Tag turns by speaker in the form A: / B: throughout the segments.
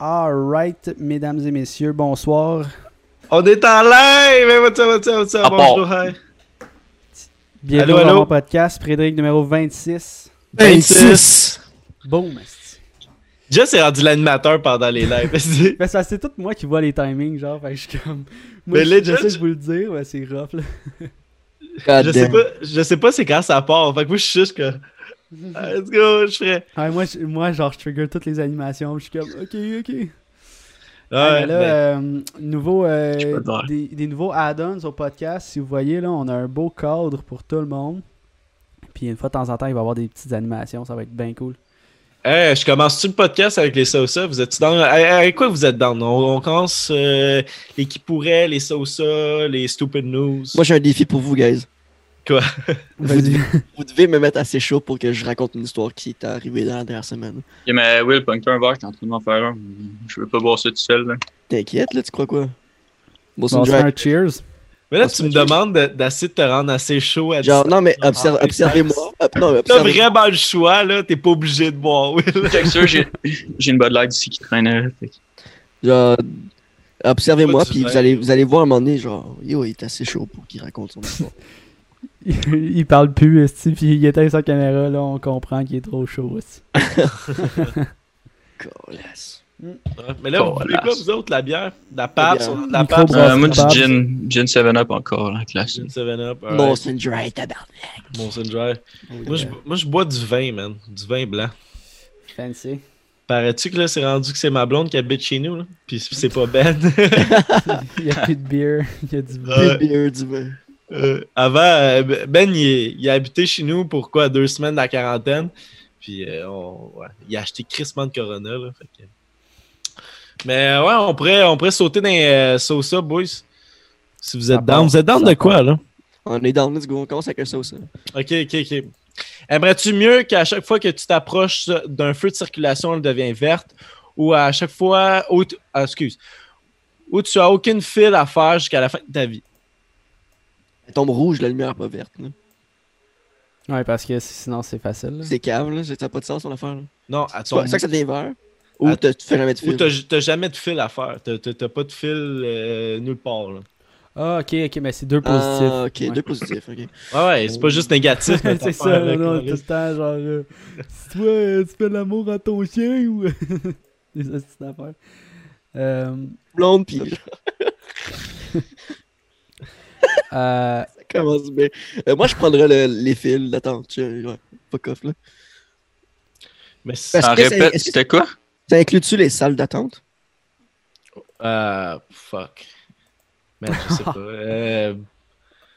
A: Alright, mesdames et messieurs, bonsoir.
B: On est en live! Hey, What's up, what's up, what's up?
C: Ah, bon.
B: Bonjour, hey.
A: Bienvenue
B: Allô,
A: dans
B: allô?
A: mon podcast, Frédéric numéro 26.
B: 26!
A: Boom! esti.
B: Jess est rendu l'animateur pendant les lives.
A: Ben, ça, c'est tout moi qui vois les timings, genre, fait que je suis comme. Moi,
B: Mais
A: je-
B: Ben, legit,
A: j'essaie de
B: je-
A: vous le dire, mais c'est rough, là.
C: God
B: je sais
C: Ah, damn.
B: pas, je sais pas c'est quand ça part. Fait que moi, je suis juste que. Ah, Let's go, je ferais.
A: Ouais, moi, je- moi, genre, je trigger toutes les animations, je suis comme, ok, ok. Ouais,
B: Ouais,
A: mais là,
B: ben,
A: euh, nouveau, euh,
B: Je peux dire.
A: des, des nouveaux add-ons au podcast. Si vous voyez, là, on a un beau cadre pour tout le monde. Puis une fois de temps en temps, il va y avoir des petites animations. Ça va être bien cool. euh,
B: hey, je commence-tu le podcast avec les sauces? Vous êtes-tu dans. Hey, hey, quoi vous êtes dans? On, on commence euh, les qui pourraient, les sauces, les stupid news.
C: Moi, j'ai un défi pour vous, guys. Vous
A: Vas-y.
C: devez, vous devez me mettre assez chaud pour que je raconte une histoire qui est arrivée dans la dernière semaine.
D: Ok, mais Will, pogne-toi un verre, t'es en train d'en faire un. Je veux pas boire ça tout seul, là.
C: T'inquiète, là, tu crois quoi? Bon, c'est
A: Bon,
C: une
A: c'est
C: joke.
A: un cheers.
B: mais là,
C: on
B: tu
C: se
B: me
C: fait-
B: demandes de- d'essayer de te rendre assez chaud à
C: Genre, non, mais
B: Ah,
C: observe-
B: c'est
C: observez-moi. Ob- non, mais
B: T'as
C: observez-
B: vraiment le choix, là. T'es pas obligé de boire, Will.
D: Check sûr, j'ai j'ai une Bud Light ici qui traîne. Fait. que-
C: genre, observez-moi,
B: Pas du
C: puis
B: vin.
C: vous allez, vous allez voir à un moment donné, genre, yo, il est assez chaud pour qu'il raconte son histoire.
A: il il parle plus, esti, puis il éteint sa caméra. Là, on comprend qu'il est trop chaud. esti.
C: Colasse.
B: Mais là, vous
D: Oh,
B: voulez
D: là.
B: pas, vous autres, la bière, la pape,
C: bière.
B: la
A: Micro
B: pape,
A: Brasse
D: Euh, moi, du
A: Babs.
D: gin, gin 7-Up encore, là, classe.
B: Gin 7-Up.
C: Mon Sindri, tabarnak.
B: Mon Dry. Moi, je, moi, je bois du vin, man. Du vin blanc.
A: Fancy.
B: Parais-tu que là, c'est rendu que c'est ma blonde qui habite chez nous, là? Puis c'est pas Ben.
A: il y a plus de bière. Il y a du vin.
B: Euh,
C: Big beer du vin.
B: Euh, avant, euh, Ben, il, est- il a habité chez nous pour quoi? Deux semaines de la quarantaine. Puis euh, on- ouais, il a acheté crissement de Corona, là. fait que- Mais euh, ouais, on pourrait, on pourrait sauter dans les Sosa, boys. Si vous êtes
A: Ça
B: down.
A: part,
B: Vous êtes down
A: ça
B: de quoi, là?
C: On est dans le go, on commence avec un sauce. hein.
B: Ok, ok, ok. Aimerais-tu mieux qu'à chaque fois que tu t'approches d'un feu de circulation, elle devient verte, ou à chaque fois où tu, ah, excuse, où tu as aucune file à faire jusqu'à la fin de ta vie?
C: Elle tombe rouge, la lumière pas verte. là.
A: Ouais, parce que sinon, c'est facile. là.
C: C'est cave, là, ça n'a pas de sens, son affaire. là.
B: Non, à
C: C'est pas-
B: ton,
C: c'est ça que ça devient vert. Ou
B: Ah,
C: t'as- tu fais jamais de
B: ou
C: film.
B: t'as ju- t'as jamais de fil à faire. T'as- T'as t'as pas de fil euh, nulle part. là.
A: Ah, ok, ok, mais c'est deux positifs.
C: Ah, ok,
A: Ouais.
C: deux positifs, ok.
B: Ouais, ouais, c'est pas juste négatif. notre
A: c'est
B: affaire,
A: ça,
B: là,
A: là, non,
B: quand
A: tout
B: même.
A: le temps, genre, euh, si toi, euh, tu fais l'amour à ton chien ou. Des astuces d'affaires. Euh,
C: Blonde, pis genre,
A: euh,
C: ça commence bien. Euh, moi, je prendrais le- les fils d'attente. tu sais, Ouais, pas off, là.
B: Mais
C: Parce
B: ça,
D: T'en
C: que c'est-
D: répète,
C: est-ce que-
D: c'était quoi?
C: Ça inclut-tu les salles d'attente?
B: euh, fuck. Man, je sais pas. Euh,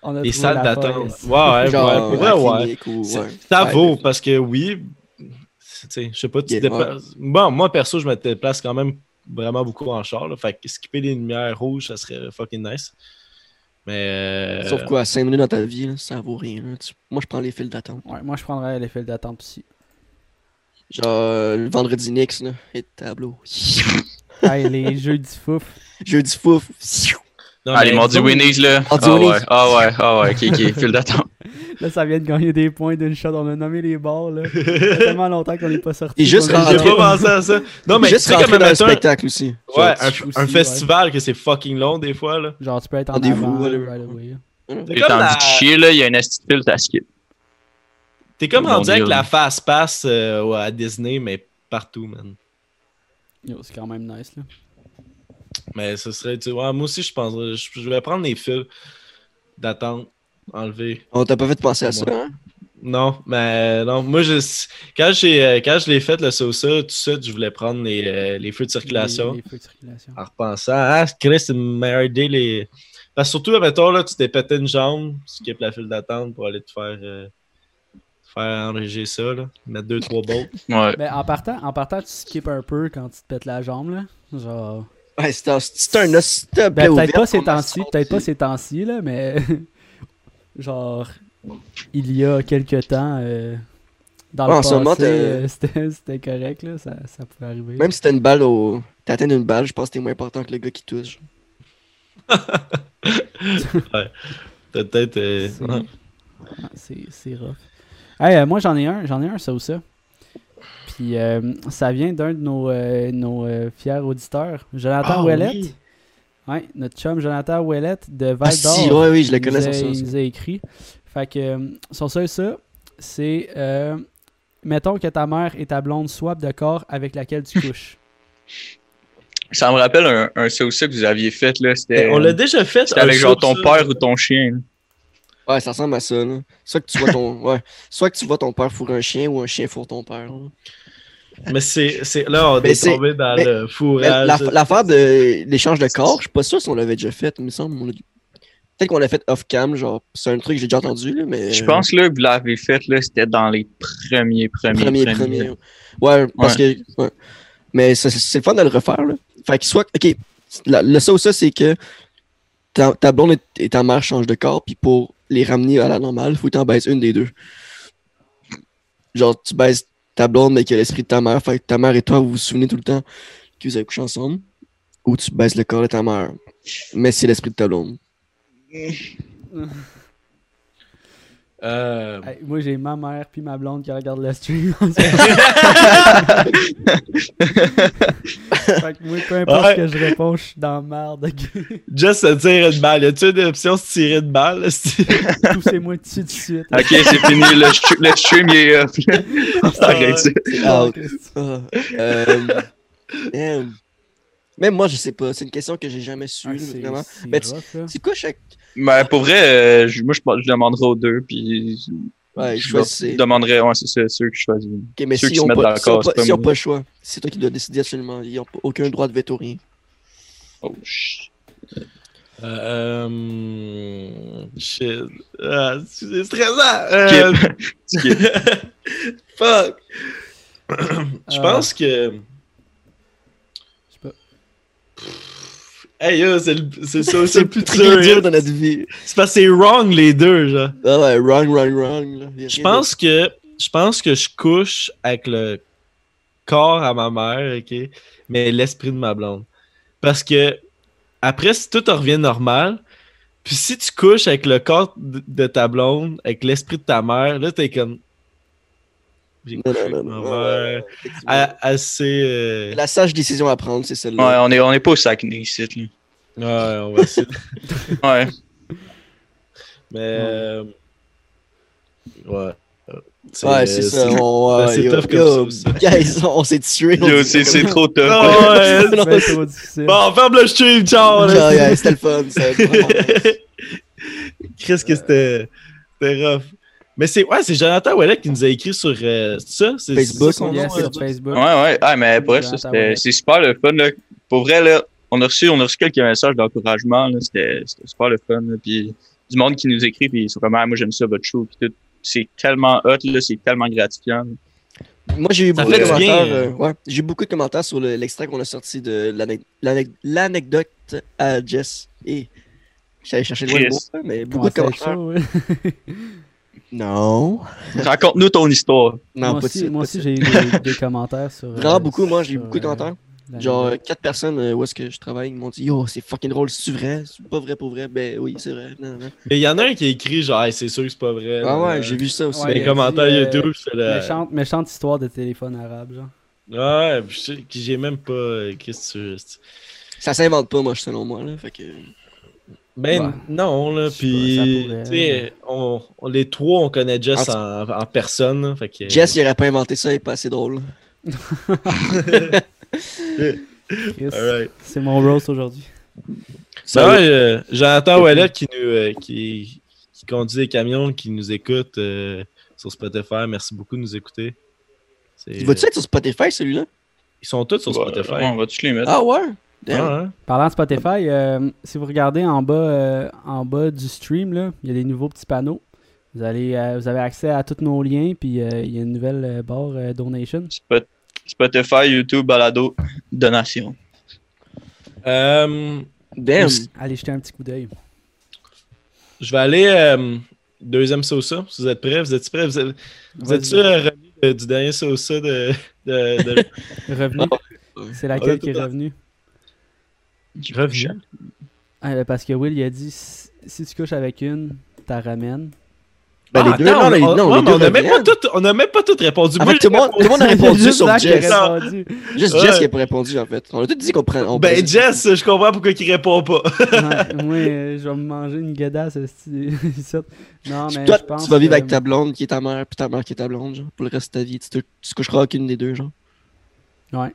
A: on a trouvé
B: les salles
A: la
B: d'attente.
A: forêt.
B: Ouais, ouais,
C: Genre, euh,
B: ouais,
C: la
B: ouais, ouais.
C: clinique ou-
B: Ça-
C: ouais.
B: Ça
C: Ouais,
B: vaut,
C: mais-
B: parce que oui, c'est- tu sais, je sais pas, tu te
C: Yeah,
B: déplaces- Bon, moi, perso, je me déplace quand même vraiment beaucoup en char. Là, fait que skipper les lumières rouges, ça serait fucking nice. Mais. euh,
C: Sauf quoi, 5 minutes dans ta vie, là, ça vaut rien. là. Tu- Moi, je prends les files d'attente.
A: Ouais, moi, je prendrais les files d'attente aussi.
C: Genre, euh, le vendredi Nix, là, et tableau.
A: hey, les jeux du fouf.
C: Jeudi fouf.
B: non,
D: Ah, les
B: mais
D: mordus
B: disons-
D: Winnies, là.
C: Mordus
D: Ah ouais,
C: Winnies.
D: ah ouais, ah ouais, ok, ok, file d'attente.
A: Là, ça vient de gagner des points d'une shot. On a nommé les bars, là. Ça fait tellement longtemps qu'on n'est pas sorti.
C: Et juste
A: qu'on a-
B: J'ai
C: rentrer-
B: pas pensé à ça. Non, mais
C: Juste
B: tu sais,
C: rentrer
B: comme
C: dans un
B: mettons,
C: spectacle aussi.
B: ouais,
C: Genre,
B: un,
A: aussi,
B: un
A: ouais.
B: festival que c'est fucking long des fois. Là.
A: Genre, tu peux être en
C: Rendez-vous,
A: avant,
C: whatever.
A: right away.
B: T'es comme,
D: Et
B: la-
D: tandis que chier, là, il y a un asti de fil, t'as skip.
B: t'es comme
D: Mon
B: rendu
D: Dieu,
B: avec la
D: ouais.
B: fast pass euh, ouais, à Disney, mais partout, man.
A: Yo, c'est quand même nice, là.
B: Mais ce serait. tu- ouais, moi aussi, je pense. Je, je vais prendre les fils d'attente, enlever.
C: On t'a pas fait penser à ça,
B: Ouais.
C: hein?
B: Non, mais non, moi je quand j'ai euh, quand je l'ai fait le sauce, tout ça, je voulais prendre les, euh, les feux de circulation
A: Les, les feux de circulation.
B: en repensant ah Chris, c'est une meilleure idée les parce que surtout mettons là, tu t'es pété une jambe, skip la file d'attente pour aller te faire euh, te faire enregistrer ça là, mettre deux trois bolts.
D: Ouais.
A: Ben, en partant, en partant, tu skips un peu quand tu te pètes la jambe, là. Genre.
C: Ouais, c'est un- c'est un os, s'il te plaît,
A: Ben, peut-être
C: ouvert,
A: pas ces
C: on a
A: temps-ci,
C: sorti.
A: peut-être pas ces temps-ci, là, mais. genre, il y a quelques temps, euh, dans le
C: Ouais, en ce
A: passé,
C: moment, t'as-
A: euh, c'était c'était correct, là, ça, ça pouvait arriver.
C: Même si t'as une balle au, T'atteins une balle, je pense que t'es moins important que le gars qui touche.
B: T'as peut-être. euh,
A: C'est-
B: ouais.
A: Ouais, C'est c'est rough. Hey, euh, moi, j'en ai un. J'en ai un, ça ou ça. Puis euh, ça vient d'un de nos, euh, nos euh, fiers auditeurs, Jonathan
B: Ah,
A: Ouellette.
B: oui.
A: Ouais, notre chum Jonathan Ouellette de
C: Ah
A: Val d'Or.
C: si, ouais, oui, je le
A: Il
C: connais
A: nous a-
C: sur ça.
A: Il
C: ça.
A: nous a écrit. Fait que euh, son seul ça, c'est euh, mettons que ta mère et ta blonde swap de corps avec laquelle tu couches.
D: Ça me rappelle un, un ça ou ça que vous aviez fait, là. C'était euh,
B: Mais on l'a déjà fait.
D: c'était
B: un
D: avec genre
B: show
D: ton
B: de ça.
D: père ou ton chien. là.
C: Ouais, ça ressemble à ça, là. Soit que tu vois ton, ouais. Soit que tu vois ton père fourrer un chien ou un chien fourre ton père. là.
B: Mais c'est, c'est- là, on
C: Mais
B: est
C: c'est-
B: tombé dans
C: mais-
B: le
C: Mais
B: fourrage.
C: la- L'affaire de l'échange de corps, je suis pas sûr si on l'avait déjà fait, il me semble. on l'a- Peut-être qu'on l'a fait off-cam, genre, c'est un truc que j'ai déjà entendu, là, mais.
D: Je pense là, que vous l'avez fait, là, c'était dans les premiers, premiers,
C: Premier,
D: premiers.
C: premier. Ouais, parce que. ouais. Mais ça, c'est c'est le fun de le refaire, là. Fait que soit. Ok, la- le ça ou ça, c'est que ta, ta blonde et ta mère changent de corps, puis pour les ramener à la normale, faut que t'en baises une des deux. Genre, tu baises ta blonde, mais qui a l'esprit de ta mère, fait que ta mère et toi, vous vous souvenez tout le temps que vous avez couché ensemble, ou tu baises le corps de ta mère, mais c'est l'esprit de ta blonde.
B: Euh,
A: Hey, moi, j'ai ma mère puis ma blonde qui regarde le stream. fait que moi, peu importe
B: Ouais.
A: ce que je réponds, je suis dans la merde. ok?
B: Just se tirer une balle. Y a-tu une option se tirer une balle? si-
A: Poussez-moi dessus tout de suite.
D: Ok, c'est fini, le, str- le stream il est off. On arrête ça.
C: Ah,
A: Ah, Christ.
C: Ah, euh, damn. Même moi, je sais pas. C'est une question que j'ai jamais su,
A: Ah, c'est-
C: vraiment.
A: c'est
C: Mais tu-
A: rough, là.
C: C'est quoi chaque.
D: Mais pour vrai, euh, je- moi je, pense- je demanderai aux deux, puis
C: Ouais,
D: je
C: choisissez.
D: leur demanderai, ouais, c'est ça, ceux que je choisis.
C: Ok, mais
D: ceux
C: s'ils
D: qui se
C: ont
D: mettent
C: pas,
D: d'accord,
C: s'ils ont pas,
D: c'est pas
C: s'ils ont
D: moi.
C: pas le choix, c'est toi qui dois décider absolument. Ils n'ont aucun droit de veto, rien.
D: Oh, shit.
B: Euh, euh, shit. Ah, c'est stressant. Euh, Fuck. Je
A: Ah.
B: pense que.
A: Je sais pas.
B: Hey, yo, c'est le- c'est ça aussi
C: C'est
B: le
C: le
B: plus
C: plus très dur
B: dur.
C: dans notre vie.
B: C'est parce que c'est wrong les deux, genre.
C: Ah ouais, wrong, wrong, wrong. là. Y a
B: Je
C: rien
B: pense que je pense que je couche avec le corps à ma mère, ok, mais l'esprit de ma blonde. Parce que après, si tout revient normal, puis si tu couches avec le corps de, de ta blonde, avec l'esprit de ta mère, là t'es comme. J'ai
C: de-
B: couché
C: Non,
B: avec ma
C: non, non, non,
B: mère.
C: non, effectivement.
B: A- Assez. euh,
C: La sage décision à prendre, c'est
D: Ouais,
C: celle-là.
D: on est, on est pas au Saguenay ici. Là.
B: Ouais, on va essayer.
D: Ouais.
B: mais. euh, Ouais. euh, C'est
C: Ouais, c'est ça. On,
B: ben,
C: ouais,
B: c'est
C: yo,
B: tough comme
C: yo,
B: ça
C: Guys, on s'est tués. on
D: Yo,
C: s'est
D: c'est c'est trop tough.
B: Ah ouais,
C: Non,
A: Ben,
C: c'est-
A: trop difficile.
B: Bon, ferme le stream, ciao! là.
C: Genre, yeah, C'était le fun. ça.
B: Chris, que c'était c'était rough. Mais c'est ouais, c'est Jonathan Ouellet qui nous a écrit sur euh, c'est ça, c'est
C: Facebook,
B: c'est son
A: Yes,
B: nom,
A: sur
B: euh,
A: Facebook.
D: Ouais, ouais. Ah, mais pour vrai, ça, c'était- c'est super le fun. Là. Pour vrai, là, on a reçu, on a reçu quelques messages d'encouragement. là. C'était c'était super le fun. là. Puis du monde qui nous écrit, puis ils sont comme, Ah, moi j'aime ça, votre show. Puis tout. C'est tellement hot, là, c'est tellement gratifiant. là.
C: Moi, j'ai eu
B: Ça
C: beaucoup de
B: fait du bien,
C: commentaires.
B: euh.
C: euh, ouais, j'ai eu beaucoup de commentaires sur le- l'extrait qu'on a sorti de l'anec- l'anec- l'anecdote à Jess. Et j'allais chercher le mot,
D: Chris.
C: hein, mais beaucoup
A: Comment
C: de
A: ça va être
C: commentaires.
A: chaud, ouais.
C: Non,
D: Raconte-nous ton histoire.
C: non,
A: moi
C: pas de
A: aussi,
C: ça,
A: moi
C: pas
A: aussi,
C: de
A: j'ai eu des, des commentaires sur.
C: ça.
A: euh,
C: Vraiment beaucoup, moi, j'ai eu
A: sur,
C: beaucoup de
A: euh, ben.
C: commentaires.
A: la-
C: Genre, euh, quatre personnes euh, où est-ce que je travaille, ils m'ont dit Yo, c'est fucking drôle, c'est vrai, c'est pas vrai pour vrai. Ben oui, c'est vrai. Non,
A: Euh,
C: non.
B: Mais il y en a un qui a écrit genre Hey, c'est sûr que c'est pas vrai.
C: Ah ouais,
B: euh,
C: j'ai vu ça aussi.
A: Ouais,
B: les
A: il a
B: commentaires
A: dit, euh,
B: YouTube, c'est le
A: Méchante, méchante histoire de téléphone arabe, genre.
B: Ouais, puis je sais que j'ai même pas euh, Qu'est-ce que tu-
C: Ça s'invente pas, moi, selon moi. Là, fait que...
B: Ben
A: Ouais.
B: non là,
A: Je sais pas, ça
B: puis
A: pourrait,
B: tu sais on, on- les trois on connaît Jess
C: En-
B: en, en personne, là, fait que
C: Jess, il aurait pas inventé ça, il est pas assez drôle.
A: Chris,
B: Alright.
A: C'est mon roast aujourd'hui.
B: Ça va, euh, Jonathan Ouellet qui nous euh, qui, qui conduit des camions, qui nous écoute euh, sur Spotify. Merci beaucoup de nous écouter. C'est-
C: Il va-tu être sur Spotify, celui-là
B: Ils sont tous sur
D: Ouais,
B: Spotify.
D: ouais, on va tous les mettre.
C: Ah ouais Damn.
B: Ah, hein?
A: Parlant de Spotify, euh, si vous regardez en bas, euh, en bas du stream, là, il y a des nouveaux petits panneaux. Vous, allez, euh, vous avez accès à tous nos liens, puis euh, il y a une nouvelle euh, barre euh, donation.
D: Spot- Spotify, YouTube, Balado, Donation.
B: Euh,
C: Damn.
A: Allez jeter un petit coup d'œil.
B: je vais aller euh, deuxième Sosa. Vous êtes prêts? Vous êtes prêts? Vous êtes, vous
A: Vas-y.
B: euh, êtes-tu euh, revenu de- du dernier Sosa de, de, de-
A: Revenu.
C: Ah,
A: C'est laquelle qui est revenue?
B: Revenue?
A: Ah, parce que Will, il a dit si tu couches avec une, t'en ramènes.
B: Ben, ah, les deux, non, les, on, non, ouais, les deux on, a même pas tout, on a même pas tout répondu.
C: Ah, Moi, tout, monde, tout, le monde a répondu sur Jess. Répondu. Juste ouais. Jess qui a pas répondu, en fait. On a tout dit qu'on prend. On
B: ben, prend... Jess, je comprends pourquoi il répond pas.
A: ouais, moi, euh, je vais me manger une guedasse. non, mais
C: Toi,
A: je pense
C: tu vas vivre que... avec ta blonde qui est ta mère, puis ta mère qui est ta blonde, genre, pour le reste de ta vie. Tu, te, tu coucheras avec une des deux, genre.
A: Ouais.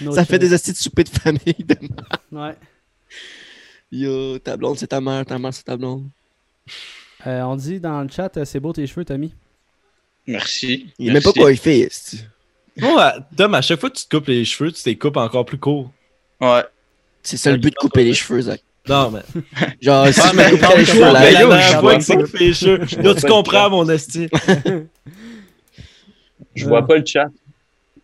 C: no Ça fait des astuces de souper de famille.
A: ouais.
C: Yo, ta blonde, c'est ta mère, ta mère, c'est ta blonde.
A: Euh, on dit dans le chat, c'est beau tes cheveux, Tommy.
D: Merci.
C: Il n'est pas quoi il fait.
B: Bon, Tom, à chaque fois que tu te coupes les cheveux, tu te coupes encore plus court.
D: Ouais.
C: C'est ça le but de couper les cheveux, Zach.
B: Non, mais.
C: Genre, si tu me coupes les cheveux, là,
B: yo, Ben, je vois que c'est coupé les cheveux. Là, tu comprends, mon esti.
D: Je vois pas le chat.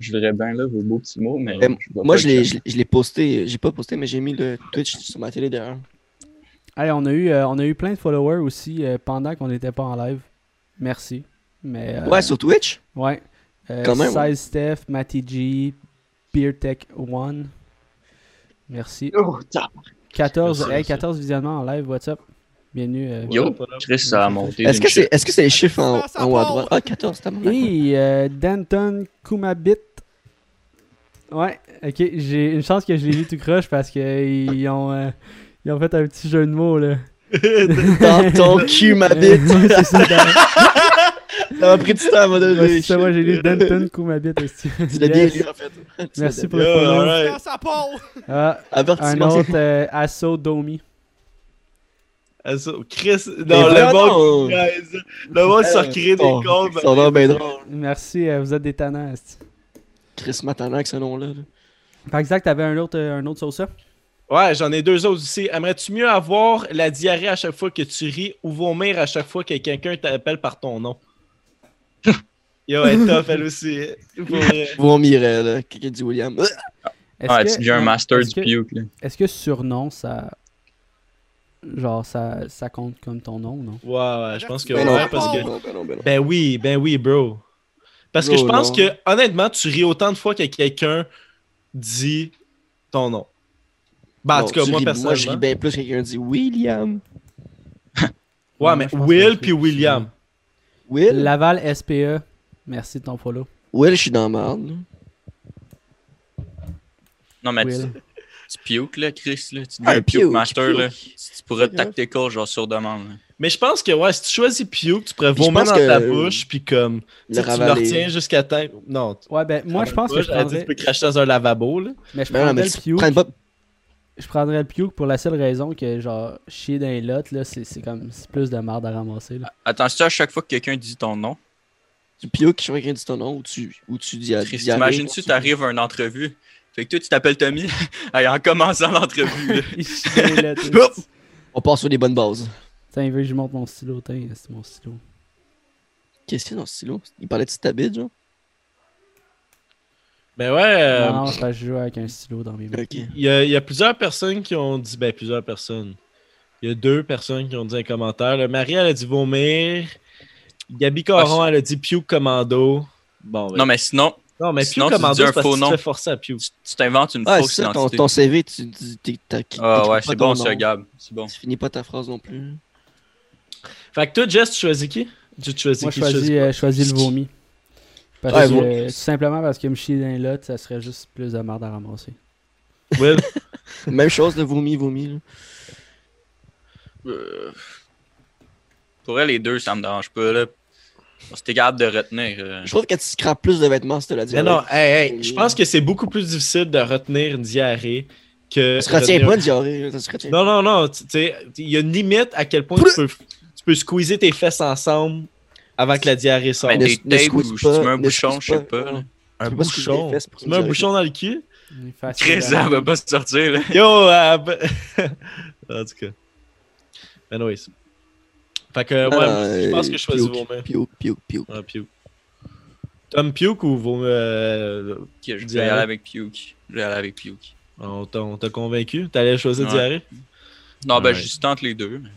D: Je verrais bien là vos beaux petits mots, mais.
C: moi, je l'ai posté. J'ai pas posté, mais j'ai mis le Twitch sur ma télé derrière.
A: Hey, on, a eu, euh, on a eu plein de followers aussi euh, pendant qu'on n'était pas en live. Merci. Mais, euh,
C: ouais, hein. sur Twitch?
A: Ouais. Quand même, Size ouais. Steph, Matty G, Beertech One. Merci.
C: Oh,
A: 14, merci, hey, merci. 14 visionnements en live, what's up? Bienvenue. euh.
D: Yo, Chris, ça a monté.
C: Est-ce que c'est est -ce
A: Ah,
C: c'est les chiffres en, en, haut à droite? Ah, 14, t'as monté.
A: Oui, euh, Danton Kumabit. Ouais, ok, j'ai une chance que je l'ai vu tout croche parce qu'ils ont. euh, Ils ont fait un petit jeu de mots, là.
C: dans ton cul, ma bite! c'est ça, dans... Ça m'a pris du temps à
A: m'adonner. C'est moi, j'ai lu Danton coup ma bite aussi.
C: Tu l'as bien lu, en fait.
A: Merci pour le follow.
E: Ça part!
A: Ah, un autre, euh, Asso Domi.
B: Asso... Ah, Chris... Non, Euh, le monde... Le monde se recrée des ben. comptes.
C: Ah, Ça va bien drôle.
A: Merci, euh, vous êtes des tannants,
C: ben. Chris Matana avec ce nom-là.
A: Par exact, t'avais un autre, euh, un autre sauce, ça?
B: Ouais, j'en ai deux autres aussi. Aimerais-tu mieux avoir la diarrhée à chaque fois que tu ris ou vomir à chaque fois que quelqu'un t'appelle par ton nom? Yo, elle est tough, elle aussi.
C: Vomirait, là. Quelqu'un dit William.
D: Ah, tu deviens un master du puke, là.
A: Est-ce que surnom, ça. Genre, ça, ça compte comme ton nom, non?
B: Ouais, ouais, je pense
C: Ben
B: que. ouais, parce que... Ben, oui, ben oui, bro. Parce que je pense que, honnêtement, tu ris autant de fois que quelqu'un dit ton nom. Ben,
C: Bah, bon, en tout cas, moi, personnellement. Moi, je ris bien plus que quelqu'un dit William.
B: ouais, mais Will puis William.
C: Will?
A: Laval SPE. Merci de ton follow.
C: Will, je suis dans la merde.
D: Non, mais tu, tu puke, là, Chris. Là. Tu deviens ah, puke, master. Puke. Là. Tu pourrais tactical, genre, sur demande. Là.
B: Mais je pense que, ouais, si tu choisis puke, tu pourrais vomir dans ta bouche, puis comme, le tu, le retiens jusqu'à temps. Non.
A: Ouais, ben, moi, je pense que. Je prendrais...
B: Tu peux cracher dans un lavabo, là.
A: Mais je
C: Ben
A: prendrais le puke je prendrais le puke pour la seule raison que, genre, chier d'un lot, là, c'est comme, c'est plus de merde à ramasser, là.
D: Attends, c'est à chaque fois que quelqu'un dit ton nom?
C: Tu puke chaque fois que quelqu'un dit ton nom ou tu, ou tu dis à
D: T'imagines-tu, t'arrives à une entrevue, fait que toi, tu t'appelles Tommy, en commençant l'entrevue,
C: On part sur des bonnes bases.
A: Tiens, il veut que je monte mon stylo, tiens, c'est mon stylo.
C: Qu'est-ce qu'il y a dans ce stylo? Il parlait de ta bite, genre?
B: Ben ouais. Euh...
A: Non, ça joue avec un stylo dans mes mains.
B: Okay. Il, il, y a, plusieurs personnes qui ont dit. Ben, plusieurs personnes. Il y a deux personnes qui ont dit un commentaire. Le Marie, elle a dit vomir. Gabi Caron, ah, elle a dit Pew Commando. Bon, ben...
D: Non, mais sinon.
B: Non, mais
D: sinon,
B: Pew Commando,
D: tu dis un
B: parce
D: faux
B: que
D: nom.
B: tu te fais forcer à Pew.
D: Tu t'inventes une ah, fausse
C: ça,
D: identité.
C: Ton, ton CV, tu dis.
D: Ah ouais, c'est bon, ça, Gab. C'est bon.
C: Tu finis pas ta phrase non plus.
B: Fait que toi, Jess, tu choisis qui Tu choisis
A: Moi,
B: qui
A: je choisis, euh, choisis le vomi. Parce ouais, que, euh, tout simplement parce que me chier d'un lot, ça serait juste plus de merde à ramasser.
B: Will?
C: Même chose de vomi, vomi.
D: Euh... Pour elle, les deux, ça me dérange pas. Là. C'était capable de retenir. Euh...
C: Je trouve que tu scrapes plus de vêtements si tu l'as dit.
B: Mais non, hey, hey, je pense que c'est beaucoup plus difficile de retenir une diarrhée que.
C: Tu retiens pas une diarrhée. Retiens
B: non, non, non. Il y a une limite à quel point tu peux, tu peux squeezer tes fesses ensemble avant que la diarrhée sorte.
D: Mais des tapes ou tu mets un bouchon, je sais pas.
B: Un bouchon. Tu mets un bouchon dans le cul?
D: Chris, elle va pas se sortir, là.
B: Yo! bah, en tout cas. Anyways. Fait que, ouais, je pense
C: Euh,
B: que je choisis vomir.
C: Ah, Puke, puke, puke.
B: Ah, puke. Tom Puke ou vomir? euh,
D: je vais aller avec puke. Je vais aller avec puke.
B: On t'a convaincu? T'allais choisir diarrhée?
D: Non, ben, je tente les deux, mais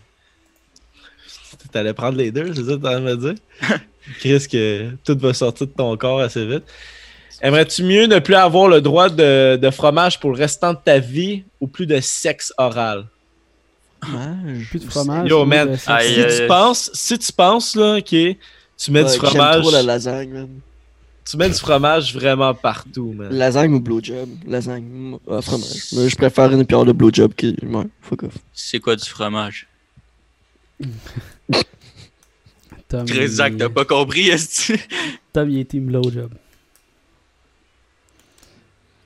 B: t'allais prendre les deux, c'est ça que t'allais me dire. Chris, que tout va sortir de ton corps assez vite. Aimerais-tu mieux ne plus avoir le droit de, de fromage pour le restant de ta vie ou plus de sexe oral?
C: Fromage.
A: Plus de fromage.
B: Yo,
A: plus
B: man.
A: de sexe.
D: Aïe,
B: Si
D: aïe.
B: tu penses, si tu penses, là, ok, tu mets
C: Ouais,
B: du
C: j'aime
B: fromage.
C: trop la lasagne, man.
B: Tu mets du fromage vraiment partout, man.
C: Lasagne ou blowjob? Lasagne. ou fromage. Mais je préfère une pierre de blowjob que. Ouais, fuck off.
D: C'est quoi du fromage?
A: Tom,
C: Mmh.
D: Chris Zach,
A: il-
D: t'as pas compris, est-ce que
A: Tom, il est team blowjob.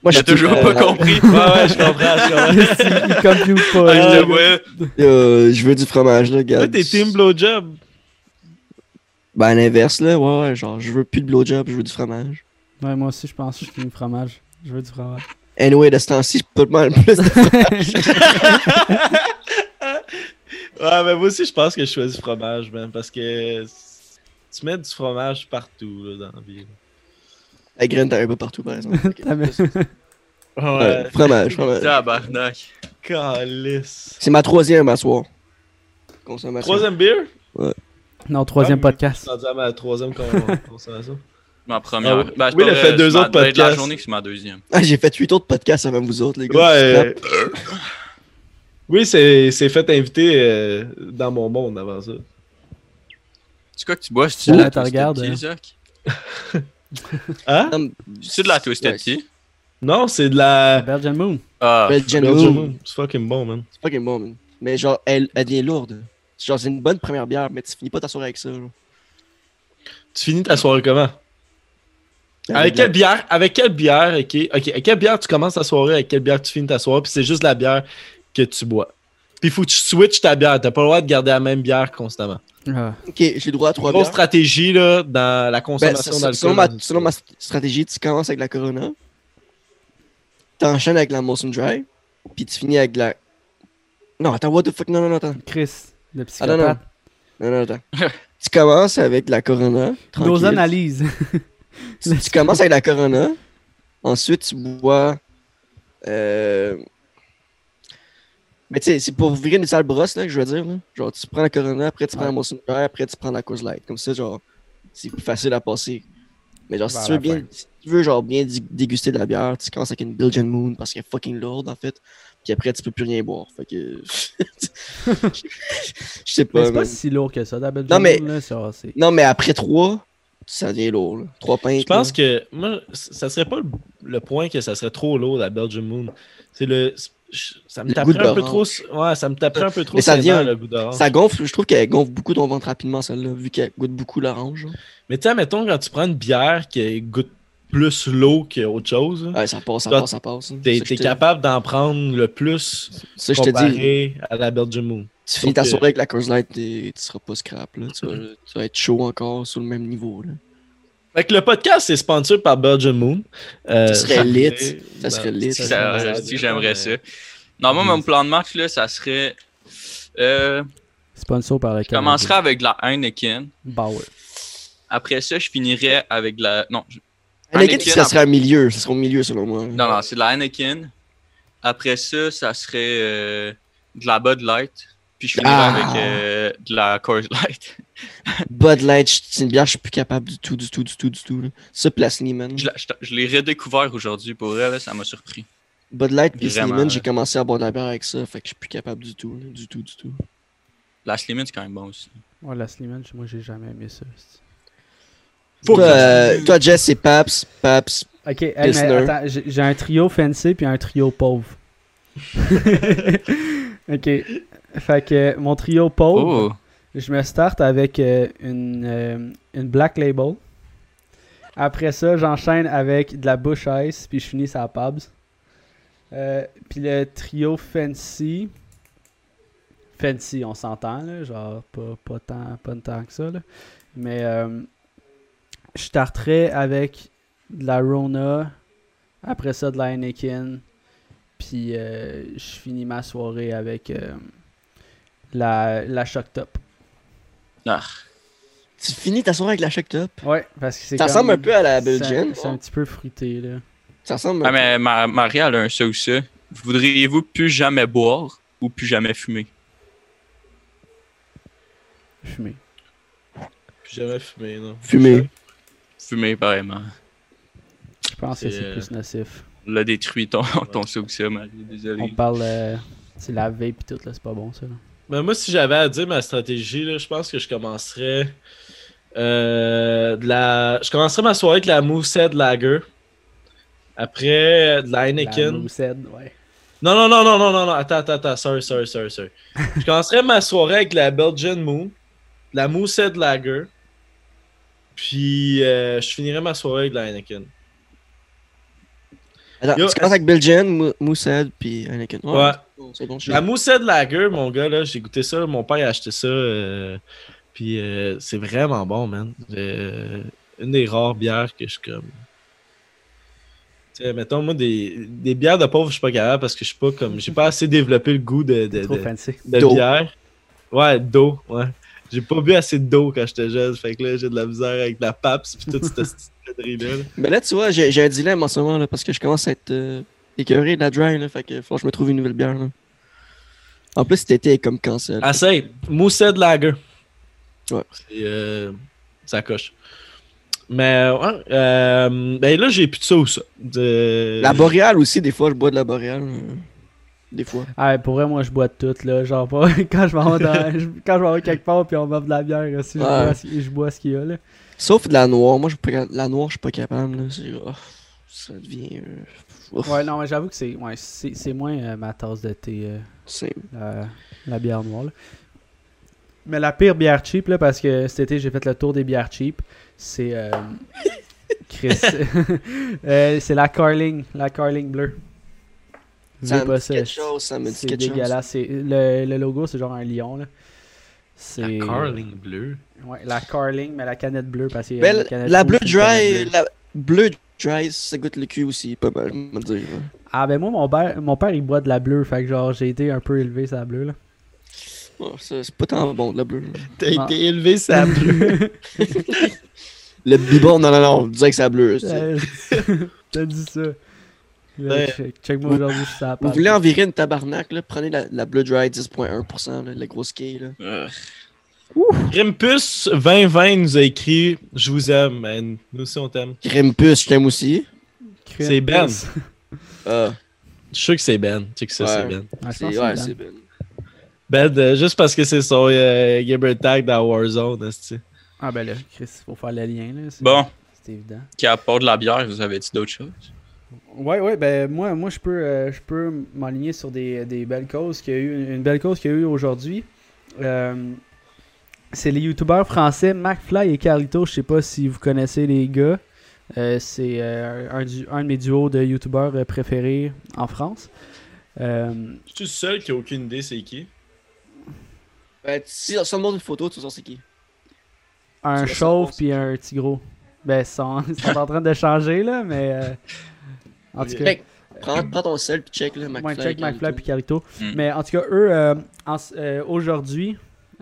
C: Moi,
D: J'ai toujours
C: euh,
D: pas compris.
B: Ouais, ouais, je comprends, je comprends.
A: il compute pas.
D: Ah,
A: là.
D: je te voyais.
C: euh, je veux du fromage, là, gars.
B: Toi, t'es team blowjob.
C: Ben, à l'inverse, là, ouais, ouais, genre, je veux plus de blowjob, je veux du fromage.
A: Ouais, moi aussi, je pense que je suis team fromage. Je veux du fromage.
C: Anyway, de ce temps-ci, je peux pas mal plus de
B: Ouais, mais moi aussi, je pense que je choisis fromage, man, parce que c- tu mets du fromage partout, là, dans la vie.
C: La graine, t'en as pas partout, par exemple. Ok.
A: Ta mère.
B: Ouais,
C: Euh, fromage, fromage.
D: ah, bah, Tabarnak.
B: calice.
C: C'est ma troisième à soir. Consommation.
B: Troisième beer?
A: Non, troisième
B: Ah,
A: podcast.
B: Rendu à ma troisième con- consommation.
D: Ma
B: Ah
D: première.
B: oui.
D: Ben, c'est
B: Oui, il
D: pas
B: a
D: vrai,
B: fait deux
D: c'est ma-
B: autres
D: ben, de la
B: podcasts.
D: journée que c'est ma deuxième.
C: Ah, j'ai fait huit autres podcasts avant vous autres, les gars.
B: Ouais. euh, Oui, c'est c'est fait inviter euh, dans mon monde avant ça.
D: C'est quoi que tu bois? C'est
A: Ouh,
D: de
A: t'en
D: la Twisted
A: regardes,
D: Tea,
A: hein.
D: Zach?
B: Hein?
D: C'est de la Twisted Tea?
B: Non, c'est de la.
A: Belgian Moon.
D: Ah,
B: Ben,
C: Belgian
B: Belgian
C: Moon.
B: Moon. C'est fucking bon, man.
C: C'est fucking bon, man. Mais genre, elle, elle devient lourde. C'est Genre, c'est une bonne première bière, mais tu finis pas ta soirée avec ça. genre.
B: Tu finis ta soirée comment? Avec quelle bière? Avec quelle bière? Ok, ok. Avec quelle bière tu commences ta soirée? Avec quelle bière tu finis ta soirée? Puis c'est juste la bière que tu bois. Puis faut que tu switches ta bière. T'as pas le droit de garder la même bière constamment.
A: Ah.
C: Ok, j'ai le droit à trois
B: Grosse
C: bières.
B: stratégie là, dans la
C: Ben,
B: consommation
C: selon,
B: d'alcool. hein,
C: selon ma, selon ma st- stratégie, tu commences avec la Corona, t'enchaînes avec la Molson Dry, puis tu finis avec la... Non, attends, what the fuck, non, non, non, attends.
A: Chris, le
C: Ah, non, non.
A: psychopathe.
C: Non, non, attends. tu commences avec la Corona,
A: Nos
C: tranquille.
A: analyses.
C: Tu, tu commences avec la Corona, ensuite tu bois... euh, Mais tu sais, c'est pour virer une sale brosse, là, que je veux dire. là. Genre, tu prends la Corona, après tu prends la Molson Dry, après tu prends la Coors Light. Comme ça, genre, c'est plus facile à passer. Mais genre, si
A: Vers
C: tu veux
A: la
C: bien,
A: fin.
C: si tu veux genre bien dig- déguster de la bière, tu commences avec une Belgian Moon parce qu'elle est fucking lourde en fait. Puis après, tu peux plus rien boire. Fait que. Je sais
A: Mais
C: pas.
A: c'est pas
C: man.
A: si lourd que ça, la Belgian
C: Non, mais-
A: Moon, là, ça, c'est-
C: Non, mais après 3, ça devient lourd. là. Trois pintes.
B: Je pense que moi, c- ça serait pas le, le point que ça serait trop lourd la Belgian Moon. C'est le. je- Ça me
C: Le goût
B: taperait un peu trop.
C: d'orange.
B: Ouais, ça me taperait un peu trop.
C: Mais ça
B: ses nerfs,
C: vient-
B: le goût d'orange.
C: Ça gonfle, je trouve qu'elle gonfle beaucoup ton ventre rapidement, celle-là, vu qu'elle goûte beaucoup l'orange. hein. là.
B: Mais tu sais, mettons quand tu prends une bière qui goûte plus l'eau qu'autre chose, là,
C: Ouais, ça passe, ça
B: Toi,
C: passe, ça passe. hein.
B: t'es
C: Ça, je
B: t'es
C: te-
B: capable d'en prendre le plus
C: Ça, je te dis,
B: comparé à la Belgian Moon.
C: tu finis ta
B: que-
C: soirée avec la Coors Light, t'es- tu seras pas scrap. Là. Tu, vas, tu vas être chaud encore sur le même niveau. Là.
B: Fait que le podcast est sponsor par Belgian Moon. Euh, ben,
C: Ça serait lit. Ça serait lit.
D: si
C: Ça,
D: ça-
C: c'est
D: si j'aimerais ça. Non, moi, mon plan de match, là, ça serait. Euh,
A: Sponsor par le Bah
D: je commencerais avec de la Heineken.
A: Bauer.
D: Après ça, je finirais avec de la. Non, je-
C: Anakin,
D: Anakin,
C: ça
D: en-
C: serait un milieu, ça serait au milieu selon moi.
D: non, non c'est de la Heineken. Après ça, ça serait euh, de la Bud Light. Puis je finirais
C: Ah.
D: avec euh, de la Coors Light.
C: Bud Light, je- c'est une bière, je suis plus capable du tout, du tout, du tout, du tout. là. Ça, puis la Sneeman.
D: Je, la- je- je l'ai redécouvert aujourd'hui pour elle, là, ça m'a surpris.
C: Bud Light puis
D: Vraiment,
C: Sneeman,
D: là.
C: j'ai commencé à boire de la bière avec ça, fait que je suis plus capable du tout, là, du tout, du tout.
D: La Slimin, c'est quand même bon aussi.
A: Ouais, la Slimane, moi, j'ai jamais aimé ça. c'est-
B: Faut
C: Toi,
B: que-
C: euh, toi, Jess, c'est Paps, Paps.
A: Ok, hey, mais
C: Pilsner.
A: attends, j'ai j'ai un trio fancy puis un trio pauvre. ok. Fait que mon trio pauvre,
D: Oh!
A: je me starte avec euh, une, euh, une Black Label. Après ça, j'enchaîne avec de la Bush Ice, puis je finis sa Pabs. Euh, puis le trio Fancy. Fancy, on s'entend, là, genre pas, pas, tant, pas tant que ça. Là. Mais euh, je starterai avec de la Rona, après ça de la Heineken, puis euh, je finis ma soirée avec euh, la, la Shock Top.
D: Ah.
C: Tu finis ta soirée avec la Shock Top.
A: Ouais, parce que c'est
C: Ça
A: comme-
C: ressemble un peu à la
A: c'est un-
C: Belgian.
A: C'est un petit peu fruité, là.
C: Ça ressemble.
D: Ah, mais Ma- Marie, elle a un ça ou ça. Voudriez-vous plus jamais boire ou plus jamais fumer?
A: Fumé.
B: J'ai jamais fumé, non.
C: Fumé.
D: Fumer, pareillement.
A: Je pense que c'est
B: euh,
A: plus nocif.
D: On l'a détruit ton, ton succès, Marie. Désolé.
A: On parle. euh, c'est la vape et tout, là, c'est pas bon ça. là.
B: Mais Ben, moi, si j'avais à dire ma stratégie, là, je pense que je commencerais. euh, de la... Je commencerais ma soirée avec la Moosehead Lager. Après, euh, de la
A: La
B: Heineken.
A: Moosehead, ouais.
B: Non, non, non, non, non, non, non. Attends, attends, attends. Sorry, sorry, sorry, sorry. je commencerais ma soirée avec la Belgian Moon, la Moosehead Lager. Puis, euh, je finirais ma soirée avec de la Heineken.
C: Attends,
B: Yo,
C: tu commences avec Belgian, Mou- Moosehead, puis Heineken.
B: Ouais. Ah,
C: C'est bon, je
B: La moussette lager, mon gars, là, j'ai goûté ça. Mon père a acheté ça. euh, puis euh, c'est vraiment bon, man. Euh, une des rares bières que je suis comme. Tu sais, mettons, moi, des, des bières de pauvre, je suis pas capable parce que je suis pas comme. J'ai pas assez développé le goût de, de,
A: Trop
B: de-
A: fancy.
B: de
C: D'eau.
B: bière. Ouais, d'eau, ouais. J'ai pas bu assez d'eau quand j'étais jeune. Fait que là, j'ai de la misère avec la PAPS puis toute cette petite connerie-là. là.
C: Mais là, tu vois, j'ai j'ai un dilemme en ce moment, là, parce que je commence à être euh, écœuré de la dry, là, fait que faut que je me trouve une nouvelle bière, là. En plus, cet été est comme cancel.
B: Assez, Moussette Ah, Lager.
C: Ouais.
B: C'est, euh, ça coche. Mais ouais, euh, ben là, j'ai plus de ça ou ça. De-
C: La boréale aussi, des fois, je bois de la boréale. euh, Des fois.
A: Ah, pour vrai, moi, je bois de tout, là. Genre, pas quand je m'en vais, dans- je- quand je m'en vais quelque part, puis on m'offre de la bière, aussi, je,
C: Ouais.
A: bois, ce- je bois ce qu'il y a, là.
C: Sauf de la noire. Moi, je suis pas capable- la noire, je suis pas capable. Là. C'est- oh, ça devient. euh, ouf,
A: Ouais, non, mais j'avoue que c'est ouais, c'est c'est moins euh, ma tasse de thé, euh,
C: c'est-
A: la, la bière noire, là. Mais la pire bière cheap, là, parce que cet été, j'ai fait le tour des bières cheap, c'est. euh, Chris. Euh, c'est la Carling, la Carling bleue.
C: Ça
A: J'ai
C: me
A: pas
C: dit
A: ça.
C: quelque chose, ça me dit
A: C'est
C: quelque chose.
A: dégueulasse. c'est- Le, le logo, c'est genre un lion, là. C'est.
B: bleue.
A: Ouais, la Carling, mais la canette bleue, parce qu'il y a
C: Ben,
A: une canette
C: la
A: rouge,
C: bleue
A: puis une canette
C: dry,
A: bleue.
C: la bleue dry, ça goûte le cul aussi, pas mal, je me dire.
A: Ah, ben moi, mon père, mon père, il boit de la bleue, fait que genre, j'ai été un peu élevé sur la bleue, là.
C: Oh, ça, c'est pas tant bon, la bleue.
B: T'as
A: Ah.
B: été élevé, ça bleue.
C: Le bibon, non, non, non, on disait que c'est la bleue. c'est-
A: Euh, T'as dit ça. Là,
B: Ouais.
A: check- Check-moi aujourd'hui, je suis sur la
C: Vous
A: page.
C: voulez en virer une tabarnak, là, prenez la, la Blood Dry 10.1%, là, la grosse quille. Là.
D: Euh,
B: Grimpus 2020 nous a écrit Je vous aime, man. Nous aussi, on t'aime.
C: Grimpus, je t'aime aussi.
A: Crème
B: c'est Ben.
A: pousse.
C: Ah,
B: Je suis sûr que c'est Ben. Tu sais que ça,
C: Ouais.
B: c'est Ben.
A: Ah, je
C: c'est
A: pense que
C: ouais,
A: c'est
C: c'est
A: Ben.
C: ben.
B: Ben, euh, juste parce que c'est son euh, gamer tag dans Warzone, esti.
A: Ah, ben là, Chris, faut faire le lien, là. c'est-
D: Bon,
A: C'est évident.
D: qui apporte de la bière, vous avez dit d'autres choses?
A: Ouais, ouais, ben moi, moi je peux, euh, je peux m'aligner sur des, des belles causes qu'il y a eu, une- une belle cause qu'il y a eu aujourd'hui. Euh, c'est les youtubeurs français McFly et Carlito. Je sais pas si vous connaissez les gars. Euh, c'est euh, un, du- un de mes duos de youtubeurs euh, préférés en France. Euh,
B: Je suis le seul qui a aucune idée c'est qui.
C: Ben, si on se demande une photo, tu sais c'est qui.
A: un
C: Ça, ça
A: chauve
C: passe.
A: puis un petit gros. Ben, ils sont, ils sont en train de changer là, mais euh, en tout cas.
C: Check. Prends, prends ton sel puis check, là, McFly.
A: Ouais, check
C: Carlito.
A: McFly puis Carlito.
D: Mm.
A: Mais en tout cas, eux, euh, en s- euh, aujourd'hui,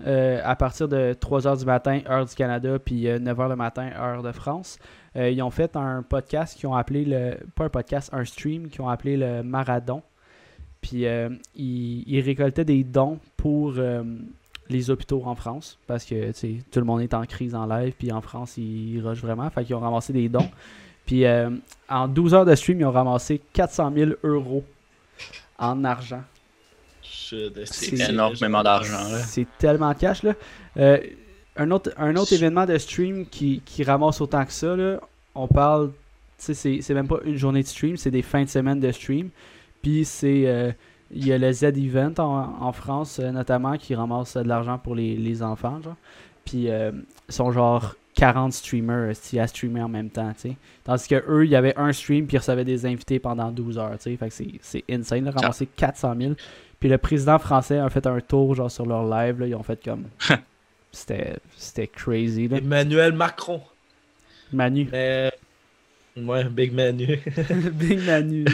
A: euh, à partir de 3h du matin, heure du Canada, puis 9h le matin, heure de France, euh, ils ont fait un podcast qu'ils ont appelé, le, pas un podcast, un stream qu'ils ont appelé le Maradon. Puis euh, ils, ils récoltaient des dons pour euh, les hôpitaux en France, parce que tu sais, tout le monde est en crise en live, puis en France, ils rushent vraiment, fait qu'ils ont ramassé des dons. Puis euh, en 12 heures de stream, ils ont ramassé 400 000 euros en argent.
B: C'est
D: C'est énormément d'argent, là.
A: C'est tellement de cash, là. Euh, un autre, un autre événement de stream qui, qui ramasse autant que ça, là, on parle, tu sais, c'est c'est même pas une journée de stream, c'est des fins de semaine de stream. Puis c'est, euh, il y a le Z-Event en, en France, euh, notamment, qui ramasse euh, de l'argent pour les, les enfants, genre. Puis euh, ils sont genre 40 streamers euh, à streamer en même temps, tu sais. Tandis que eux, il y avait un stream, puis ils recevaient des invités pendant 12 heures, tu sais. Fait que c'est- c'est insane, là, ramasser 400 000. Puis le président français a fait un tour, genre, sur leur live, là, ils ont fait comme... C'était c'était crazy, là.
B: Emmanuel Macron.
A: Manu.
B: Mais. Ouais, Big Manu.
A: Big Manu.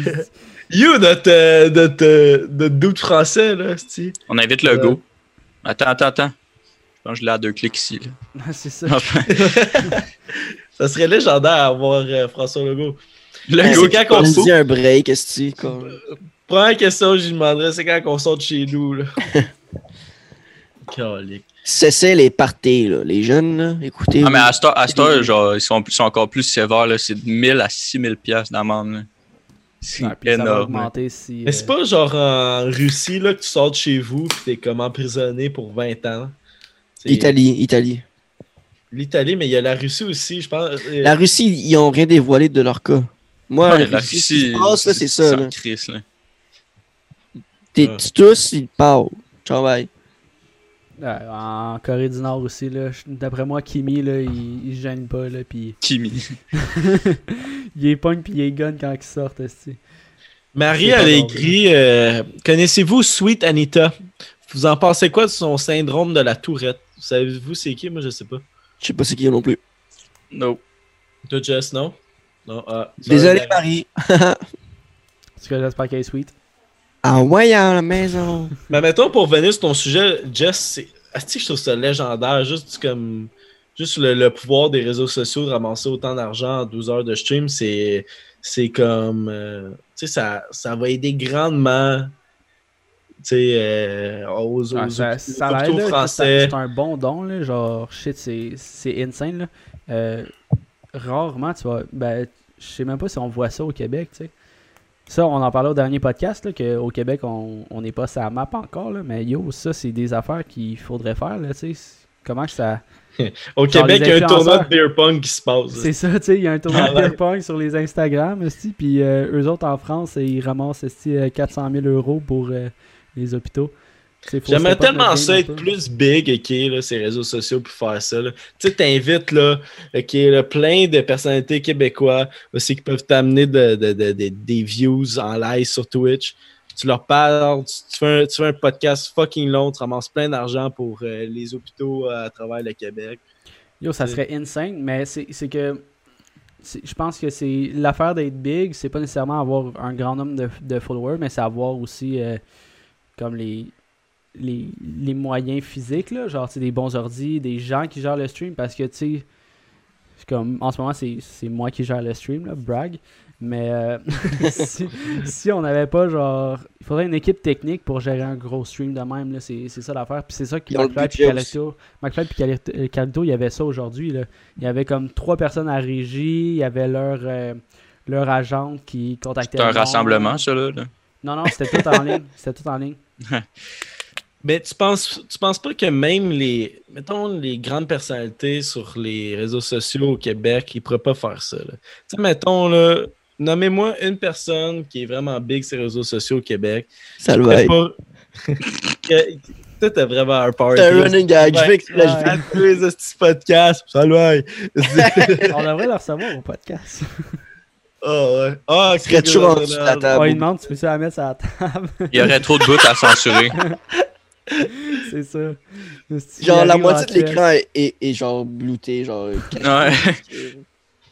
B: You, notre, euh, notre, euh, notre doute français, là, c'ti.
D: On invite le
B: Euh.
D: go. Attends, attends, attends. Je pense que je l'ai à deux clics ici. là.
A: c'est ça.
D: Enfin,
B: Ça serait légendaire à avoir euh, François Legault.
D: le
B: Ouais,
D: go
B: c'est quand qu'on
C: On
B: fout.
C: dit un break, est-ce que quoi.
B: Première question que je lui demanderais, c'est quand qu'on sort de chez nous, là. Calique.
C: cessez les parties, là. les jeunes, là, écoutez.
D: Ah, mais à Star, à Star, genre, ils sont, plus- sont encore plus sévères, là. C'est de 1000 à 6000 piastres d'amende, là. C'est
A: Ouais, puis ça va
D: énorme. là.
A: augmenter si.
B: Mais c'est
A: euh,
B: pas genre en Russie là, que tu sors de chez vous pis t'es comme emprisonné pour 20 ans. C'est
C: Italie, Italie.
B: L'Italie, mais il y a la Russie aussi, je pense. Euh,
C: La Russie, ils ont rien dévoilé de leur cas. Moi,
D: Ouais,
C: la Russie, ce qui se passe, là, c'est ça.
D: sans
C: là.
D: crise, là.
C: T'es
B: Ouais.
C: tu tous, ils parlent. Ciao, bye.
A: ouais, Euh, en Corée du Nord aussi, là, je- d'après moi, Kimi, là, il, il se gêne pas, là, puis
D: Kimi.
A: il est punk puis il est gun quand ils sortent, esti.
B: Marie,
A: c'est pas
B: elle a
A: drôle.
B: écrit euh, Connaissez-vous Sweet Anita Vous en pensez quoi de son syndrome de la tourette Savez-vous c'est qui Moi, je sais pas.
C: Je sais pas c'est qui non plus.
D: No.
B: Toi, Jess, non Non. ah, sorry,
C: Désolé,
B: Marie.
C: Marie.
A: Parce que j'espère qu'elle est sweet.
C: Ah ouais, à la maison.
B: Mais mettons, pour venir sur ton sujet, Jess, c'est. Asti, je trouve ça légendaire. Juste du comme. Juste le, le pouvoir des réseaux sociaux de ramasser autant d'argent en 12 heures de stream, c'est. C'est comme. euh, tu sais, ça, ça va aider grandement. Tu sais, euh, aux, aux,
A: Ouais, ça,
B: aux
A: ça
B: hôpitaux
A: l'aide, là,
B: français.
A: C'est un bon don, là, genre, shit, c'est c'est insane. Là. Euh, rarement, tu vois, ben, je sais même pas si on voit ça au Québec, tu sais. Ça, on en parlait au dernier podcast, là, qu'au Québec, on on n'est pas sur la map encore, là, mais yo, ça, c'est des affaires qu'il faudrait faire, là, tu sais. C'est- Comment que ça...
B: Au
A: Genre
B: Québec,
A: les
B: il y a un
A: influenceurs.
B: tournoi de beer pong qui se passe.
A: C'est ça, tu sais, il y a un tournoi
B: Ah ouais.
A: de ping-pong sur les Instagram, esti, puis euh, eux autres, en France, ils ramassent, esti, euh, 400 000 euros pour euh, les hôpitaux. Tu sais, faut
B: J'aimerais
A: step up
B: tellement
A: notre
B: ça
A: game un
B: être
A: peu.
B: plus big, ok, là, ces réseaux sociaux pour faire ça. là. Tu sais, t'invites là, ok, là, plein de personnalités québécois aussi qui peuvent t'amener de- de- de- de- des views en live sur Twitch. Tu leur parles, tu, tu fais, un, tu fais un podcast fucking long, tu ramasses plein d'argent pour euh, les hôpitaux euh, à travers le Québec.
A: Yo, ça
B: C'est-
A: serait insane, mais c'est c'est que. c'est- Je pense que c'est l'affaire d'être big, c'est pas nécessairement avoir un grand nombre de, de followers, mais c'est avoir aussi euh, comme les, les, les moyens physiques, là, genre tu sais, des bons ordi, des gens qui gèrent le stream, parce que tu sais, c'est comme en ce moment c'est c'est moi qui gère le stream, là, brag, mais euh, si, si on n'avait pas genre, il faudrait une équipe technique pour gérer un gros stream de même, là, c'est c'est ça l'affaire, puis c'est ça qui
C: Ils ont le
A: McFly puis
C: budget
A: Calacto- McFly puis Cali- euh, Calito, il y avait ça aujourd'hui. là. Il y avait comme trois personnes à régie, il y avait leur, euh, leur agente qui contactait.
D: C'est un
A: le monde.
D: rassemblement, ça, là. là.
A: Non, non, c'était tout en ligne. C'était tout en ligne.
B: Mais Ben, tu penses, tu penses pas que même les, mettons, les grandes personnalités sur les réseaux sociaux au Québec, ils pourraient pas faire ça. là. Tu sais, mettons, là, nommez-moi une personne qui est vraiment big sur les réseaux sociaux au Québec.
C: Ça le
B: qui a
C: va être.
B: pas- que- Toi, t'as vraiment un party.
C: C'est un running gag. Je
B: Ouais.
C: vais que là, je vais-
B: À tous les petits podcasts. Ça le va.
A: On devrait leur recevoir au podcast.
B: Ah, ouais. Ah,
C: Tu serais toujours en dessous de la
A: On
C: table.
A: lui demande, tu peux ça la mettre sur la table.
D: Il y aurait trop de bouts à censurer.
A: C'est ça. Est-ce qu'il
C: Genre, la
A: arrive
C: moitié
A: en
C: de l'écran est, est- est genre blouté, genre. euh,
D: Ouais.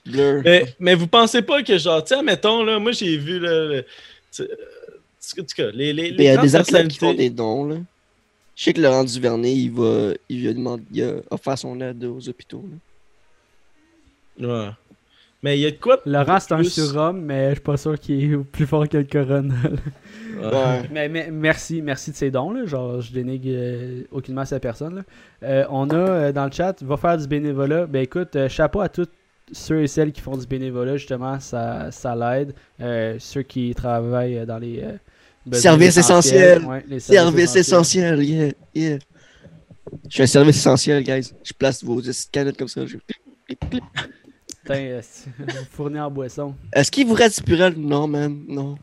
C: Blur.
B: Mais, mais vous pensez pas que, genre, tiens, mettons, là, moi, j'ai vu, là, le- tu- en tout cas, les, les, les
C: Il y a
B: grandes
C: des athlètes qui
B: personnalités.
C: font des dons, là. Je sais que Laurent Duvernay, il va, il va demander, il a offert son aide aux hôpitaux. là.
B: Ouais. Mais il y a de quoi de
A: Laurent, c'est un
B: plus-
A: surhomme, mais je suis pas sûr qu'il est plus fort que le corona. là.
B: Ouais.
C: Ouais.
A: Mais, mais merci, merci de ces dons, là. Genre, je dénigre euh, aucunement cette personne. là. Euh, on a euh, dans le chat, va faire du bénévolat. Ben écoute, euh, chapeau à tous ceux et celles qui font du bénévolat, justement, ça, ça l'aide. Euh, ceux qui travaillent euh, dans les euh, besoins
C: Services essentiels.
A: Ouais, les
C: Service essentiel, yeah, yeah. Je suis un service essentiel, guys. Je place vos 10 canettes comme ça. je-
A: Putain, euh, c'est- fournir en boisson.
C: Est-ce qu'il vous reste du Purel? Non, man, non.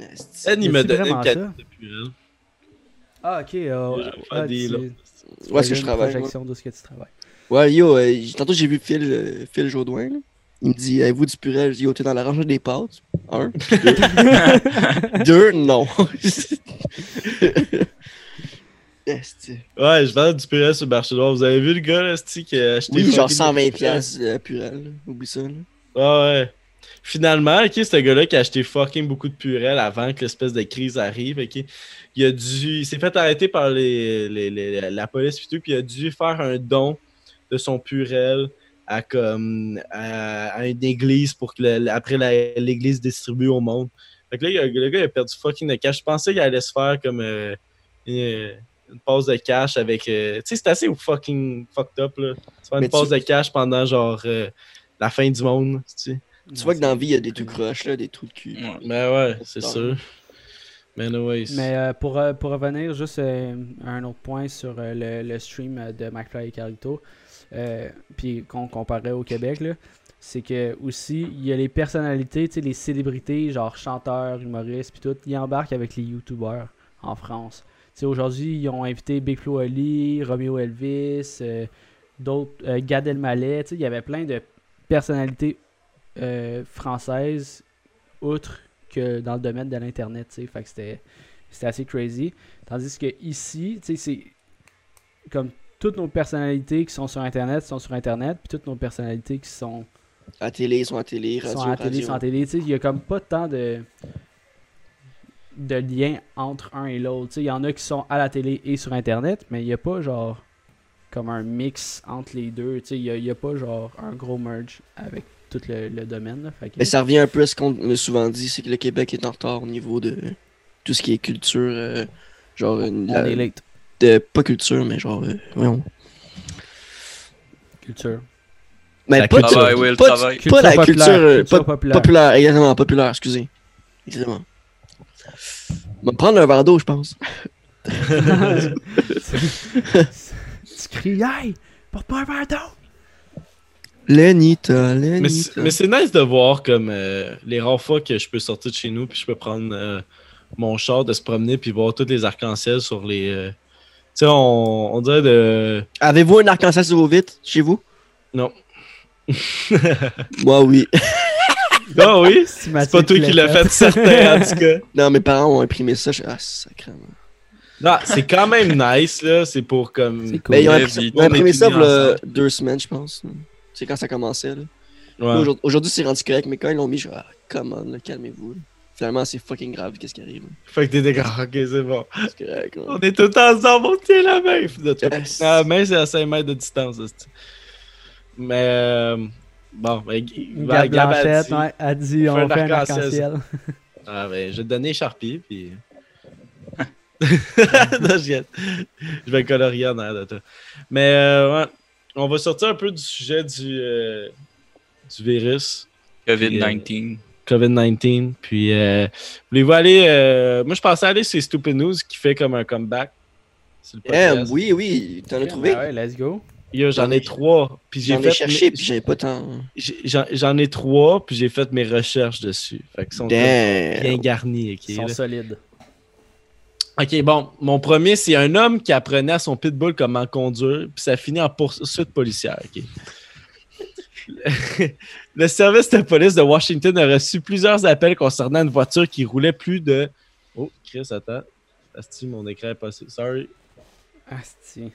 C: Esti.
B: Anne, il
A: Mais
B: me
A: c'est
B: donnait
A: vraiment
B: une hein.
A: ça?
B: canette de Purel.
A: Ah, ok. euh,
B: Je vais
A: ah,
B: faire des
A: tu-
B: longs.
A: tu
C: Ouais, c'est
A: faisais
C: que je
A: une
C: travaille,
A: projection de ce que tu travailles.
C: Ouais, yo, euh, j- tantôt j'ai vu Phil, euh, Phil Jodoin, là. Il me dit, avez-vous du Purel? Je dis, yo, t'es dans la rangée des pâtes. Un. puis Deux. Deux, non. Esti.
B: Ouais, je vends du Purel sur le marché noir. Vous avez vu le gars, là, c'ti, qui a acheté.
C: Oui, genre
B: fucking-
C: 120 pièces euh, Purel, là. oublie ça. Là.
B: Ouais, ouais. Finalement, ok, ce gars-là qui a acheté fucking beaucoup de Purel avant que l'espèce de crise arrive, ok. Il a dû. Il s'est fait arrêter par les, les- les- la police pis tout, puis il a dû faire un don de son Purel à comme à, à une église pour que le- après la- l'église distribue au monde. Fait que là, il a- le gars il a perdu fucking de cash. Je pensais qu'il allait se faire comme euh, une, une pause de cash avec. euh, tu sais, c'est assez fucking fucked up, là. Tu fais une
C: Mais tu-
B: pause de cash pendant genre euh, la fin du monde, tu sais.
C: Tu vois que dans la vie, il y a des trucs croches, là, des trous de
A: Mm.
C: cul.
D: Ouais.
B: Ben ouais, c'est
C: Ah.
B: sûr. Mais anyways.
A: Mais euh, pour, euh, pour revenir juste euh, à un autre point sur euh, le, le stream euh, de McFly et Carlito, euh, puis qu'on comparait au Québec, là, c'est que aussi, il y a les personnalités, tu sais, les célébrités, genre chanteurs, humoristes, puis tout, ils embarquent avec les youtubeurs en France. Tu sais, aujourd'hui, ils ont invité Big Flo Oli, Romeo Elvis, euh, d'autres, euh, Gad Elmaleh, tu sais, il y avait plein de personnalités euh, françaises, outre que dans le domaine de l'Internet, tu sais, fait que c'était c'était assez crazy. Tandis que ici, tu sais, c'est comme toutes nos personnalités qui sont sur Internet sont sur Internet, puis toutes nos personnalités qui sont,
C: À télé, ils sont à télé,
A: qui
C: radio,
A: sont à la télé
C: radio.
A: sont à la télé. Tu sais, il y a comme pas tant de de lien entre un et l'autre. Tu sais, il y en a qui sont à la télé et sur Internet, mais il n'y a pas genre comme un mix entre les deux. Tu sais, il n'y a, il y a pas genre un gros merge avec tout le, le domaine. là. Fait que-
C: Mais ça revient un peu à ce qu'on m'a souvent dit, c'est que le Québec est en retard au niveau de tout ce qui est culture, euh, genre, euh,
A: on
C: la-
A: est late.
C: de- pas culture, mais genre, euh, voyons.
A: Culture.
C: Mais
B: La
C: pas,
B: culture.
C: de-
D: Travail, oui, Ah le
C: pas de-
D: travail.
C: pas la
A: Culture
C: culture,
A: populaire,
C: euh,
A: culture
C: pop-
A: populaire.
C: populaire, exactement, populaire, excusez. Exactement. On va prendre un verre d'eau, je pense.
A: tu cries, hey, porte pas un verre d'eau.
C: Lenita, Lenita.
B: Mais c'est mais c'est nice de voir comme euh, les rares fois que je peux sortir de chez nous puis je peux prendre euh, mon char de se promener puis voir tous les arcs-en-ciel sur les. euh, Tu sais, on, on dirait de.
C: Avez-vous un arc-en-ciel sur vos vitres chez vous?
B: Non.
C: Moi, oui.
B: Ah oui! C'est pas toi qui l'as fait, certain, en tout cas.
C: Non, mes parents ont imprimé ça. je- Ah, sacrément.
B: Non, c'est quand même nice, là. C'est pour comme.
A: C'est cool.
C: Mais ils ont
D: Ouais,
C: imprimé,
D: puis
C: ils ont imprimé
B: on est
C: ça
B: mis
C: voilà,
B: ensemble.
C: deux semaines, je pense. C'est quand ça commençait. Là.
B: Ouais.
C: Moi, Aujourd'hui, aujourd'hui, c'est rendu correct, mais quand ils l'ont mis, je ah, come on, là, calmez-vous. là. Finalement, c'est fucking grave, qu'est-ce qui arrive. là.
B: Fait que t'es d'accord, ok, c'est bon.
C: C'est correct. là.
B: On est tout ensemble, on tient la main. Puis de-
C: Yes.
B: La main, c'est à 5 mètres de distance, hostie. Mais. euh, Bon, ben, Gu- ben,
A: Gab
B: Gab a
A: Blanchette,
B: dit-
A: ouais, a dit, on, fait un arc-en-ciel.
B: Ah, ben, je vais te donner Sharpie, puis. Non, je viens- Je vais colorier en arrière de toi. Mais, euh, ouais, on va sortir un peu du sujet du, euh, du virus.
D: COVID-19.
B: COVID-19. Puis, euh, voulez-vous aller. euh, moi, je pensais aller sur Stupid News qui fait comme un comeback. sur le
C: Eh,
B: podcast.
C: oui, oui, t'en as trouvé.
A: Ah ouais, let's go.
B: Yo, j'en ai trois. Puis j'ai
C: J'en
B: fait
C: ai cherché,
B: mes-
C: puis j'avais pas tant.
B: j'ai- J'en j'en ai trois, puis j'ai fait mes recherches dessus. Fait qu'ils sont bien
C: Damn.
B: garnis. ok,
A: Ils sont
B: là.
A: solides.
B: Ok, bon, mon premier, c'est un homme qui apprenait à son pitbull comment conduire, puis ça finit en poursuite policière. ok. Le service de police de Washington a reçu plusieurs appels concernant une voiture qui roulait plus de. Oh, Chris, attends. Asti, mon écran est passé. Sorry.
A: Asti.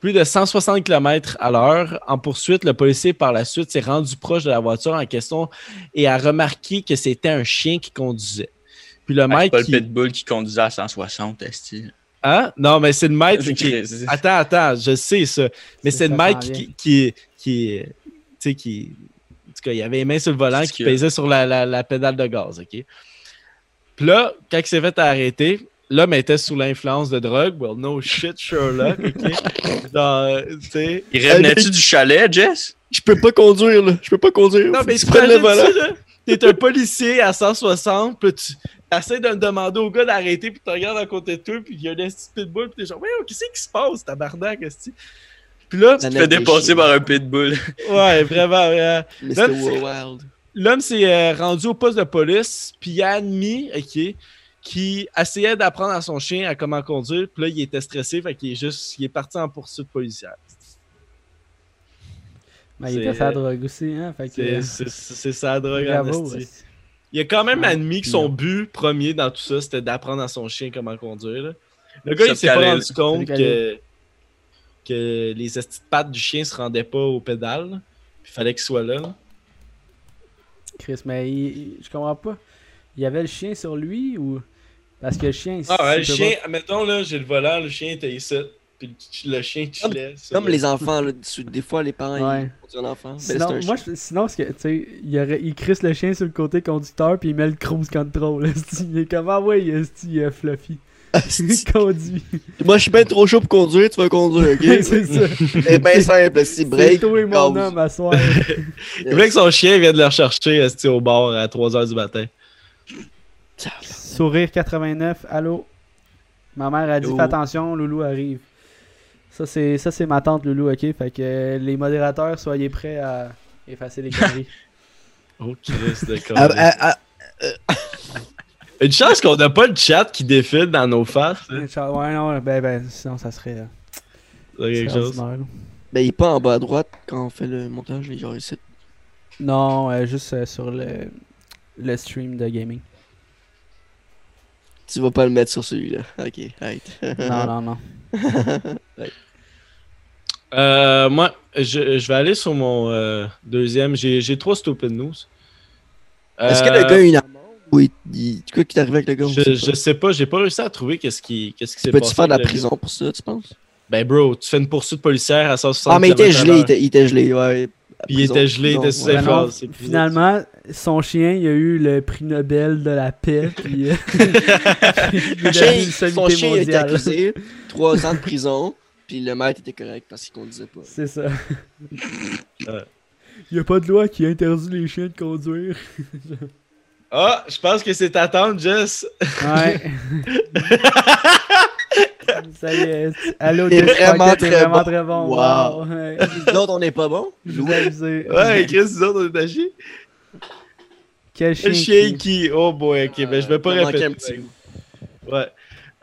B: Plus de 160 km à l'heure. En poursuite, le policier, par la suite, s'est rendu proche de la voiture en question et a remarqué que c'était un chien qui conduisait. Puis le
D: Ah, C'est
B: maître.
D: pas le
B: qui-
D: pitbull qui conduisait à 160, Esti.
B: Hein? Non, mais c'est le maître
D: C'est
B: qui,
D: crazy.
C: Ah.
B: Attends, attends, je sais ça. Mais
A: C'est
B: c'est le
A: ça,
B: mec
A: t'en viens.
B: qui, qui, qui, euh, tu sais, qui, en tout cas, il avait les mains sur le volant,
D: C'est
B: qui
D: que-
B: pesait sur la, la- la pédale de gaz, OK? Puis là, quand il s'est fait arrêter, l'homme était sous l'influence de drogue. Well, no shit, Sherlock, OK? Dans, euh, tu sais...
D: Il revenait-tu du chalet, Jess?
C: Je peux pas conduire, là. Je peux pas conduire.
B: Non,
C: Faut
B: mais
C: que tu prennes le volant.
B: t'imagines-tu, là? T'es un policier à 160, puis tu essaies de demander au gars d'arrêter, puis tu regardes à côté de toi, puis il y a un petit pitbull, puis t'es genre, ouais, qu'est-ce qui se passe, tabarnak, qu'est-ce Puis là,
C: La
D: Tu te fais
C: neige des
D: dépasser
C: chiens.
D: par un pitbull.
B: ouais, vraiment, vraiment.
C: Mr.
B: Même si-
C: Wild.
B: L'homme s'est euh, rendu au poste de police, puis il a admis, OK, qu'il essayait d'apprendre à son chien à comment conduire, puis là, il était stressé, fait qu'il est juste, il est parti en poursuite policière.
A: Mais il
B: C'est-
A: était sa drogue aussi, hein. Fait que.
B: C'est- C'est c'est sa drogue, en
A: Bravo.
B: esti.
A: asti.
B: Il a quand même
A: Ah,
B: admis que son but premier dans tout ça, c'était d'apprendre à son chien comment conduire. là. Le gars,
D: Sauf
B: il s'est pas
D: qu'elle-
B: rendu compte
A: Salut,
B: que, que les estis de pattes du chien se rendaient pas aux pédales. là. Puis fallait qu'il soit là. là.
A: Chris, mais il- il- je comprends pas. Il y avait le chien sur lui ou. Parce que le chien.
B: Ah ouais, le
A: s'il peut
B: chien, mettons là, j'ai le volant, le chien était ici. Puis le, le chien chillait. sur
C: Comme
B: le-
C: les enfants, là, des des fois, les parents,
A: Ouais.
C: ils conduisent un enfant. Ben,
A: Sinon,
C: c'est un
A: moi,
C: chien.
A: je- sinon, c'est que, tu sais, il, y aurait- il crisse le chien sur le côté conducteur, puis il met le cruise control. esti. Il est comme, ah ouais, esti, euh, Fluffy. Conduit.
C: Moi, je suis bien trop chaud pour conduire, tu vas conduire, ok?
A: c'est ça.
C: c'est bien simple, si
A: C'est
C: break. Euh,
A: toi et mon
C: cause.
A: homme à soir.
B: Il voulait que son chien vienne le rechercher esti, au bar à 3h du matin.
A: Sourire 89, allô? Ma mère a dit
B: Allô?
A: fais attention, Loulou arrive. Ça c'est ça c'est ma tante Loulou, ok? Fait que euh, les modérateurs, soyez prêts à effacer les conneries.
B: Oh, Christ, d'accord.
C: Ah, ah, ah,
B: Une chance qu'on n'a pas le chat qui défile dans nos faces. hein.
A: Inch'Allah. ouais non, ben ben sinon ça serait, euh,
B: C'est quelque
A: serait
B: chose.
A: ordinaire, là.
C: Ben, il est pas en bas à droite quand on fait le montage, genre ici.
A: Non, euh, juste euh, sur le le stream de gaming.
C: Tu vas pas le mettre sur celui-là. Ok, arrête.
A: Non non non.
B: Euh, moi, je, je vais aller sur mon euh, deuxième. J'ai j'ai trois stupid news.
C: Est-ce que
B: Euh,
C: le gars a une amende ou il, il- quoi qui est arrivé avec le gars on
B: Je,
C: sait
B: je
C: pas.
B: sais pas, j'ai pas réussi à trouver qu'est-ce qui, qu'est-ce qui s'est passé.
C: Peux-tu faire de la
B: avec le-
C: prison pour ça, tu penses
B: Ben bro, tu fais une poursuite policière à 160
C: Ah, mais il
B: kilomètres
C: était
B: à
C: gelé, il
B: l'heure.
C: était, il était gelé, ouais.
B: Puis il était gelé, il était sous
A: ouais.
B: influence, c'est plus-
A: Finalement, son chien, il a eu le prix Nobel de la paix. Puis, euh, il est devenu une
C: Son, son
A: sommité
C: chien a été
A: mondiale.
C: accusé, 3 ans de prison, puis le maître était correct parce qu'il conduisait pas.
A: C'est ça.
B: Ouais.
A: Il y a pas de loi qui interdit les chiens de conduire.
B: Ah, je pense que c'est ta tante, Jess.
A: Ouais. Ça y est. Allô,
C: C'est
A: Jeff
C: vraiment
A: Crockett, c'est
C: très
A: vraiment
C: bon.
A: très bon.
C: Wow.
A: Wow. Ouais.
C: L'autre, on n'est pas bon
A: Je vous ai avisé.
B: Ouais, Chris, nous autres, on est agi.
A: Quel
B: Le
A: chien.
B: chien
A: qui-
B: qui. Oh boy, ok, ben je vais pas
C: Euh, il manquait
B: répéter.
C: un petit bout.
B: Ouais.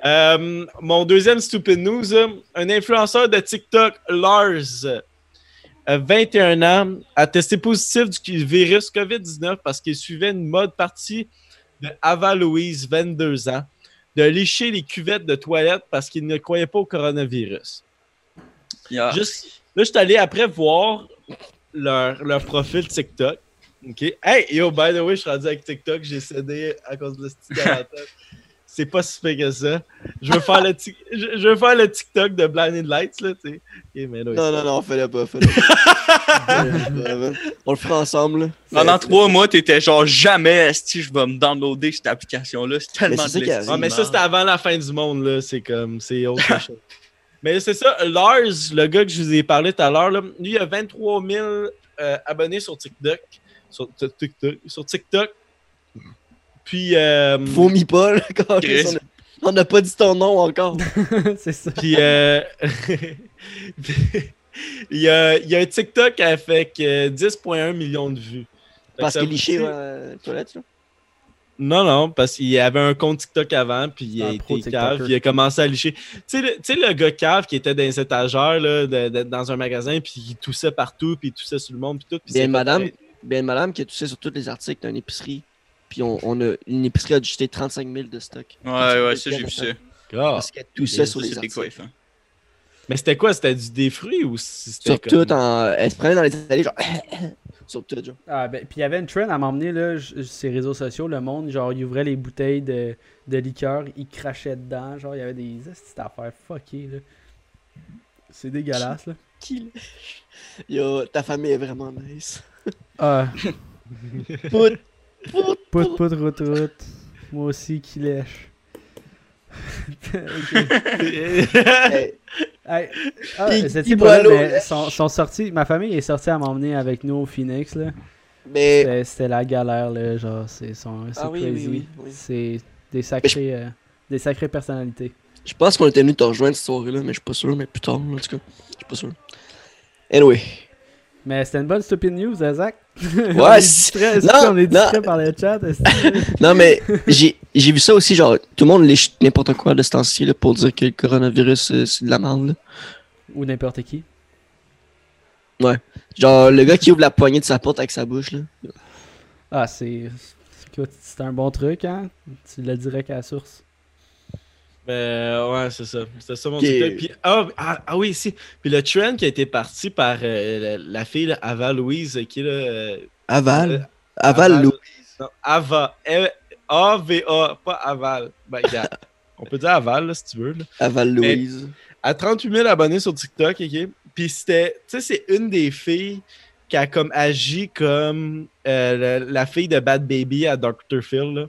B: Euh, mon deuxième stupid news, euh, un influenceur de TikTok, Lars, euh, 21 ans, a testé positif du virus COVID-19 parce qu'il suivait une mode partie de Ava Louise, 22 ans, de lécher les cuvettes de toilettes parce qu'il ne croyait pas au coronavirus.
D: Il y a-
B: Juste, là, je suis allé après voir leur, leur profil TikTok. OK. Hey, yo, by the way, je suis rendu avec TikTok. J'ai cédé à cause de la petite quarantaine. C'est pas si fait que ça. Je veux faire le, tic- je, je veux faire le TikTok de Blinded Lights, là, tu sais. OK, mais là,
C: Non, non, non, fais-le pas, fais-le pas. Fais-le pas. man. On le fera ensemble. là.
D: Pendant trois mois, t'étais genre jamais, si je vais me downloader cette application-là, c'est tellement
C: Mais c'est ça
D: de
C: qui hein.
D: l'estime.
B: Ah, mais ça, c'était avant la fin du monde, là. C'est comme, c'est autre chose. Mais c'est ça, Lars, le gars que je vous ai parlé tout à l'heure, là, lui, il a 23 000 euh, abonnés sur TikTok. Sur t- TikTok. Sur TikTok. Puis, euh,
C: Vomis pas, là, quand
D: Chris.
C: on a- on n'a pas dit ton nom encore.
A: c'est ça.
B: puis euh, il, y a, il y a un TikTok avec euh, 10,1 millions de vues. Fait que
C: Parce
B: ça
C: qu'il
B: vous
C: lichait
B: dit-
C: euh, toilette, là.
B: Non, non, parce qu'il avait un compte TikTok avant, puis il
A: Ah,
B: a
A: pro TikToker.
B: été cave, puis il a commencé à licher. Tu sais, le, tu sais, le gars cave qui était dans les étagères, là, de- de- dans un magasin, puis il toussait partout, puis il toussait sur le monde, puis tout. puis
C: Bien,
B: c'est-
C: madame. Bien, Ben, madame, qui a touché sur tous les articles d'une épicerie. Puis on, on a, une épicerie a jeté 35 000 de stock.
D: Ouais, ouais, ça, j'ai vu ça.
B: Ah.
C: Parce qu'elle toussait sur les
D: C'était
C: articles.
D: quoi, hein?
B: Mais c'était quoi? C'était du, des fruits ou si c'était
C: Sur
B: comme-
C: tout, en... elle se prenait dans les allées, genre. sur tout, genre.
A: Ah, ben, puis il y avait une trend à m'emmener, là, j- sur les réseaux sociaux, le monde, genre, il ouvrait les bouteilles de, de liqueur, il crachait dedans, genre, il y avait des petites affaires fuckées, là. C'est dégueulasse, là.
C: Qui lèche? Yo, ta famille est vraiment nice.
A: Ah,
C: Pout, pout.
A: pout, pout, route, route. Moi aussi, qui lèche. Ok.
C: Hey,
A: Hey, ah,
C: Pig-
A: c'est
C: Pig
A: pas là,
C: Boileau,
A: mais
C: lèche.
A: sont, sont sortis, ma famille est sortie à m'emmener avec nous au Phoenix, là.
C: mais
A: C'était- C'était la galère, là, genre, c'est sont- c'est
C: Ah oui, oui,
A: crazy.
C: oui, oui.
A: C'est des sacrés, euh, des sacrées personnalités.
C: je pense qu'on était venu te rejoindre cette soirée-là, mais je suis pas sûr, mais plus tard, en tout cas. Je suis pas sûr. Anyway.
A: Mais c'était une bonne stupid news, hein, Zach.
C: Ouais,
A: distrait,
C: c'est- non,
A: on est
C: non.
A: distrait par le chat. est-ce que-
C: Non, mais j'ai j'ai vu ça aussi, genre, tout le monde lèche n'importe quoi de ce temps-ci là, pour dire que le coronavirus, euh, c'est de la merde. là.
A: Ou n'importe qui.
C: Genre, le gars qui ouvre la poignée de sa porte avec sa bouche, là.
A: Ah, c'est. écoute, C'est un bon truc, hein. Tu le dirais qu'à la source.
B: Mais euh, ouais, c'est ça. C'était ça mon
C: Ok.
B: TikTok. Puis, ah, ah, ah oui, si. Puis le trend qui a été parti par euh, la, la fille, là, Ava Louise, qui est là. euh, euh,
C: Aval. Aval, Lou.
B: Non, Ava. E- A-V-A, pas Aval. Ben, gars, on peut dire Aval, là, si tu veux. là.
C: Aval
B: Mais-
C: Louise.
B: À 38 000 abonnés sur TikTok, OK? Puis c'était... Tu sais, c'est une des filles qui a comme agi comme euh, la, la fille de Bad Baby à Dr. Phil, là.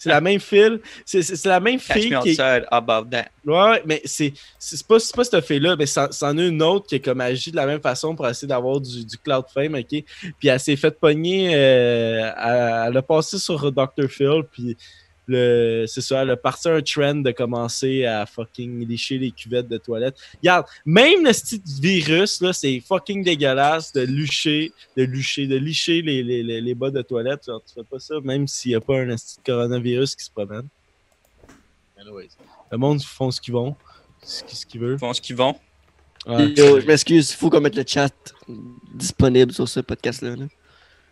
B: C'est la même fille. C'est c'est- c'est la même
D: Catch
B: fille
D: me
B: qui est-
D: outside about that.
B: Ouais, ouais, mais c'est c'est pas, c'est pas cette fille-là, mais c'en c'en est une autre qui a comme agi de la même façon pour essayer d'avoir du, du cloud fame, ok? Puis elle s'est faite pogner, euh, elle, elle a passé sur Dr. Phil, puis le- c'est ça, elle a parti un trend de commencer à fucking lécher les cuvettes de toilette. Regarde, même le style virus, là, c'est fucking dégueulasse de lucher, de lucher, de licher les, les, les, les bas de toilette. Genre, tu fais pas ça, même s'il y a pas un style coronavirus qui se promène. Anyways. Le monde font ce qu'ils vont, ce qu'ils ce qu'ils veulent.
D: Ils font ce qu'ils vont.
C: Yo, je m'excuse, il faut qu'on mette le chat disponible sur ce podcast-là. là.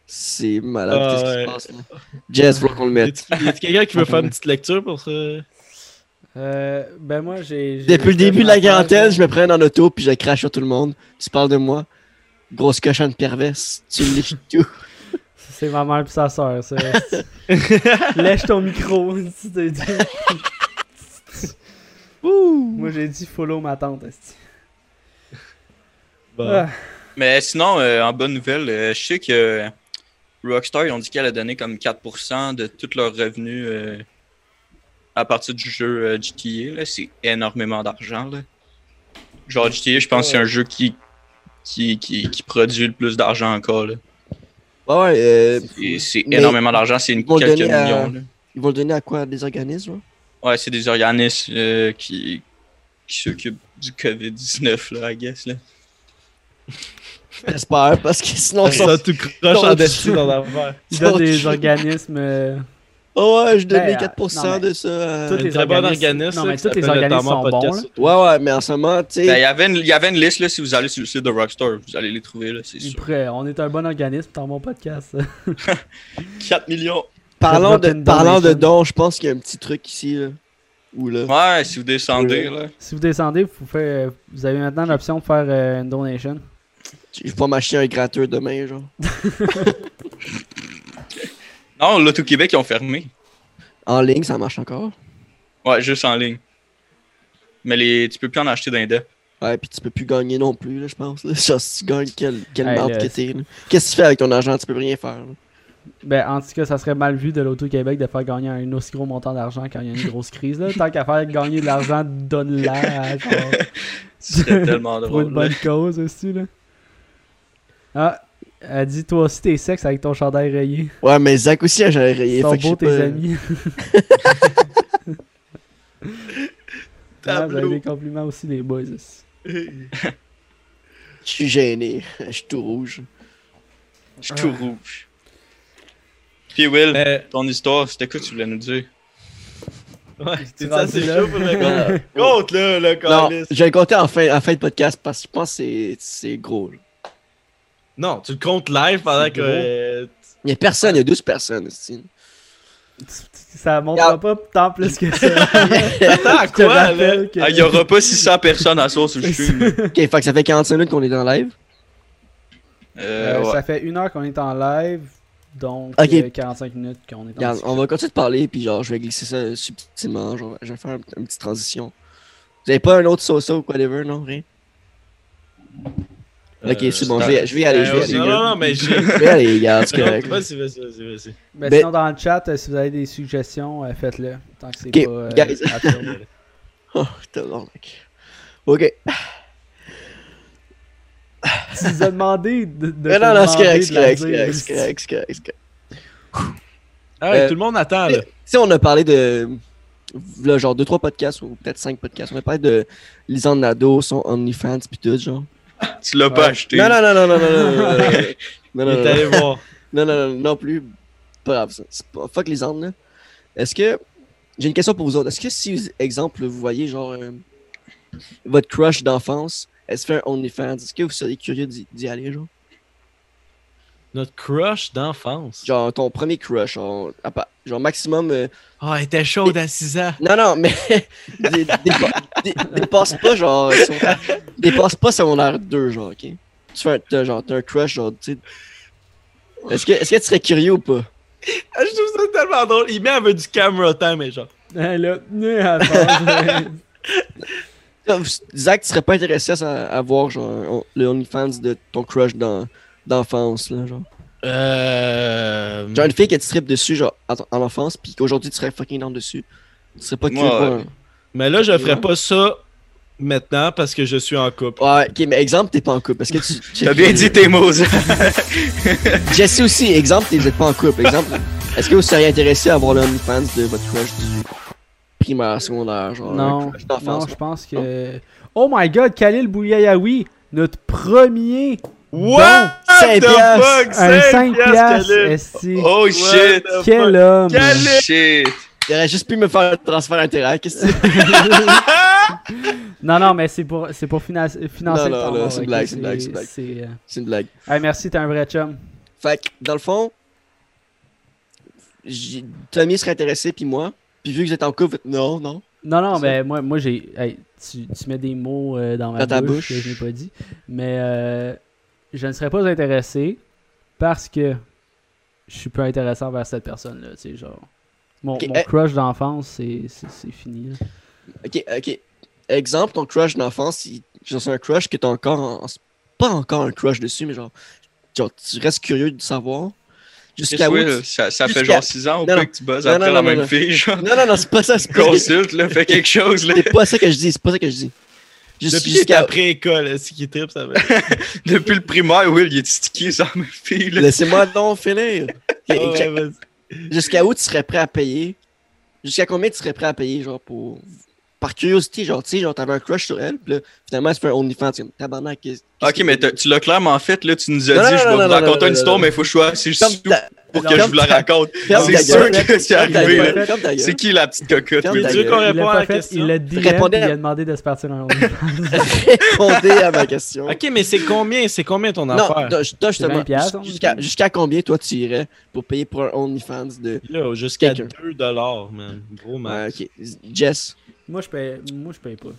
C: C'est malade,
B: Ah,
C: qu'est-ce qui
B: ouais.
C: se passe là? Jess, faut qu'on le mette.
B: Y a quelqu'un qui veut faire une petite lecture pour ce.
A: Euh, ben moi, j'ai. j'ai-
C: Depuis le
A: j'ai
C: début de
A: ma
C: la quarantaine,
A: page,
C: je me prenne en auto puis je crache sur tout le monde. Tu parles de moi. Grosse cochonne perverse. Tu me liches tout.
A: C'est ma mère pis sa soeur, ça. Lèche ton micro, tu te dis. Moi, j'ai dit follow ma tante, esti.
B: Bon.
A: Ah.
D: Mais sinon, euh, en bonne nouvelle, euh, je sais que euh, Rockstar, ils ont dit qu'elle a donné comme 4% de tous leurs revenus euh, à partir du jeu euh, GTA. là. C'est énormément d'argent. là. Genre GTA, je pense que c'est un jeu qui, qui, qui, qui produit le plus d'argent encore. là.
C: Ouais, ouais, euh,
D: Et c'est
C: Mais
D: énormément d'argent, c'est une
C: ils vont le
D: quelques
C: donner à-
D: millions. là.
C: ils vont le donner à quoi Des organismes hein?
D: Ouais, c'est des organismes euh, qui, qui s'occupent du COVID-19, là, I guess. Là.
C: J'espère, parce que sinon, ils sont-
B: ça tout croche en
C: non,
B: dessus dans l'enfer.
A: Il donne
C: sont-
A: des organismes. euh,
C: Oh, ouais, je donnais
A: Ben,
C: 4%
A: non, mais-
C: de ça. à-
A: Tout
B: Un
A: les
B: très bon
A: organismes-
B: organisme.
A: non, mais
B: qui s'appelle
A: tous les
B: le
A: organismes sont
B: Tamar Podcast.
C: Ouais, ouais, mais en ce moment, tu
D: Ben, il
C: sais.
D: y avait une- il y avait une liste, là, si vous allez sur le site de Rockstar, vous allez les trouver, là, c'est
A: il
D: sûr.
A: pourrait- On est un bon organisme dans mon podcast. ça.
D: 4 millions.
C: Parlant de,
A: Drop in
C: parlant de
A: donation.
C: dons, je pense qu'il y a un petit truc ici. Là. Ou là.
D: Ouais, si vous descendez, là.
A: Si vous descendez, vous, pouvez- euh, vous avez maintenant l'option de faire euh, une donation.
C: Je vais pas m'acheter un gratteur demain, genre.
D: Non, l'Auto-Québec, ils ont fermé.
C: En ligne, ça marche encore.
D: Ouais, juste en ligne. Mais les... tu peux plus en acheter d'un dep.
C: Ouais, puis tu peux plus gagner non plus, là, je pense. Là. Genre, si tu gagnes, quelle, quelle
A: Hey,
C: merde
A: là,
C: que t'es. là. Qu'est-ce que tu fais avec ton argent Tu peux rien faire. là.
A: Ben, en tout cas, ça serait mal vu de l'Auto-Québec de faire gagner un aussi gros montant d'argent quand il y a une grosse crise. Là. Tant qu'à faire gagner de l'argent, donne-la à, genre,
D: C'était tellement
A: pour une
D: drôle. là.
A: bonne cause aussi. Là. Ah, elle dit toi aussi t'es sexe avec ton chandail rayé.
C: Ouais, mais Zach aussi a jamais rayé.
A: Ils sont
C: fait que je
A: beaux
C: sais
A: tes
C: pas.
A: amis. Ah, vous avez
B: Tableau.
A: des compliments aussi, les boys. aussi.
C: Je suis gêné. Je suis tout rouge.
D: Je suis tout rouge. Puis Will,
B: Euh,
D: ton histoire, c'était quoi que tu voulais nous dire?
B: Ouais,
A: Tu
B: c'est ça,
A: rentres
B: c'est
A: là.
B: chaud pour le Compte là, le
C: Non,
B: calice.
C: je vais le compter en fin, en fin de podcast parce que je pense que c'est- c'est gros. là.
B: Non, tu le comptes live pendant
A: C'est
B: que.
A: gros.
B: euh,
C: Il y a personne, il y a 12 personnes. ici.
A: ça montera pas tant plus que ça.
B: Attends, à
A: Je te
B: quoi, là?
A: rappelle que...
D: Ah, il y aura pas 600 personnes à source où je suis. mais-
C: Ok, fait que ça fait 45 minutes qu'on est en live.
D: Euh,
A: Euh,
D: ouais.
A: Ça fait une heure qu'on est en live, donc
C: Ok.
A: euh, 45 minutes qu'on est en
C: Regarde,
A: live.
C: on va continuer de parler, puis genre, je vais glisser ça subtilement. Genre, je vais faire un- une petite transition. Vous avez pas un autre so ou whatever, non? Rien? ok,
B: Euh,
C: c'est bon,
D: c'est
C: je vais, je vais y aller.
B: euh,
C: je vais y
B: non,
C: aller.
B: non, non, mais j'ai.
C: Je vais y aller, regarde, c'est correct.
B: Non, Vas-y, vas-y, vas-y, vas-y.
A: Ben,
C: Ben-
A: Sinon, dans le chat, euh, si vous avez des suggestions, euh, faites-le. Tant que c'est
C: Ok,
A: pas euh,
C: guys.
A: absurde.
C: Oh, t'es bon, mec. Ok.
A: tu nous as demandé de. de
C: Mais
A: te
C: non, non, c'est
A: demander
C: correct,
A: de
C: c'est
A: la
C: correct, c'est
A: dire.
C: correct, c'est correct, c'est correct, c'est correct.
B: Ah ouais,
C: Euh,
B: tout le monde attend, là.
C: Tu sais, on a parlé de. Là, genre 2-3 podcasts ou peut-être 5 podcasts. On a parlé de Lisande Nado, son OnlyFans, pis tout, genre.
D: Tu l'as pas acheté.
C: Non, non, non, non, non, non, non,
B: Il
C: non, non, non, non, non, non,
B: est allé voir.
C: non, non, non, non plus. Pas grave, ça. C'est pas... Fuck les Andes, là. Est-ce que. J'ai une question pour vous autres. Est-ce que si, exemple, vous voyez, genre, euh, votre crush d'enfance, elle se fait un OnlyFans, est-ce que vous seriez curieux d'y d'y aller, genre?
B: Notre crush d'enfance.
C: Genre, ton premier crush, genre, à part- genre maximum. euh,
B: Ah, elle était chaude à 6 ans.
C: Non, non, mais. dé- dépa- dé- Dépasse pas, genre. secondaire- Dépasse pas secondaire 2, genre, ok? Tu fais un, t'as, genre, t'as un crush, genre, tu sais. Est-ce que, est-ce que tu serais curieux ou pas?
B: Ah, Je trouve ça tellement drôle. Il met avec du camera time, mais genre.
A: Hein, là, né à la base,
C: Là, vous- Zach, tu serais pas intéressé à, à voir, genre, un- le OnlyFans de ton crush dans, d'enfance, là, genre.
D: Mm.
B: Euh...
C: Genre une fille qui te strip dessus, genre, en, en enfance, puis qu'aujourd'hui tu serais fucking dans dessus. Tu serais pas cool.
D: Moi,
C: pour un-
B: Mais là, je ferais
C: Ouais.
B: pas ça maintenant parce que je suis en couple.
C: Ouais, ok, mais exemple, t'es pas en couple. Parce que tu.
D: T'as bien dit tes mots, hein. Zach.
C: Jesse aussi, exemple, t'es pas en couple. Exemple, est-ce que vous seriez intéressé à voir le OnlyFans de votre crush du primaire, secondaire, genre un
A: Non,
C: crush
A: non,
C: d'enfance?
A: je pense que. Oh my god, Khalil Bouyayaoui, notre premier.
B: What
C: cinq
B: the
C: piastres.
B: fuck?
A: Un 5
B: piastres,
A: piastres,
B: Caleb.
A: esti.
D: Oh
B: What
D: shit.
B: the
A: Quel
B: fuck?
A: homme!
B: Caleb.
D: Shit.
C: Il aurait juste pu me faire un transfert intérêt, qu'est-ce que c'est?
A: Non, non, mais c'est pour, c'est pour finan- financer
C: Non,
A: le
C: non,
A: temps
C: non,
A: mort,
C: c'est une
A: ok,
C: blague, c'est une blague, c'est une blague.
A: c'est, euh,
C: C'est une blague.
A: Hey, merci, t'es un vrai chum.
C: Fait que, dans le fond, j'ai- Tommy serait intéressé, puis moi. Puis vu que vous êtes en couple, vous faites, non, non.
A: Non, non,
C: Ça-
A: mais moi, moi j'ai. hey, tu, tu mets des mots euh, dans ma
C: Dans ta
A: bouche,
C: bouche.
A: que je n'ai pas dit. Mais euh, je ne serais pas intéressé parce que je suis peu intéressant vers cette personne-là. Tu sais, genre. Mon,
C: Ok, eh.
A: mon
C: hey.
A: crush d'enfance, c'est, c'est, c'est fini. là.
C: Ok, ok. Exemple, ton crush d'enfance, si c'est un crush que t'as encore. en- en- Pas encore un crush dessus, mais genre, genre tu restes curieux de savoir. Jusqu'à où.
D: Oui,
C: tu-
D: ça, ça fait
C: jusqu'à-
D: genre 6 ans
C: Non,
D: au peu
C: non.
D: que tu bosses
C: Non,
D: après
C: non,
D: la
C: non,
D: même
C: non.
D: fille, genre.
C: Non, non, non, c'est pas ça. C'est pas, ça
D: Consulte, là, fais quelque chose, là.
C: c'est pas ça que je dis, c'est pas ça que Oh, je dis. Jus-
B: Depuis qu'il est
C: Jusqu'à.
B: après école, ce qui tripe, ça va.
D: Depuis le primaire, Will, il est stické sans même fille, là.
C: Laissez-moi donc finir. Ok, ok.
B: Ouais, vas-y.
C: Jusqu'à où tu serais prêt à payer Jusqu'à combien tu serais prêt à payer, genre, pour. Par curiosité, genre, tu sais, genre, t'avais un crush sur elle, puis là, finalement, elle se fait un OnlyFans, c'est comme tabarnak. qu'est-ce-
D: Ok,
C: qu'est-ce
D: mais
C: que-
D: t'as- tu l'as clairement fait, là. Tu nous as
C: Non, non,
D: dit, je vais
C: non,
D: vous
C: non, non,
D: raconter
C: non,
D: une
C: non,
D: histoire,
C: non.
D: mais il faut que je sois assez
C: Ferme
D: souple
C: ta-
D: pour que
C: ferme
D: je vous la
C: ta-
D: raconte.
C: ferme
A: C'est
C: ta
A: sûr
C: gueule.
D: que c'est
C: Ferme ta
D: arrivé,
C: gueule,
A: là.
C: ferme ta gueule.
D: C'est qui la petite cocotte,
C: Ferme
D: là?
C: ta
B: Veux-tu
C: gueule.
A: Il
B: qu'on
A: Euh, l'a
B: réponde à
A: pas
B: la
A: fait,
B: question?
A: il l'a dit, hein, il
C: Répondez à-
A: a demandé de se partir dans
C: Répondez à ma question.
B: Ok, mais c'est combien? C'est combien ton
C: Non,
B: affaire?
C: toi, je- toi, justement,
A: 20 piastres,
C: jus- jusqu'à
A: on-
C: jusqu'à combien toi tu irais pour payer pour un OnlyFans de.
B: Là, jusqu'à
C: Quelqu'un.
B: 2 dollars, man. Gros
C: Ouais,
B: man.
C: ok. Jess,
A: moi, je paye, moi, je paye pas.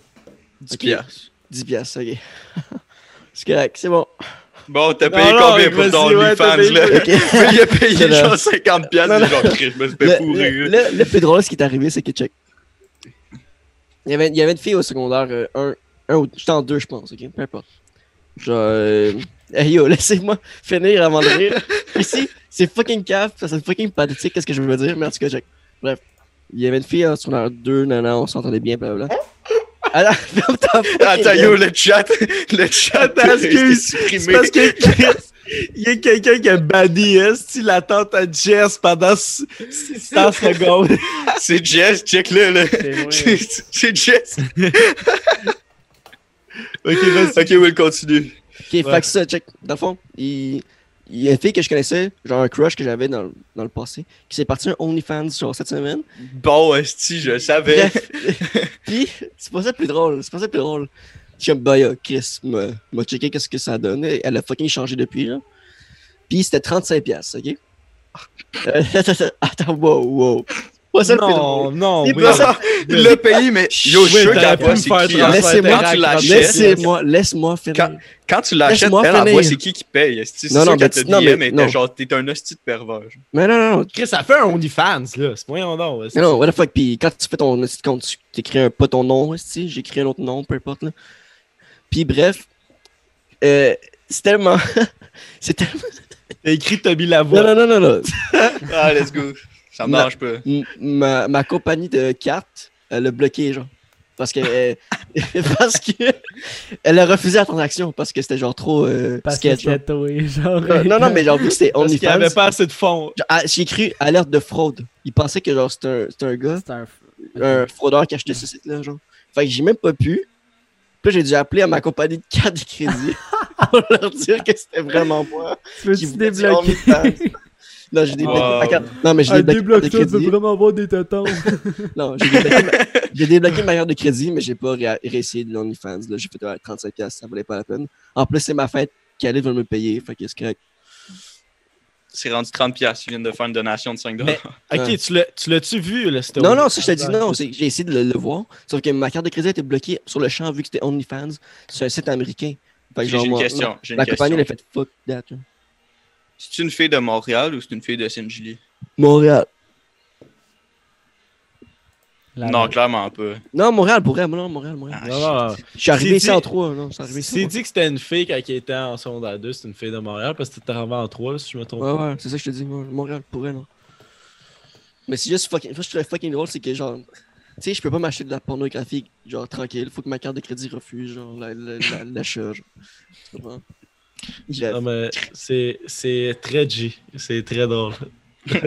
D: Dix piastres.
C: 10 piastres, ok. c'est correct, c'est bon.
D: Bon, t'as
B: Non,
D: payé
B: non, mais
D: combien pour ton
B: vas-y, ouais, t'as payé-
D: OnlyFans, là?
C: Ok.
D: Il a
C: Non,
D: payé
C: non.
D: genre 50
C: Non,
D: piastres,
C: non.
D: genre, Chris, je me suis
C: Le-
D: fait pourrir, là.
C: Le, le plus drôle, ce qui est arrivé, c'est que check. Il y avait, il y avait une fille au secondaire euh, 1, j'étais en 2, je pense, ok? Peu importe. Genre, euh, hey yo, laissez-moi finir avant de rire. Ici, c'est fucking cave, ça c'est fucking pathétique, qu'est-ce que je veux dire, mais en tout cas, check. Bref, il y avait une fille en secondaire 2, non, non, on s'entendait bien, blablabla. Alors, ferme ta fucking
D: Attends,
C: gueule.
D: Ah, yo, le chat, le chat
B: Attends,
D: a
B: excuse,
D: été
B: C'est
D: supprimé.
B: parce que Chris, il y a quelqu'un qui a banni hein, si la tante à Jess pendant 600 secondes.
D: C'est Jess, check-le, là.
A: C'est vrai.
D: C'est c'est Jess.
B: Ok, vas-y.
D: Ok, Will, continue.
C: Ok, fait que ça, check. Dans le fond, il... il y a une fille que je connaissais, genre un crush que j'avais dans, le- dans le passé, qui s'est parti un OnlyFans genre cette semaine.
D: Bon, esti, je savais.
C: Bref. Puis, c'est pas ça le plus drôle, c'est pas ça le plus drôle. Je suis comme, bah, yo, Chris m'a m'a checké qu'est-ce que ça donne. Elle a fucking changé depuis, là. Puis, c'était 35$, piastres, ok? Euh, attends, attends, wow, wow. C'est Pas ça le plus
B: Non,
C: drôle.
B: non,
C: C'est
B: oui.
C: pas ça.
D: Il l'a payé, mais yo, je suis
B: Oui,
D: sûr
B: t'aurais
D: qu'elle
B: pu
D: voit
B: me
D: c'est
B: faire
D: qui. hein.
B: transférer
C: Laissez-moi-
D: Quand tu l'achètes,
C: Laissez-moi, laissez-moi finir.
D: quand tu l'achètes,
C: Laisse-moi
D: elle, elle voit
C: finir.
D: c'est qui qui paye. Esti,
C: Non,
D: c'est sûr
C: non,
D: qu'elle
C: mais
D: te
C: tu- non,
D: dit, mais
C: mais
D: t'es
C: non.
D: genre, t'es un hostie de pervers. genre.
C: Mais non, non, non,
B: Chris, ça fait un OnlyFans, là. C'est voyons donc.
C: Mais non, what the fuck, pis quand tu fais ton petit compte, tu t'écris un, pas ton nom, si j'ai écrit un autre nom, peu importe, là. Pis bref, euh, c'est tellement... c'est tellement...
B: T'as écrit Tommy
C: Non,
B: Lavoie.
C: non, non, non, non.
D: Ah, let's go. Ça me
C: Non.
D: marche pas.
C: M- ma, ma compagnie de cartes, elle l'a bloqué, genre. Parce que... euh, parce que... Elle a refusé la transaction, parce que c'était genre trop euh,
A: Parce que
C: sketch, genre.
A: j'étais tatoué, genre.
C: Euh, Non, non, mais genre, vu que c'était
B: Parce qu'il n'y
C: OnlyFans,
B: avait pas assez de fonds.
C: genre, ah, j'ai écrit alerte de fraude. Il pensait que genre c'était un, c'était un gars
A: C'est un.
C: un
A: Mhm.
C: fraudeur qui achetait ce site-là, genre. Fait que j'ai même pas pu. Puis là, j'ai dû appeler à ma compagnie de carte de crédit pour leur dire que c'était vraiment moi.
A: Tu veux-tu
C: qui voulait dire
A: débloquer?
C: OnlyFans. Non, j'ai débloqué
D: Wow.
C: ma carte. Non, mais j'ai
A: Ah,
C: débloqué ma
A: débloque
C: carte
A: ça,
C: de
A: tu veux
C: crédit.
A: vraiment avoir des tatons.
C: Non, j'ai débloqué, ma... j'ai débloqué ma carte de crédit, mais j'ai pas ré- réessayé de l'OnlyFans. là. J'ai fait ouais, 35$, ça valait pas la peine. En plus, c'est ma fête. Calais va me payer. Fait que c'est correct.
D: C'est rendu 30$, piastres, tu viens de faire une donation de 5$.
B: Mais- Ok,
C: Ouais.
B: tu l'as- tu l'as-tu vu, Ah, là, c'était
C: Non, non, ça, je te dis non. c'est que J'ai essayé de le, le voir. Sauf que ma carte de crédit était bloquée sur le champ vu que c'était OnlyFans. C'est un site américain. Fait que
D: J'ai
C: genre,
D: une
C: moi-
D: question. J'ai une
C: Ma compagnie, elle a
D: question.
C: fait fuck that. là.
D: C'est une fille de Montréal ou c'est une fille de Saint-Julie?
C: Montréal.
A: La-
D: Non, clairement pas.
C: Non, Montréal, pour elle. Non, Montréal, Montréal.
D: Ah,
B: Non, non,
C: Je suis arrivé
B: C'est
C: ici
B: dit-
C: en 3. Non, je suis arrivé ici
B: C'est
C: en
B: dit que c'était une fille quand elle était en secondaire 2, c'est une fille de Montréal parce que t'étais arrivé en 3, si je me trompe
C: trois.
B: pas.
C: Ouais, ouais, c'est ça que je te dis. moi, Montréal, pour elle, non. Mais c'est juste fucking. Moi, je trouve fucking drôle, c'est que genre. Tu sais, je peux pas m'acheter de la pornographie, genre tranquille. Faut que ma carte de crédit refuse, genre, la- la- la- l'achat. genre. Tu comprends? Bref.
B: Non, Ah, mais c'est c'est très G. C'est très drôle.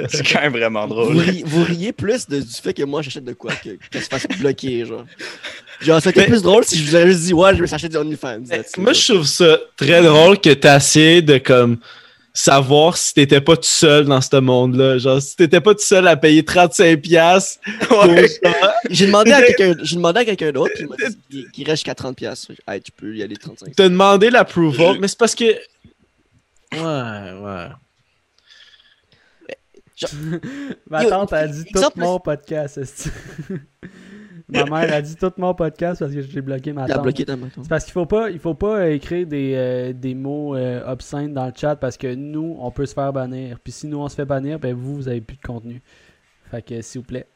D: C'est quand même vraiment
C: Vous,
D: drôle.
C: riez, vous riez plus de- du fait que moi j'achète de quoi que- qu'elle se fasse bloquer, genre. Genre, ça serait plus drôle si je vous avais juste dit, ouais, je vais s'acheter du OnlyFans. that's it.
B: Eh, Moi, je trouve ça très drôle que t'as essayé de comme savoir si t'étais pas tout seul dans ce monde-là. Genre, si t'étais pas tout seul à payer 35$ piastres pour
D: Ouais.
B: genre-
C: J'ai demandé à quelqu'un j'ai demandé à quelqu'un d'autre qui m'a dit qu'il- qu'il reste jusqu'à 30$. Fait que, Hey, tu peux y aller 35$.
B: t'as demandé l'approval,
D: Je-
B: mais c'est parce que. Ouais, ouais.
A: Ma
C: Yo, e-
A: tante a dit tout
C: exemple-
A: mon podcast. esti. ma mère a dit tout mon podcast parce que j'ai bloqué ma
C: T'as
A: tante.
C: bloqué ta main. toi.
A: C'est parce qu'il faut pas, il faut pas écrire des, euh, des mots euh, obscènes dans le chat parce que nous, on peut se faire bannir. Puis si nous, on se fait bannir, ben vous, vous avez plus de contenu. Fait que s'il vous plaît.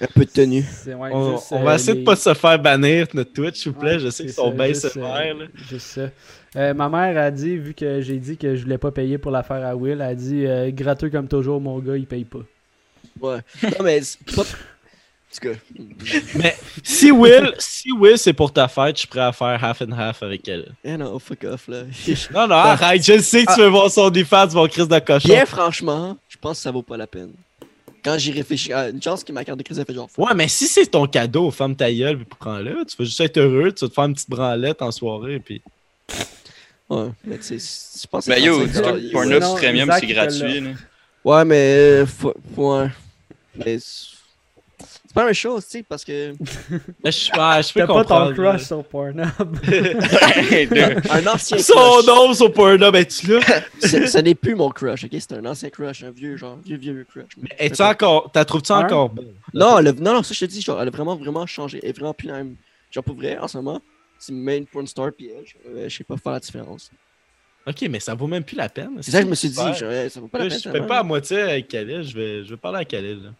C: Un peu de tenue.
A: C'est- ouais,
B: On,
A: juste,
B: on
A: euh,
B: va essayer de
A: les-
B: pas se faire bannir notre Twitch, s'il vous plaît.
A: Ouais,
B: je sais qu'ils
A: c'est
B: sont
A: ça,
B: bien
A: juste,
B: sévères.
A: euh,
B: là.
A: juste ça. Euh, ma mère a dit, vu que j'ai dit que je voulais pas payer pour l'affaire à Will, elle a dit euh, gratteux comme toujours, mon gars, il paye pas.
C: Ouais. Non, mais c'est pas. En tout cas.
B: Si Will, si Will c'est pour ta fête, je suis prêt à faire half and half avec elle.
C: Eh non, fuck off, là.
B: Non, non, arrête, je sais
D: Ah.
B: que tu veux voir son défense, mon Chris de cochon.
C: Bien franchement, je pense que ça vaut pas la peine. Quand j'y réfléchis, à une chance que ma carte de crédit a fait genre.
B: Ouais, mais si c'est ton cadeau, ferme ta gueule, puis prends-le. Tu vas juste être heureux, tu vas te faire une petite branlette en soirée, puis...
C: Ouais, mais tu sais, je pense que
D: Mais yo,
C: c'est
D: dis-toi
C: 35$,
D: que
C: yo.
D: Pornhub
A: Sinon,
D: Premium,
A: Zach,
D: c'est
A: il te
D: gratuit. là.
C: Ouais, mais. euh, Faut, ouais. Mais. C'est c'est pas la même chose, tu sais, parce que.
B: Mais je, ouais, je peux
A: T'as pas ton
B: comprendre.
A: crush sur Pornhub.
D: Hey, dude.
C: Un ancien
B: Son
C: crush.
B: nom sur Pornhub, es-tu là?
C: Ce ce n'est plus mon crush, ok? C'est un ancien crush, un vieux, genre, vieux, vieux, vieux crush. Mais
B: Es-tu encore... T'as trouves-tu
A: Hein?
B: encore belle?
C: Non, elle a- non, non, ça je te dis, genre, elle a vraiment, vraiment changé. Elle est vraiment plus la même. Genre, pour vrai, en ce moment, c'est main porn star, puis elle, je- euh, je sais pas faire la différence.
B: Ok, mais ça vaut même plus la peine.
C: C'est ça que je me suis dit,
B: Ouais.
C: genre, eh, ça vaut pas
B: Là,
C: la peine.
B: je
C: tellement.
B: fais pas à moitié avec Khalil, je vais, je vais parler à Khalil, là.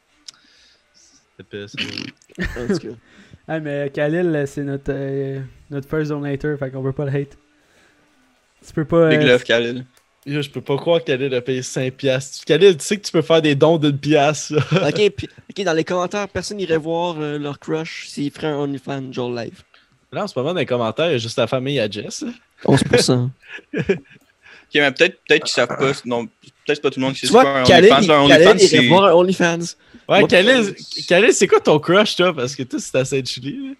B: Ça peut- ça peut-
C: En tout cas.
A: Ah, mais Khalil, c'est notre, euh, notre first donator, fait qu'on peut pas le hate. Tu peux pas.
D: Big
A: euh,
D: love, Khalil.
B: Yo, je peux pas croire que Khalil a payé 5 piastres. Khalil, tu sais que tu peux faire des dons d'une piastre. là.
C: Ok, puis, ok, dans les commentaires, personne irait voir euh, leur crush s'ils feraient un OnlyFans, genre live.
B: Là, en ce moment, dans les commentaires, il y a juste la famille à Jess. là.
C: 11%.
D: Ok, mais peut-être peut qu'ils savent pas. Non, peut-être pas tout le monde qui
C: Euh. tu
D: sait quoi
C: vois,
D: un
C: Khaled,
D: OnlyFans. Un
C: il-
D: OnlyFans,
C: Khaled irait
D: c'est.
C: voir un OnlyFans.
B: Ouais,
C: Moi,
B: Khalil, Khalil, c'est quoi ton crush, toi? Parce que toi, c'est ta sainte Julie.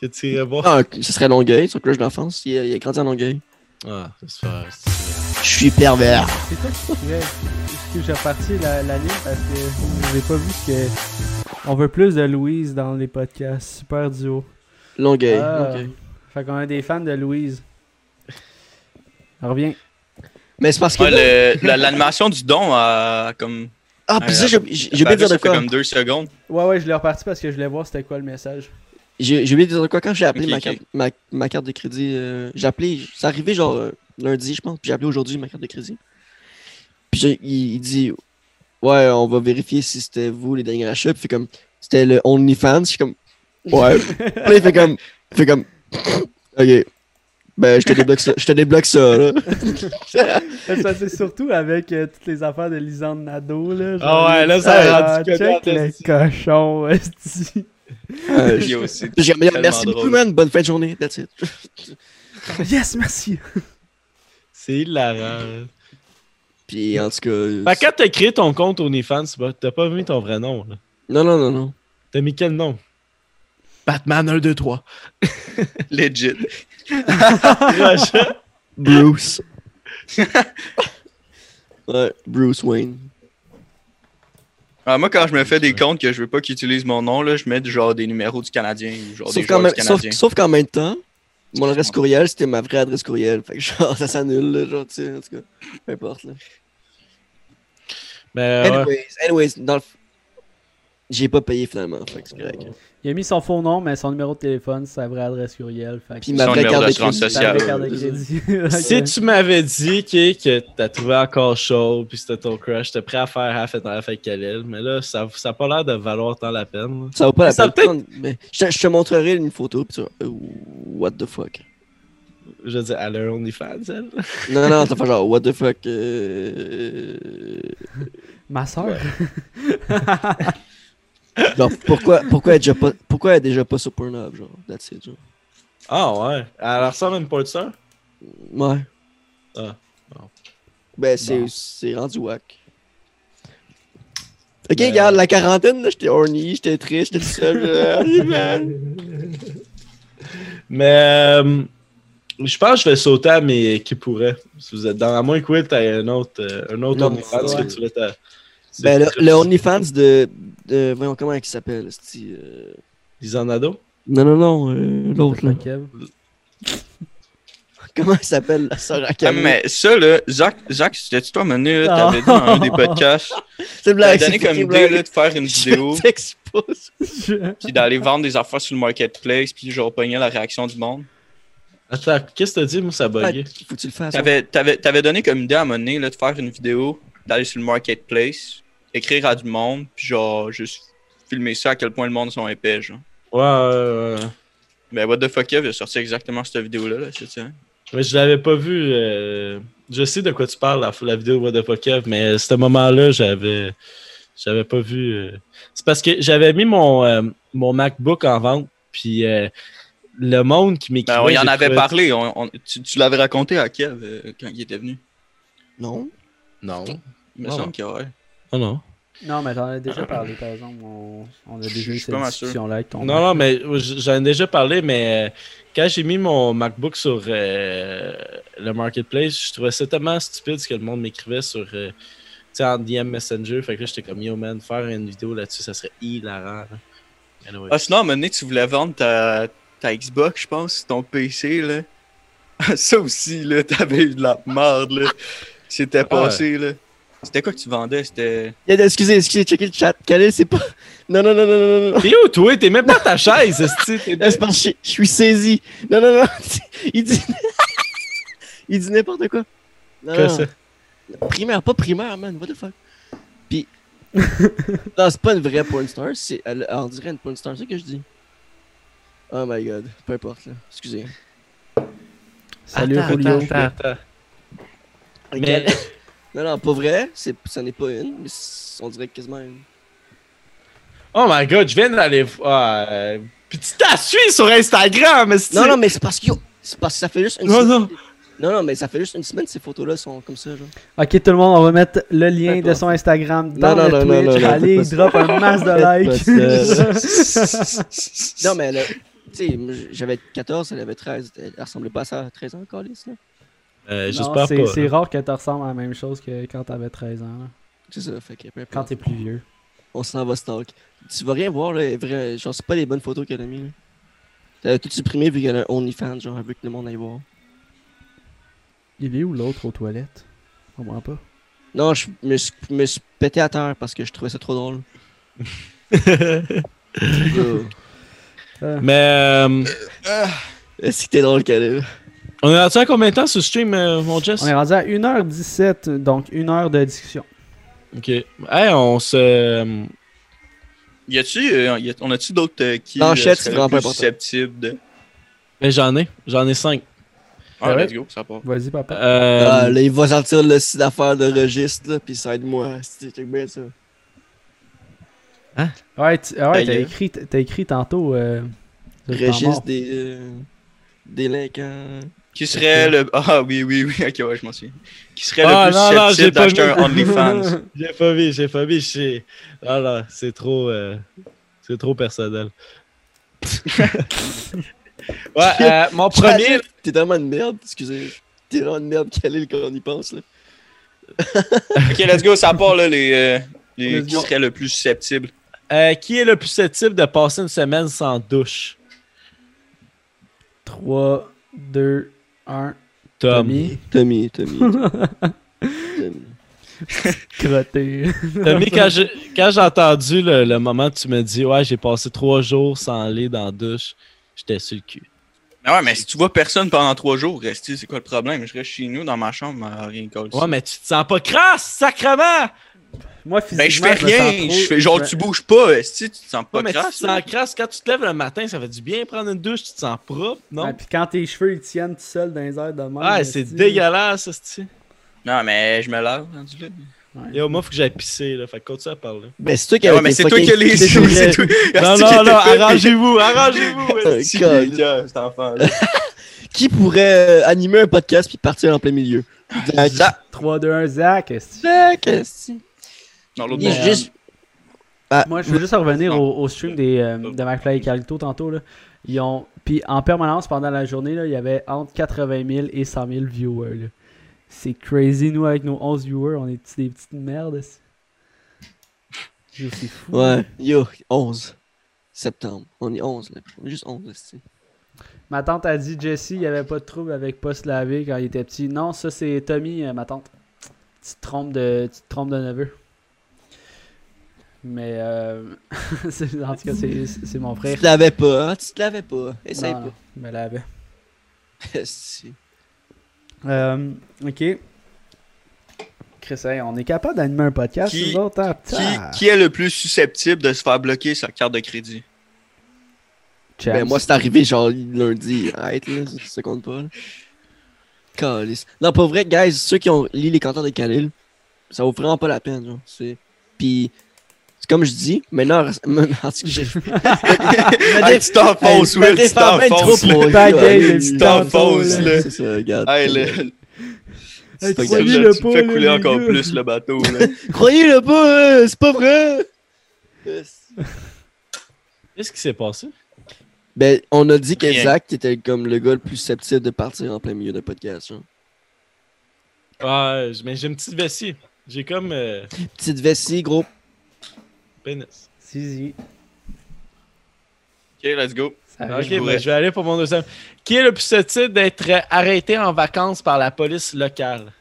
B: Que tu irais
D: Oh.
B: voir.
C: Ah, ce serait Longueuil, son crush d'enfance. Il, a- il a grandi à Longueuil.
B: Ah, c'est ça, c'est-
C: Je suis pervers.
A: C'est toi qui écrivais. Est-ce que j'ai reparti la, la ligne parce que j'ai pas vu ce que. On veut plus de Louise dans les podcasts. Super duo.
C: Longueuil.
A: Ah.
C: Longueuil.
A: Fait qu'on a des fans de Louise. Reviens.
C: Mais c'est parce que.
D: Ouais, le- la- L'animation du don a comme.
C: Ah, puis ça, j'ai j'ai- j'ai oublié
D: pas
C: de dire de quoi.
D: comme deux secondes.
A: Ouais, ouais, je l'ai reparti parce que je voulais voir c'était quoi le message.
C: J'ai j'ai oublié de dire de quoi. Quand j'ai appelé
D: Ok,
C: ma,
D: ok.
C: carte, ma, ma carte de crédit, euh, j'ai appelé. C'est arrivé genre euh, lundi, je pense. Puis j'ai appelé aujourd'hui ma carte de crédit. Puis j'ai- il, il dit Ouais, on va vérifier si c'était vous les derniers achats. Puis fait comme C'était le OnlyFans. Je suis comme Ouais. Puis là, il fait comme. Il fait comme. Ok. Ben, je te débloque ça. Je te débloque ça, là.
A: Ça, c'est surtout avec euh, toutes les affaires de Lisanne Nadeau, là. genre,
B: Ah ouais, là, ça a
A: ah,
B: rendu
A: Check
B: connard,
A: le
B: esti.
A: cochon, esti.
C: Euh, je-
D: Yo, c'est
C: j'ai- merci
D: tellement
C: beaucoup,
D: drôle.
C: man. Bonne fin de journée. That's it.
A: Yes, merci.
B: C'est hilarant.
C: Puis en tout cas. euh,
B: Fait que quand t'as créé ton compte OnlyFans, c'est pas- t'as pas mis ton vrai nom. là.
C: Non, non, non, non.
B: T'as mis quel nom? Batman 1, 2, 3.
D: legit.
C: Bruce. ouais, Bruce Wayne.
D: Ah, moi, quand je me fais des comptes que je veux pas qu'ils utilisent mon nom, là, je mets du genre des numéros du Canadien ou genre
C: Sauf
D: des
C: qu'en
D: joueurs
C: même,
D: du
C: sauf,
D: Canadien.
C: sauf qu'en même temps, mon adresse courriel, c'était ma vraie adresse courriel. Fait que genre, ça s'annule, là, genre, tu sais, en tout cas, peu importe, là.
B: Mais Ah ouais.
C: Anyways, anyways, dans le... f- J'ai pas payé finalement, fait que c'est correct.
A: Il a mis son faux nom, mais son numéro de téléphone, c'est sa vraie adresse courriel. Fait que-
C: Puis
D: Son
C: ma vraie
D: numéro
C: carte de
D: d'assurance
C: crédit.
A: Sa vraie
D: sociale.
A: carte de crédit. Ok.
B: Si tu m'avais dit Kay, que t'as trouvé encore chaud, puis c'était ton crush, t'es prêt à faire half and half avec Khalil, mais là, ça ça a pas l'air de valoir tant la peine. là.
C: Ça vaut pas la
B: Ça
C: peine. de prendre, mais je, te, je te montrerai une photo, pis tu vas, euh, what the fuck.
B: Je veux dire, elle a un OnlyFans, elle.
C: Non, non, ça fait genre, what the fuck. euh,
A: Ma soeur.
C: Genre, pourquoi, pourquoi, elle est déjà pas, pourquoi elle est déjà pas sur Pornhub, genre, that's it, genre.
B: Ah ouais. Elle ressemble à une porte star?
C: Ouais.
B: Ah, bon.
C: Ben, c'est,
B: Bon.
C: c'est rendu whack. Ok,
B: Ben-
D: euh,
C: regarde, la quarantaine, là, j'étais horny, j'étais triste, j'étais tout seul. je- man.
B: Mais euh, je pense que je vais sauter à mes qui pourrait. Si vous êtes dans la moins quitte, t'as un autre, euh, un autre
C: Non,
B: OnlyFans
A: ouais.
B: que tu voulais t'a-
C: ben, le,
B: c'est-
C: le OnlyFans de, de. Voyons, comment il s'appelle, c'ti, euh,
B: Lisanado?
C: Non, non, non, euh, l'autre, là.
A: Kev.
C: Comment il s'appelle, la sœur à
D: Ah,
C: Camille?
D: mais ça, là, Zach, Zach c'était-tu toi, Manu, là, t'avais dit dans un des podcasts,
C: C'est une
D: t'avais
C: blague,
D: donné
C: c'est
D: comme
C: une
D: idée,
C: blague.
D: là, de faire une vidéo,
C: Je t'expose.
A: Je-
D: puis d'aller vendre des affaires sur le marketplace, puis genre pogner la réaction du monde.
B: Attends, qu'est-ce que t'as dit, moi, ça a bugué?
C: Ah, Faut que tu le fasses. hein? ouais.
D: T'avais, t'avais, t'avais donné comme idée à un moment donné, là, de faire une vidéo, d'aller sur le marketplace, écrire à du monde, puis genre, juste filmer ça à quel point le monde sont épais, genre.
B: Ouais, ouais, ouais.
D: Ben, what the fuck, Kev, il a sorti exactement cette vidéo-là, là, c'est
B: Ben
D: ça.
B: Mais je l'avais pas vu. euh, Je sais de quoi tu parles, la, la vidéo de What the Fuck Kev, mais à ce moment-là, j'avais. J'avais pas vu. euh, C'est parce que j'avais mis mon, euh, mon MacBook en vente, puis euh, le monde qui m'écrivait.
D: Ben, on y en
B: j'ai
D: avait
B: trouvé-
D: parlé, on- on- tu, tu l'avais raconté à Kev euh, quand il était venu.
C: Non.
B: Non.
D: Il me
B: Ah
D: semble que ouais.
B: Oh non.
A: Non, mais t'en as déjà parlé, par exemple. On, on a
D: Je-
A: déjà
D: je
A: eu
D: suis
A: cette
D: pas mal sûr.
A: discussion-là avec ton.
B: Non, non, mais j- j'en ai déjà parlé, mais euh, quand j'ai mis mon MacBook sur euh, le Marketplace, je trouvais ça tellement stupide ce que le monde m'écrivait sur euh, tu sais, en DM Messenger. Fait que là, j'étais comme, yo man, faire une vidéo là-dessus, ça serait hilarant. là. Anyway.
D: Ah, sinon, à un moment donné, tu voulais vendre ta, ta Xbox, je pense, ton PC, là. Ça aussi, là, t'avais eu de la merde, là. C'était passé, là. C'était quoi que tu vendais? C'était.
C: Il y a- Excusez, excusez, checkez le chat. Khalil, c'est pas. Non, non, non, non, non, non, non.
B: T'es où, toi? T'es même pas à ta chaise, esti, t'es-
C: Là, c'est parce que je je suis saisi. Non, non, non. Il dit. Il dit n'importe quoi. Non,
B: Que
C: non,
B: ça?
C: non. Primaire, pas primaire, man. What the fuck? Puis. non, c'est pas une vraie porn star. C'est... Elle, elle en dirait une porn star, c'est ce que je dis. Oh my god. Peu importe, là. Excusez.
A: Salut,
B: Attends,
A: Julio.
B: attends, attends. Mais-
C: Non, non, pas vrai. C'est... Ça n'est pas une, mais c'est- on dirait quasiment une.
B: Oh my god, je viens d'aller. Ah, euh, Puis tu t'as suivi sur Instagram, mais
C: Non, non, mais c'est parce que. yo, C'est parce que ça fait juste une
B: Non,
C: semaine.
B: non.
C: Non, non, mais ça fait juste une semaine ces photos-là sont comme ça, genre.
A: Ok, tout le monde, on va mettre le lien
C: Faites
A: de
C: pas
A: son Instagram
C: Non,
A: dans
C: non,
A: le
C: non, non,
A: Twitch.
C: non, non,
A: Allez,
C: faites
A: il drop un masse de
C: Faites
A: likes.
C: Non, mais là, tu sais, moi, j'avais 14, elle avait 13. Elle ressemblait pas à ça à 13 ans, Carlis, là.
B: Euh,
A: Non,
B: J'espère
A: c'est-
B: pas.
A: C'est rare que tu ressembles à la même chose que quand t'avais 13 ans. là.
C: C'est ça, fait que peu importe.
A: Quand t'es plus vieux.
C: On s'en va stock. Tu vas rien voir, là. elle est vraie- genre, c'est pas les bonnes photos qu'elle a mis, là. Elle a tout supprimé vu qu'elle a un OnlyFans, genre, elle veut que le monde aille voir.
A: Il est où l'autre aux toilettes Je comprends pas.
C: Non, je me suis, me suis pété à terre parce que je trouvais ça trop drôle. Euh, Yo.
B: Mais euh,
C: Est-ce que t'es drôle, Caleb?
B: on est rendu à combien de temps sur stream, euh, mon Jess?
A: On est rendu à 1h17, donc 1 heure de discussion.
B: Ok. Hey, on se. euh,
D: Y a-tu. euh, y a- on a-tu d'autres euh, qui.
C: Non,
D: euh,
C: shit,
D: seraient
C: c'est vraiment pas
D: plus
C: important.
D: susceptibles de.
B: Ben, j'en ai. J'en ai cinq.
D: Ah,
B: Ouais.
D: let's go, ça part.
A: Vas-y, papa.
B: Euh,
C: Ah, là, il va sortir le site d'affaires de registre, là, pis ça aide-moi. C'est check bien ça.
A: Ouais, tu- ah ouais, t'as
D: D'ailleurs.
A: écrit, t'as écrit tantôt. Euh, sur le temps
C: Registre
A: mort.
C: des. euh, délinquants.
D: Qui serait le. Ah oui, oui, oui, ok, ouais, je m'en souviens. Qui serait
B: Ah,
D: le plus
B: non, non, j'ai
D: susceptible
B: pas
D: d'acheter un
B: mis.
D: OnlyFans?
B: J'ai pas vu, j'ai pas vu. j'ai- Ah là, c'est trop. euh, C'est trop personnel. ouais, euh, mon premier.
C: Khalil, T'es tellement une merde, excusez. T'es vraiment une merde, Khalil, quand on y pense, là.
D: ok, let's go, ça part, là, les. euh, les-
A: Let's
D: qui
A: go.
D: serait le plus susceptible?
B: euh, qui est le plus susceptible de passer une semaine sans douche
A: 3, 2, 1.
B: Tom.
A: Tommy.
C: Tommy, Tommy. Tommy.
A: Crotté.
B: Tommy, quand j'ai quand j'ai entendu le, le moment où tu me dis Ouais, j'ai passé trois jours sans aller dans la douche, j'étais sur le cul.
D: Mais ouais, mais si tu vois personne pendant trois jours, reste c'est quoi le problème? Je reste chez nous dans ma chambre, à rien coller.
B: Ouais, mais tu te sens pas crasse, sacrement!
A: Moi,
D: Ben, je
A: physiquement,
D: fais
A: me sens
D: rien.
A: trop-
D: Je fais genre,
A: me-
D: tu bouges pas, esti, tu te sens pas
B: Ouais, mais
D: crasse.
B: tu te
D: là.
B: sens crasse quand tu te lèves le matin, ça fait du bien prendre une douche, tu te sens propre, non?
A: Ouais, puis quand tes cheveux ils tiennent tout seuls dans les airs de même.
B: Ouais, c'est
A: esti.
B: dégueulasse, ça,
D: Non, mais je me lave, rendu là.
A: Ouais.
B: Yo, moi, faut que j'aille pisser, là. Fait que continue à parler.
C: Ben, c'est toi qui
D: Ah
C: avais
D: ouais, mais
C: tes
D: c'est toi
C: fucking-
D: qui as les
A: c'est
D: sous,
A: vrai.
D: c'est toi.
B: Non,
D: Esti,
B: non,
D: qui
B: non,
D: t'as fait-
B: arrangez-vous, arrangez-vous, esti.
D: Esti,
C: God.
D: il est là, cet enfant.
C: Qui pourrait euh, animer un podcast puis partir en plein milieu?
D: Zach.
A: 3, 2, 1, Zach. esti.
C: Zach, esti.
D: Non, l'autre
C: Il est
A: Mais,
D: bord.
C: juste. Ah,
A: Moi, je veux juste revenir
D: Non.
A: au, au stream des, euh, de McFly et Carlito tantôt. Là. Ils ont... Puis en permanence, pendant la journée, là, il y avait entre 80 000 et 100 000 viewers. là. C'est crazy, nous, avec nos 11 viewers, on est des petites merdes. esti. Yo, C'est fou. hein.
C: Ouais, yo, 11 septembre. On est 11 là. On est juste 11 esti.
A: Ma tante a dit Jesse, il n'y avait pas de trouble avec pas se laver quand il était petit. Non, ça c'est Tommy, euh, ma tante. Tu te trompes de, tu te trompes de neveu. Mais euh, c'est- en tout cas, c'est c'est mon
C: Tu
A: frère.
C: te l'avais pas, hein? Tu te l'avais pas. Essaye
A: Non, non, ben, je me lavais.
C: pas. Esti.
A: Euh, ok. Chris, hey, on est capable d'animer un podcast,
D: Qui-
A: nous autres, hein?
D: Qui,
A: Ah,
D: qui est le plus susceptible de se faire bloquer sa carte de crédit?
A: Chance.
C: Ben, moi, c'est arrivé genre lundi. Arrête là, ça- ça compte pas. là. Calisse. Non, pas vrai, guys, ceux qui ont lu les cantons de Khalil, ça vaut vraiment pas la peine, genre. C'est. Pis. c'est Comme je dis, maintenant, même en tout cas, j'ai-
D: Hey, tu
C: Hey,
D: t'enfonces,
C: je me
D: Will, tu
C: défends bien trop
D: t'enfonces. là.
C: pour-
A: Bagaille,
C: Ouais,
A: les
C: tu
A: tantôt,
D: t'enfonces,
A: là.
D: là.
C: C'est ça, regarde.
D: Hey, le-
A: Hey,
C: pas
D: Tu
A: tu voyais
D: me
A: le
D: tu me
A: pas,
D: fais
A: là,
D: couler
A: les
D: encore
A: gars.
D: plus le bateau. là.
C: Croyez-le pas, hein, c'est pas vrai!
B: Qu'est-ce qui s'est passé?
C: Ben, on a dit que
D: Rien.
C: Zach était comme le gars le plus susceptible de partir en plein milieu d'un podcast. genre.
B: Ouais, Ah, j- mais j'ai une petite vessie. J'ai comme euh,
C: Petite vessie, gros.
B: pénis.
A: Si, si.
D: Ok, let's go.
A: Ça
B: Ok,
A: arrive.
D: je pourrais.
B: ben, je vais aller pour mon deuxième. Qui est le plus susceptible d'être euh, arrêté en vacances par la police locale?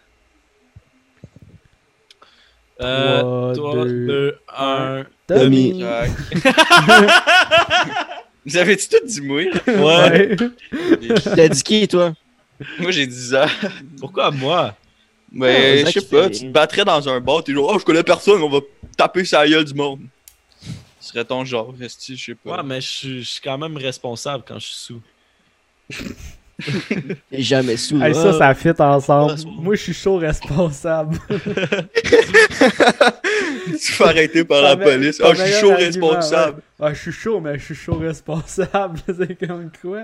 B: Euh,
A: Trois,
B: 3,
A: deux,
B: 2, 1.
A: Tommy.
C: Tommy.
D: Jack. Vous avez-tu tout dit moi?
B: Ouais.
A: Ouais.
C: T'as dit qui, toi?
D: Moi, j'ai 10 ans.
B: Pourquoi moi?
D: Mais
C: Ah, Zach,
D: je
C: il
D: sais pas,
C: fait-
D: tu te battrais dans un bar, t'es genre, oh, je connais personne, on va taper sa gueule du monde. Ce serait ton genre, Resti, je sais pas.
B: Ouais, mais je suis- je suis quand même responsable quand je suis sous.
C: Et jamais sous.
A: Hey,
C: Ah,
A: ça, ça fit ensemble.
C: Ouais,
A: Moi, je suis chaud responsable.
D: tu te fais arrêter par la
A: Ça me-
D: police.
A: ça
D: Ah, je suis
A: meilleur
D: chaud
A: argument,
D: responsable.
A: ouais. Ah, je suis chaud, mais je suis chaud responsable. c'est comme quoi?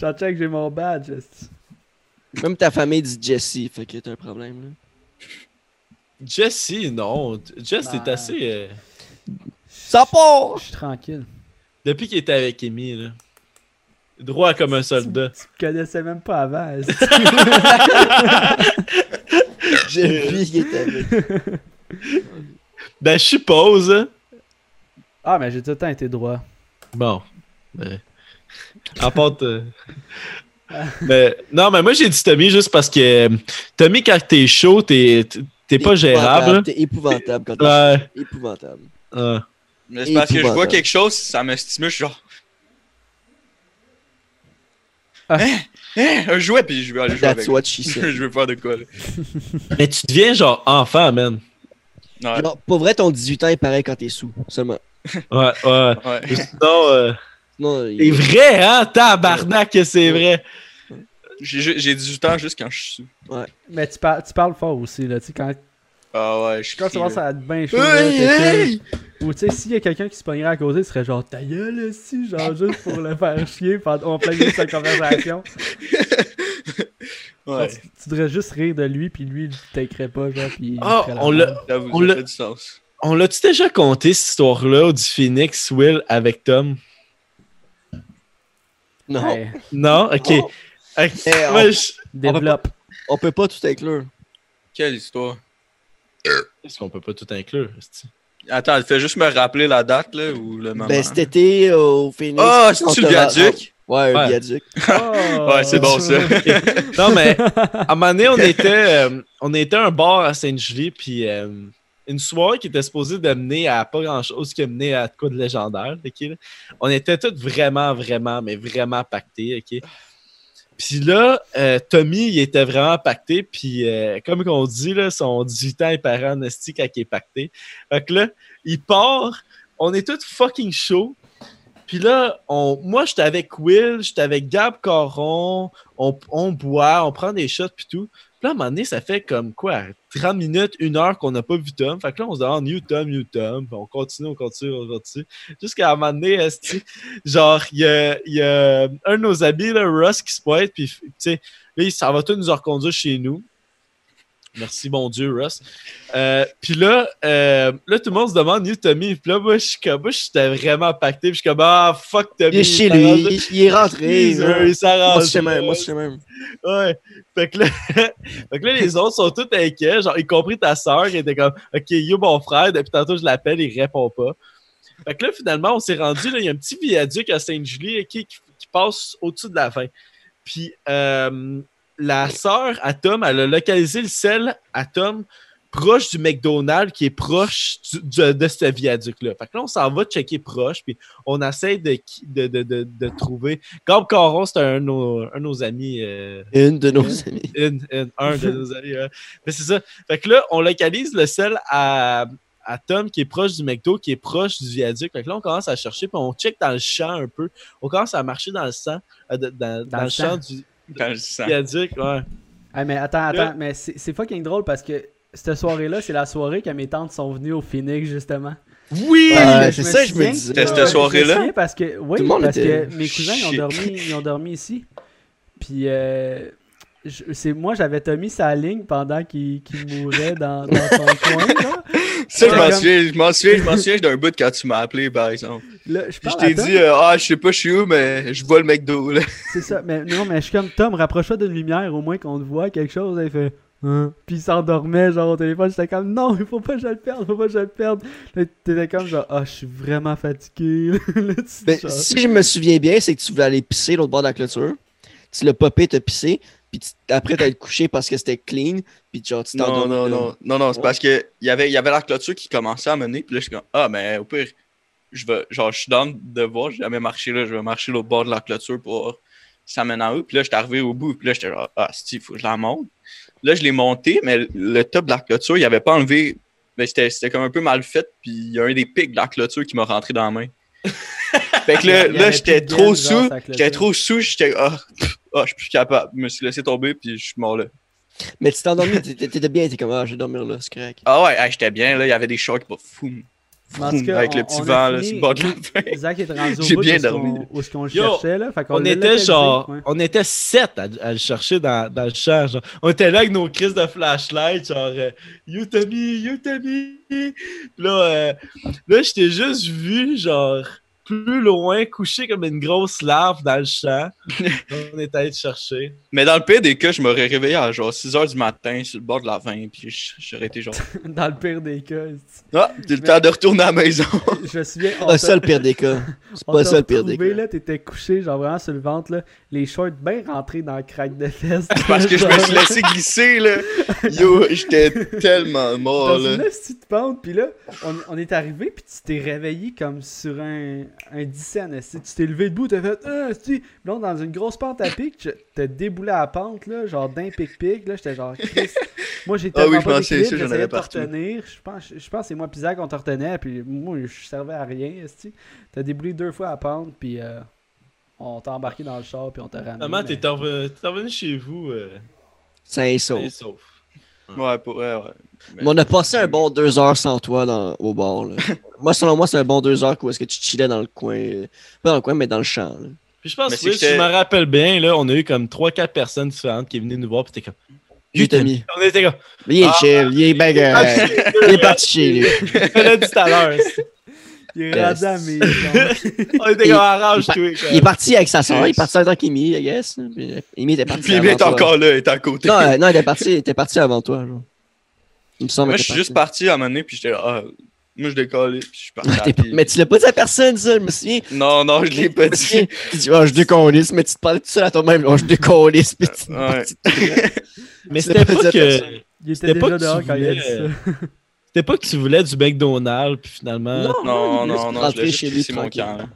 A: J'entends que j'ai mon badge. esti.
C: Même ta famille dit Jesse, fait que t'as un problème, là.
B: Jesse, non. Jess
A: Ben-
B: est assez. euh,
C: Ça part!
A: Je suis tranquille.
B: Depuis qu'il était avec Amy, là. Droit comme un soldat.
A: Tu me connaissais même pas avant. esti.
C: J'ai vu qu'il était avec.
B: Ben, je suppose. hein.
A: ah, mais j'ai tout le temps été droit.
B: Bon. Ben. En part, euh, mais- non, mais moi, j'ai dit Tommy juste parce que euh, Tommy, quand t'es chaud, t'es t'es- t'es pas gérable. hein.
C: T'es épouvantable quand t'es
B: là. Ouais.
C: épouvantable.
B: ouais.
D: Mais c'est parce que je vois
C: Épouvantable.
D: quelque chose, ça me stimule, je suis genre.
A: Ah.
D: Hein? Hein? Un jouet, puis je vais aller jouer
C: That's
D: avec.
C: what she said.
D: je vais faire de quoi, là.
B: Mais tu deviens genre enfant, man.
D: Ouais,
C: Non, pour vrai, ton 18 ans est pareil quand t'es sous, seulement.
B: Ouais, ouais.
D: ouais.
B: Mais Sinon, euh,
C: Non,
B: c'est vrai, hein? Tabarnak, que c'est vrai.
D: J'ai ju- j'ai 18 ans juste quand je suis sous.
A: Mais tu, par- tu parles fort aussi, là. Tu sais, quand,
D: Ah ouais, je suis
A: quand
D: pris,
A: tu commences
D: là.
A: à être bien chaud, là,
D: Hey,
A: t'es
D: hey!
A: comme- Ou tu sais, s'il y a quelqu'un qui se pognerait à causer, tu serais genre ta gueule, si, genre juste pour le faire chier pendant- en plein milieu de sa conversation.
D: Ouais,
A: Tu, tu devrais juste rire de lui, puis lui, il t'écrit pas, genre, puis il
B: Ah,
A: ferait la
B: on
A: merde.
B: l'a-
D: là, vous
B: On
D: ça
B: l'a-
D: fait du sens.
B: On l'a-tu déjà compté, cette histoire-là, du Phoenix Will avec Tom?
C: non.
A: Hey,
B: Non? Ok.
C: Non.
B: Ok,
C: Eh, Oh! on-
B: moi, je-
A: développe.
C: On peut pas tout inclure.
D: Quelle histoire.
B: Est-ce qu'on peut pas tout inclure? esti?
D: Attends, fais juste me rappeler la date, là, ou le moment.
C: Ben, cet été, au Phoenix.
D: Ah,
C: on
D: c'est-tu le
C: te ra-
D: viaduc?
C: Ouais, un
B: Ouais.
C: viaduc.
A: Oh,
D: Ouais, c'est bon, ça.
B: Non, mais à un moment donné, on était, euh, on était à un bar à Sainte-Julie, puis euh, une soirée qui était supposée de mener à pas grand-chose, qui a mené à de quoi de légendaire. ok, là. On était tous vraiment, vraiment, mais vraiment pactés. ok. Puis là, euh, Tommy, il était vraiment pacté, puis euh, comme on dit, là, son 18 ans est parent esti quand il est pacté. Fait que là, il part, on est tous fucking chaud. Puis là, on, moi, j'étais avec Will, j'étais avec Gab Caron, on, on boit, on prend des shots puis tout. Puis là, à un moment donné, ça fait comme quoi, 30 minutes, une heure qu'on n'a pas vu Tom. Fait que là, on se demande, you Tom, you Tom. Puis on continue, on continue, on continue. Jusqu'à un moment donné, esti, genre, il y a, il y a un de nos amis, là, Russ, qui se pointe. Puis, tu sais, là, il s'en va tout nous reconduire chez nous. Merci, mon Dieu, Russ. Euh, puis là, euh, là, tout le monde se demande, you Tommy. Puis là, moi, je suis comme, moi, j'étais vraiment pacté. Puis je suis comme, ah, fuck Tommy.
C: Il est chez
B: s'arrange-
C: lui, il- il est rentré.
B: Il
C: là. hein. Moi,
B: s'arrange.
C: c'est même. Moi, c'est même.
B: Ouais. Fait que, là, fait que là, les autres sont tous inquiets, genre, y compris ta sœur, qui était comme, OK, yo, mon frère, depuis tantôt, je l'appelle, il répond pas. Fait que là, finalement, on s'est rendu, là, il y a un petit viaduc à Sainte-Julie ok, qui, qui passe au-dessus de la fin. Puis, euh, la sœur à Tom, elle a localisé le sel à Tom proche du McDonald's qui est proche du- du- de ce viaduc-là. Fait que là, on s'en va checker proche, puis on essaie de, de, de, de, de trouver. Gab Caron, c'est un, de nos- un de nos amis euh,
C: Une de nos amies.
B: une, une, un de nos amis. ouais. Mais c'est ça. Fait que là, on localise le sel à, à Tom qui est proche du McDo, qui est proche du viaduc. Fait que là, on commence à chercher, puis on check dans le champ un peu. On commence à marcher dans le sang, euh, de- dans, dans
A: le
B: le champ du
D: Quand je sens.
B: viaduc. Ouais.
A: Ah, mais attends,
B: Là-
A: attends, mais c'est c'est fucking drôle parce que cette soirée-là, c'est la soirée que mes tantes sont venues au Phoenix, justement.
B: Oui!
C: Ouais,
A: Mais
C: c'est
A: me
C: ça que je me
A: souviens
C: disais.
A: que-
D: C'était cette
A: ouais,
D: soirée-là?
A: je me souviens parce que oui,
C: Tout le monde
A: parce
C: était
A: que mes cousins ils ont
D: shit.
A: dormi, ils ont dormi ici. Puis euh, je- c'est moi j'avais Tommy sa ligne pendant qu'il qu'il mourait dans, dans son coin là.
D: Ça, je
A: Ouais,
D: m'en
A: comme-
D: souviens, je m'en souviens, je m'en souviens d'un bout quand tu m'as appelé, par exemple.
A: Là, je
D: Puis je
A: parle à
D: t'ai
A: Tom,
D: dit, euh, ah, je sais pas, je suis où, mais je vois le McDo, là.
A: c'est ça. Mais non, mais je suis comme Tom, rapproche-toi d'une lumière au moins qu'on te voit quelque chose. Il fait Hein? Puis il s'endormait genre au téléphone, j'étais comme non, il faut pas que je le perde, faut pas que je le perde. Là, T'étais comme genre ah, je suis vraiment fatigué. Là, tu-
C: Ben,
A: genre-
C: si je me souviens bien, c'est que tu voulais aller pisser l'autre bord de la clôture. Tu l'as popé, t'as pissé. Puis tu- après, t'as été couché parce que c'était clean. Puis genre, tu t'es
D: Non,
C: endormi,
D: non,
C: là. Oh.
D: non, non, non, c'est parce que il y avait, il y avait la clôture qui commençait à mener, puis là, je suis comme, ah, mais au pire, je vais, genre, je suis dans de voir, j'ai jamais marché là, je vais marcher l'autre bord de la clôture pour voir si ça mène en haut, puis là, j'étais arrivé au bout, puis là, j'étais genre, ah, si, faut que je la monte. Là, je l'ai monté, mais le top de la clôture, il avait pas enlevé, mais c'était, c'était comme un peu mal fait, puis il y a un des pics de la clôture qui m'a rentré dans la main. fait que
A: Il y
D: là,
A: avait
D: là
A: plus
D: j'étais
A: de
D: trop
A: gaine, genre,
D: sous,
A: sa clôture.
D: j'étais trop sous, j'étais, ah, pff, ah, je suis plus capable, je me suis laissé tomber, puis je suis mort là.
C: Mais tu t'es endormi, t'étais t'étais bien, t'es comme, ah, je vais dormir là, c'est correct.
D: Ah ouais, hey, j'étais bien, là, il y avait des chocs qui fou.
A: Mais en tout cas,
D: avec
A: on-
D: le petit
A: on a
D: vent là,
A: fini-
D: sur le bord de la fin.
A: Zach est rendu au
D: J'ai
A: bout
D: bien
A: de ce
D: dormi.
A: qu'on- où ce qu'on
B: Yo,
A: cherchait là. Fait qu'on
B: On
A: l'a
B: était
A: localisé,
B: genre,
A: ouais.
B: on était sept à, à le chercher dans, dans le champ. genre. On était là avec nos crises de flashlight, genre euh, You Tommy, You Tommy. Puis là, euh, là je t'ai juste vu, genre, plus loin, couché comme une grosse larve dans le champ. on était allé te chercher.
D: Mais dans le pire des cas, je m'aurais réveillé à genre 6h du matin sur le bord de la vin, puis j- j'aurais été genre.
A: Dans le pire des cas.
D: Ah, c'est le temps de retourner à la maison.
A: Je me souviens. on
C: Ah,
A: t'a-
C: ça, le pire des cas. C'est
A: on
C: pas
A: t'a
C: ça, le pire des
A: retrouvé,
C: cas.
A: là, t'étais couché, genre vraiment sur le ventre, là, les shorts bien rentrés dans le crack de fesses.
D: Parce que je me suis laissé glisser, là. Yo, j'étais tellement mort,
A: Parce
D: là.
A: que là, si tu te pendes, puis là, on, on est arrivé, puis tu t'es réveillé comme sur un, un 10 cents, esti. Tu t'es levé debout, t'as fait Ah, esti. Puis là, dans une grosse pente à pic, tu- t'as déboulé à la pente, là, genre d'un pic-pic. Là, j'étais genre, Chris. Moi, j'étais
D: Ah oui,
A: tellement
D: je
A: pas
D: m'en souviens,
A: d'équilibre,
D: ça, j'en
A: j'essayais
D: avais
A: de te
D: partout.
A: retenir. Je pense, je pense que c'est moi, Pizza, qu'on te retenait, puis moi, je servais à rien, esti. T'as déboulé deux fois à la pente, puis euh, on t'a embarqué dans le char, puis on t'a ramené.
B: Finalement,
A: mais-
B: t'es revenu, t'es revenu chez vous. euh,
C: C'est un
B: t'es
C: saut.
B: sauf.
D: Ouais, pour ouais, ouais.
C: Mais on a passé un bon deux heures sans toi dans- au bord. Là. moi, selon moi, c'est un bon deux heures où est-ce que tu chillais dans le coin. euh, Pas dans le coin, mais dans le champ. là.
B: Puis je pense,
D: Mais c'est
B: oui,
D: que
B: si je
D: j'étais-
B: me rappelle bien, là, on a eu comme 3-4 personnes différentes qui est venues nous voir, puis t'es comme.
C: Lui,
D: Ah.
C: t'as mis.
B: On était comme.
C: Il est chill, il est bien correct. Il est parti chez lui.
B: On l'a dit tout à l'heure.
A: Il est rendu à mes jambes.
B: On était
C: Il-
B: comme arrange-toi.
C: Il est parti avec sa soeur, il est
D: Yes.
C: parti en tant qu'Imi, I guess. là. Puis, euh, Amy était parti.
D: Puis il est encore là, il est à côté.
C: Non, euh, non, il était parti, il était parti avant toi. Genre. Il me semble
D: Moi,
C: qu'il
D: je suis
C: était
D: juste parti à un moment donné, puis j'étais là, ah, Moi, je décolle, puis je suis parti.
C: T'es- Mais tu l'as pas dit à personne, ça, je me souviens.
D: Non, non, je l'ai pas dit.
C: Tu dis, oh, je décollisse, mais tu te parlais tout seul à toi-même. Oh, je décollisse, puis tu
D: Ouais.
B: Mais
C: Tu l'as
B: c'était
C: pas dit
B: pas
C: à
B: que.
C: personne.
A: Il était
B: C'était
A: déjà
B: pas que tu
A: dehors quand il a dit
B: voulais,
A: ça.
B: C'était pas que tu voulais du McDonald's, puis finalement.
C: Non.
D: Non,
C: il laisse
D: non, non, je
C: rentrer
D: l'ai
C: chez
D: juste
C: lui
D: pissé mon
C: tranquille.
D: camp. là.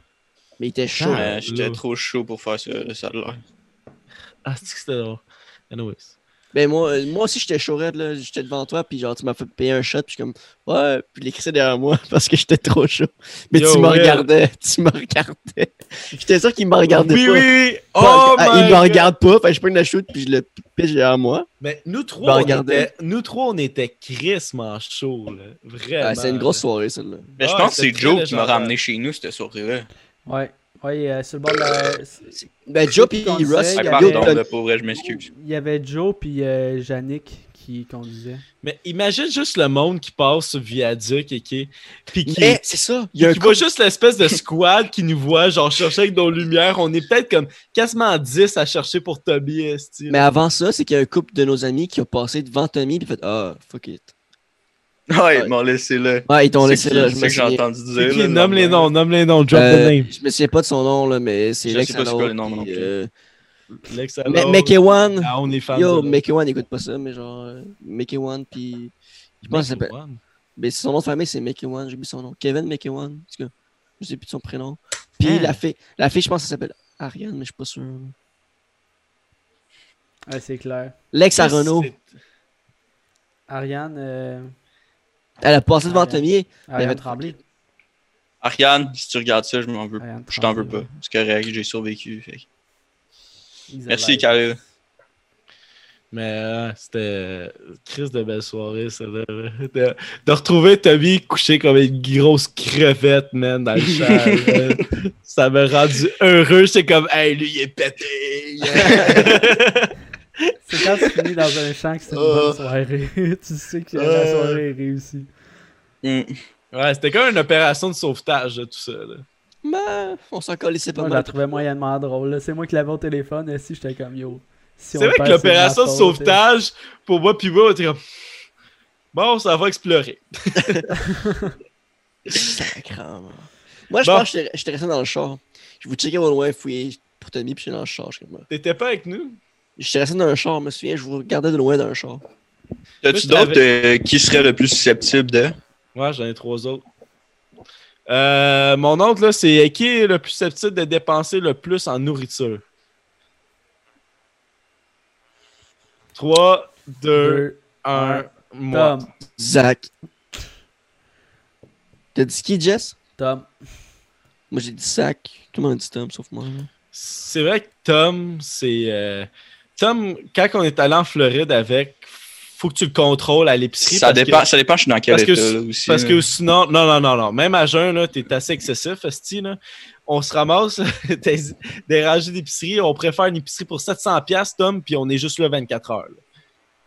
C: Mais il était chaud.
B: Ah.
D: Mais Euh, J'étais
B: là.
D: trop chaud pour faire ce, ça de l'air.
B: Ah, c'est que c'était drôle. Anyways.
C: Ben moi, euh, moi aussi j'étais chaurette là, j'étais devant toi puis genre tu m'as fait payer un shot puis je suis comme ouais puis l'écrit derrière moi parce que j'étais trop chaud. Mais
B: Yo,
C: tu me
B: Will.
C: regardais, tu me regardais. J'étais sûr qu'il me regardait
B: oui,
C: pas.
B: oui, oui.
C: Parce
B: Oh,
C: que, ah, il
B: my
C: me
B: God.
C: regarde pas, fait que je prends une shoot puis je le piche derrière moi.
B: Mais nous trois, on
C: regardait.
B: était, nous trois, on était crissement chauds, là. Vraiment.
C: Ah, c'est une grosse soirée celle-là.
D: Mais je
B: Ouais,
D: pense que c'est
B: c'était très
D: Joe qui m'a
B: légendaire.
D: ramené chez nous cette soirée-là.
A: Ouais. Ouais, il est, euh, sur le bord de la-
C: Ben Joe puis Russ,
A: Conseil,
C: Russ,
A: il y
D: Ah,
A: avait-
C: Yo,
D: pardon,
C: t'as-
D: là, pour vrai, je m'excuse.
A: Il y avait Joe puis euh, Yannick qui conduisait.
B: Mais imagine juste le monde qui passe sur le viaduc et qui. Puis qui.
C: Mais c'est ça, il y a un
B: qui voit juste l'espèce de squad qui nous voit, genre chercher avec nos lumières. On est peut-être comme quasiment 10 à chercher pour Toby esti.
C: Mais avant ça, c'est qu'il y a un couple de nos amis qui a passé devant Tommy puis fait ah fuck it.
D: Ouais, ils m'ont laissé là.
C: Ouais, ils t'ont
D: C'est
C: laissé
D: qui-
C: là, je
D: c'est
C: me
D: que j'ai
C: souviens.
D: entendu dire.
B: C'est qui?
D: là, le
B: nomme les
D: lendemain.
B: noms, nomme les noms, drop
C: Euh,
B: the name.
C: Je me souviens pas de son nom là, mais c'est
D: Je
C: Lex
D: sais pas c'est
C: Allo,
D: quoi le nom non
C: puis,
D: plus.
C: euh,
B: Lex
C: Mais
B: Allo.
C: Make One.
B: Ah, on est fan
C: Yo,
B: de-
C: Mickey One, écoute pas ça, mais genre, euh, Mickey One, puis. Je pense que ça
B: Make
C: s'appelle.
B: One.
C: Mais son nom de famille, c'est Mickey One, j'ai oublié son nom. Kevin Mickey One, en tout cas, je sais plus de son prénom. Puis
B: Hein?
C: la fille, la fille, je pense qu'elle s'appelle Ariane, mais je suis pas sûr.
A: Ouais, c'est clair.
C: Lex à Renault,
B: C'est-
A: Ariane. euh,
C: elle a passé devant
A: Ariane.
C: Tommy.
A: Ariane
C: avait-
A: Tremblay.
D: Ariane, si tu regardes ça, je m'en veux.
C: Ah,
A: Ariane
D: Je t'en veux
A: Tremblay,
D: pas. C'est correct, j'ai survécu. fait que-
A: ouais. Ils
D: Merci,
A: avaient-
D: Khalil.
B: Mais euh, c'était euh, crise de belle soirée, celle-là. De, de retrouver Tommy couché comme une grosse crevette, man, dans le champ. là. ça m'a rendu heureux. C'est comme, hey, lui, il est pété.
A: C'est quand tu finis dans un champ que c'est une bonne soirée. tu sais que la
B: Euh.
A: soirée est réussie.
D: Hum.
B: ouais, c'était comme une opération de sauvetage, là, tout ça. là.
C: Mais on s'en collait pas
A: Moi, je la
C: mal.
A: trouvais moyennement drôle. là. C'est moi qui l'avais au téléphone et si j'étais comme yo. Si
B: c'est
A: on
B: vrai que
A: perd, c'est de ma
B: l'opération de
A: faute,
B: sauvetage, pour moi, puis moi, on était comme, bon, ça va explorer.
C: Sacrement. Moi, je
B: Bon.
C: pense que j'étais- j'étais resté dans le char. Je vous checkais au loin, fouiller pour Tommy, puis j'étais dans le char. je sais pas.
B: T'étais pas avec nous?
C: J'étais resté dans un char, je me souviens, je vous regardais de loin dans un char.
D: T'as-tu
B: je
D: d'autres euh, qui serait le plus susceptible de
B: Ouais, j'en ai trois autres. Euh, mon autre, là, c'est qui est le plus susceptible de dépenser le plus en nourriture? 3, 2,
A: Deux,
B: 1, moi.
A: Tom.
C: Zach. T'as dit qui, Jess?
A: Tom.
C: Moi, j'ai dit Zach. Tout le monde a dit Tom, sauf moi. là.
B: C'est vrai que Tom, c'est. euh, Tom, quand on est allé en Floride avec, faut que tu le contrôles à l'épicerie.
D: Ça
B: parce que-
D: dépend, ça dépend, je suis dans quel
B: parce que
D: état
B: si-
D: là, aussi.
B: Parce
D: là.
B: que sinon, non, non, non, non. Même à jeun, là, t'es assez excessif, esti, là. On se ramasse des- des rangées d'épicerie. On préfère une épicerie pour 700$, piastres, Tom, puis on est juste là 24 heures. là.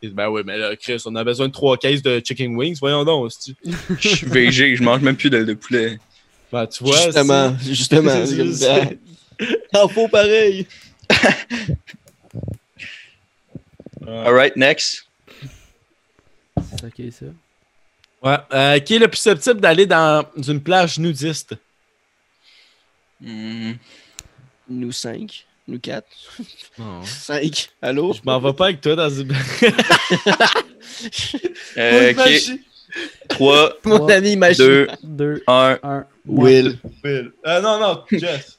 B: Et ben oui, mais là, Chris, on a besoin de trois caisses de chicken wings. Voyons donc, esti.
D: je suis végé, je mange même plus d'ailes de poulet.
B: Ben, tu vois.
C: justement, justement. c'est comme ça.
B: c'est-
C: T'en faut pareil.
D: Alright, next.
A: C'est ok ça.
B: Ouais. Euh, qui est le plus susceptible d'aller dans une plage nudiste?
D: Hum.
C: Nous cinq. Nous quatre.
B: Non.
C: Cinq. Allô?
B: Je m'en vais pas avec toi dans une.
D: Euh, ok,
B: Imagine-
D: 3,
C: Mon ami imagine.
D: 2,
A: Deux,
D: 1.
A: un. moi.
C: Will.
B: Euh, non, non, Jess.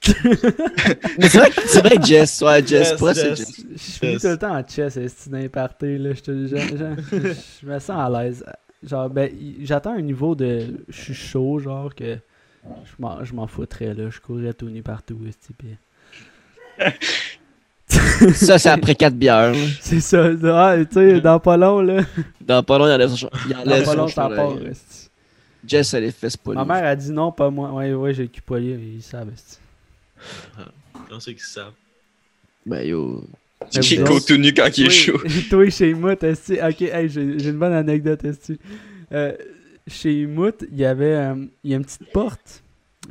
C: Mais c'est vrai, que- c'est vrai que Jess. Ouais, Jess.
B: Jess,
C: Pourquoi c'est
B: Jess.
C: Jess?
A: Je finis
B: Yes.
A: tout le temps en chess, c'est une imparté, là. Je te je, je- je me sens à l'aise. Genre, ben, y- j'atteins un niveau de. Je suis chaud, genre, que. Je m'en, je m'en foutrais, là. Je courrais tout nu partout, esti, pis-
C: Ça, c'est après quatre bières. là.
A: C'est ça. Ah, tu sais, dans pas long, là.
C: Dans pas long, il enlève son char. Il
A: Dans
C: enlève
A: pas
C: son
A: long, t'en
C: chandail.
A: pars, esti.
C: Jess, elle est fesses pas
A: Ma mère a dit non, pas moi. Ouais, ouais, j'ai le cul poilé, ils savent, esti.
B: Non, c'est qui savent.
C: Ben yo.
D: Chico tout nu
C: Ah,
D: quand il est chaud.
A: Toi, Toi, chez Mout, esti. Ok, hey, j'ai j'ai une bonne anecdote, esti. Euh, chez Mout, il y avait euh, il y a une petite porte,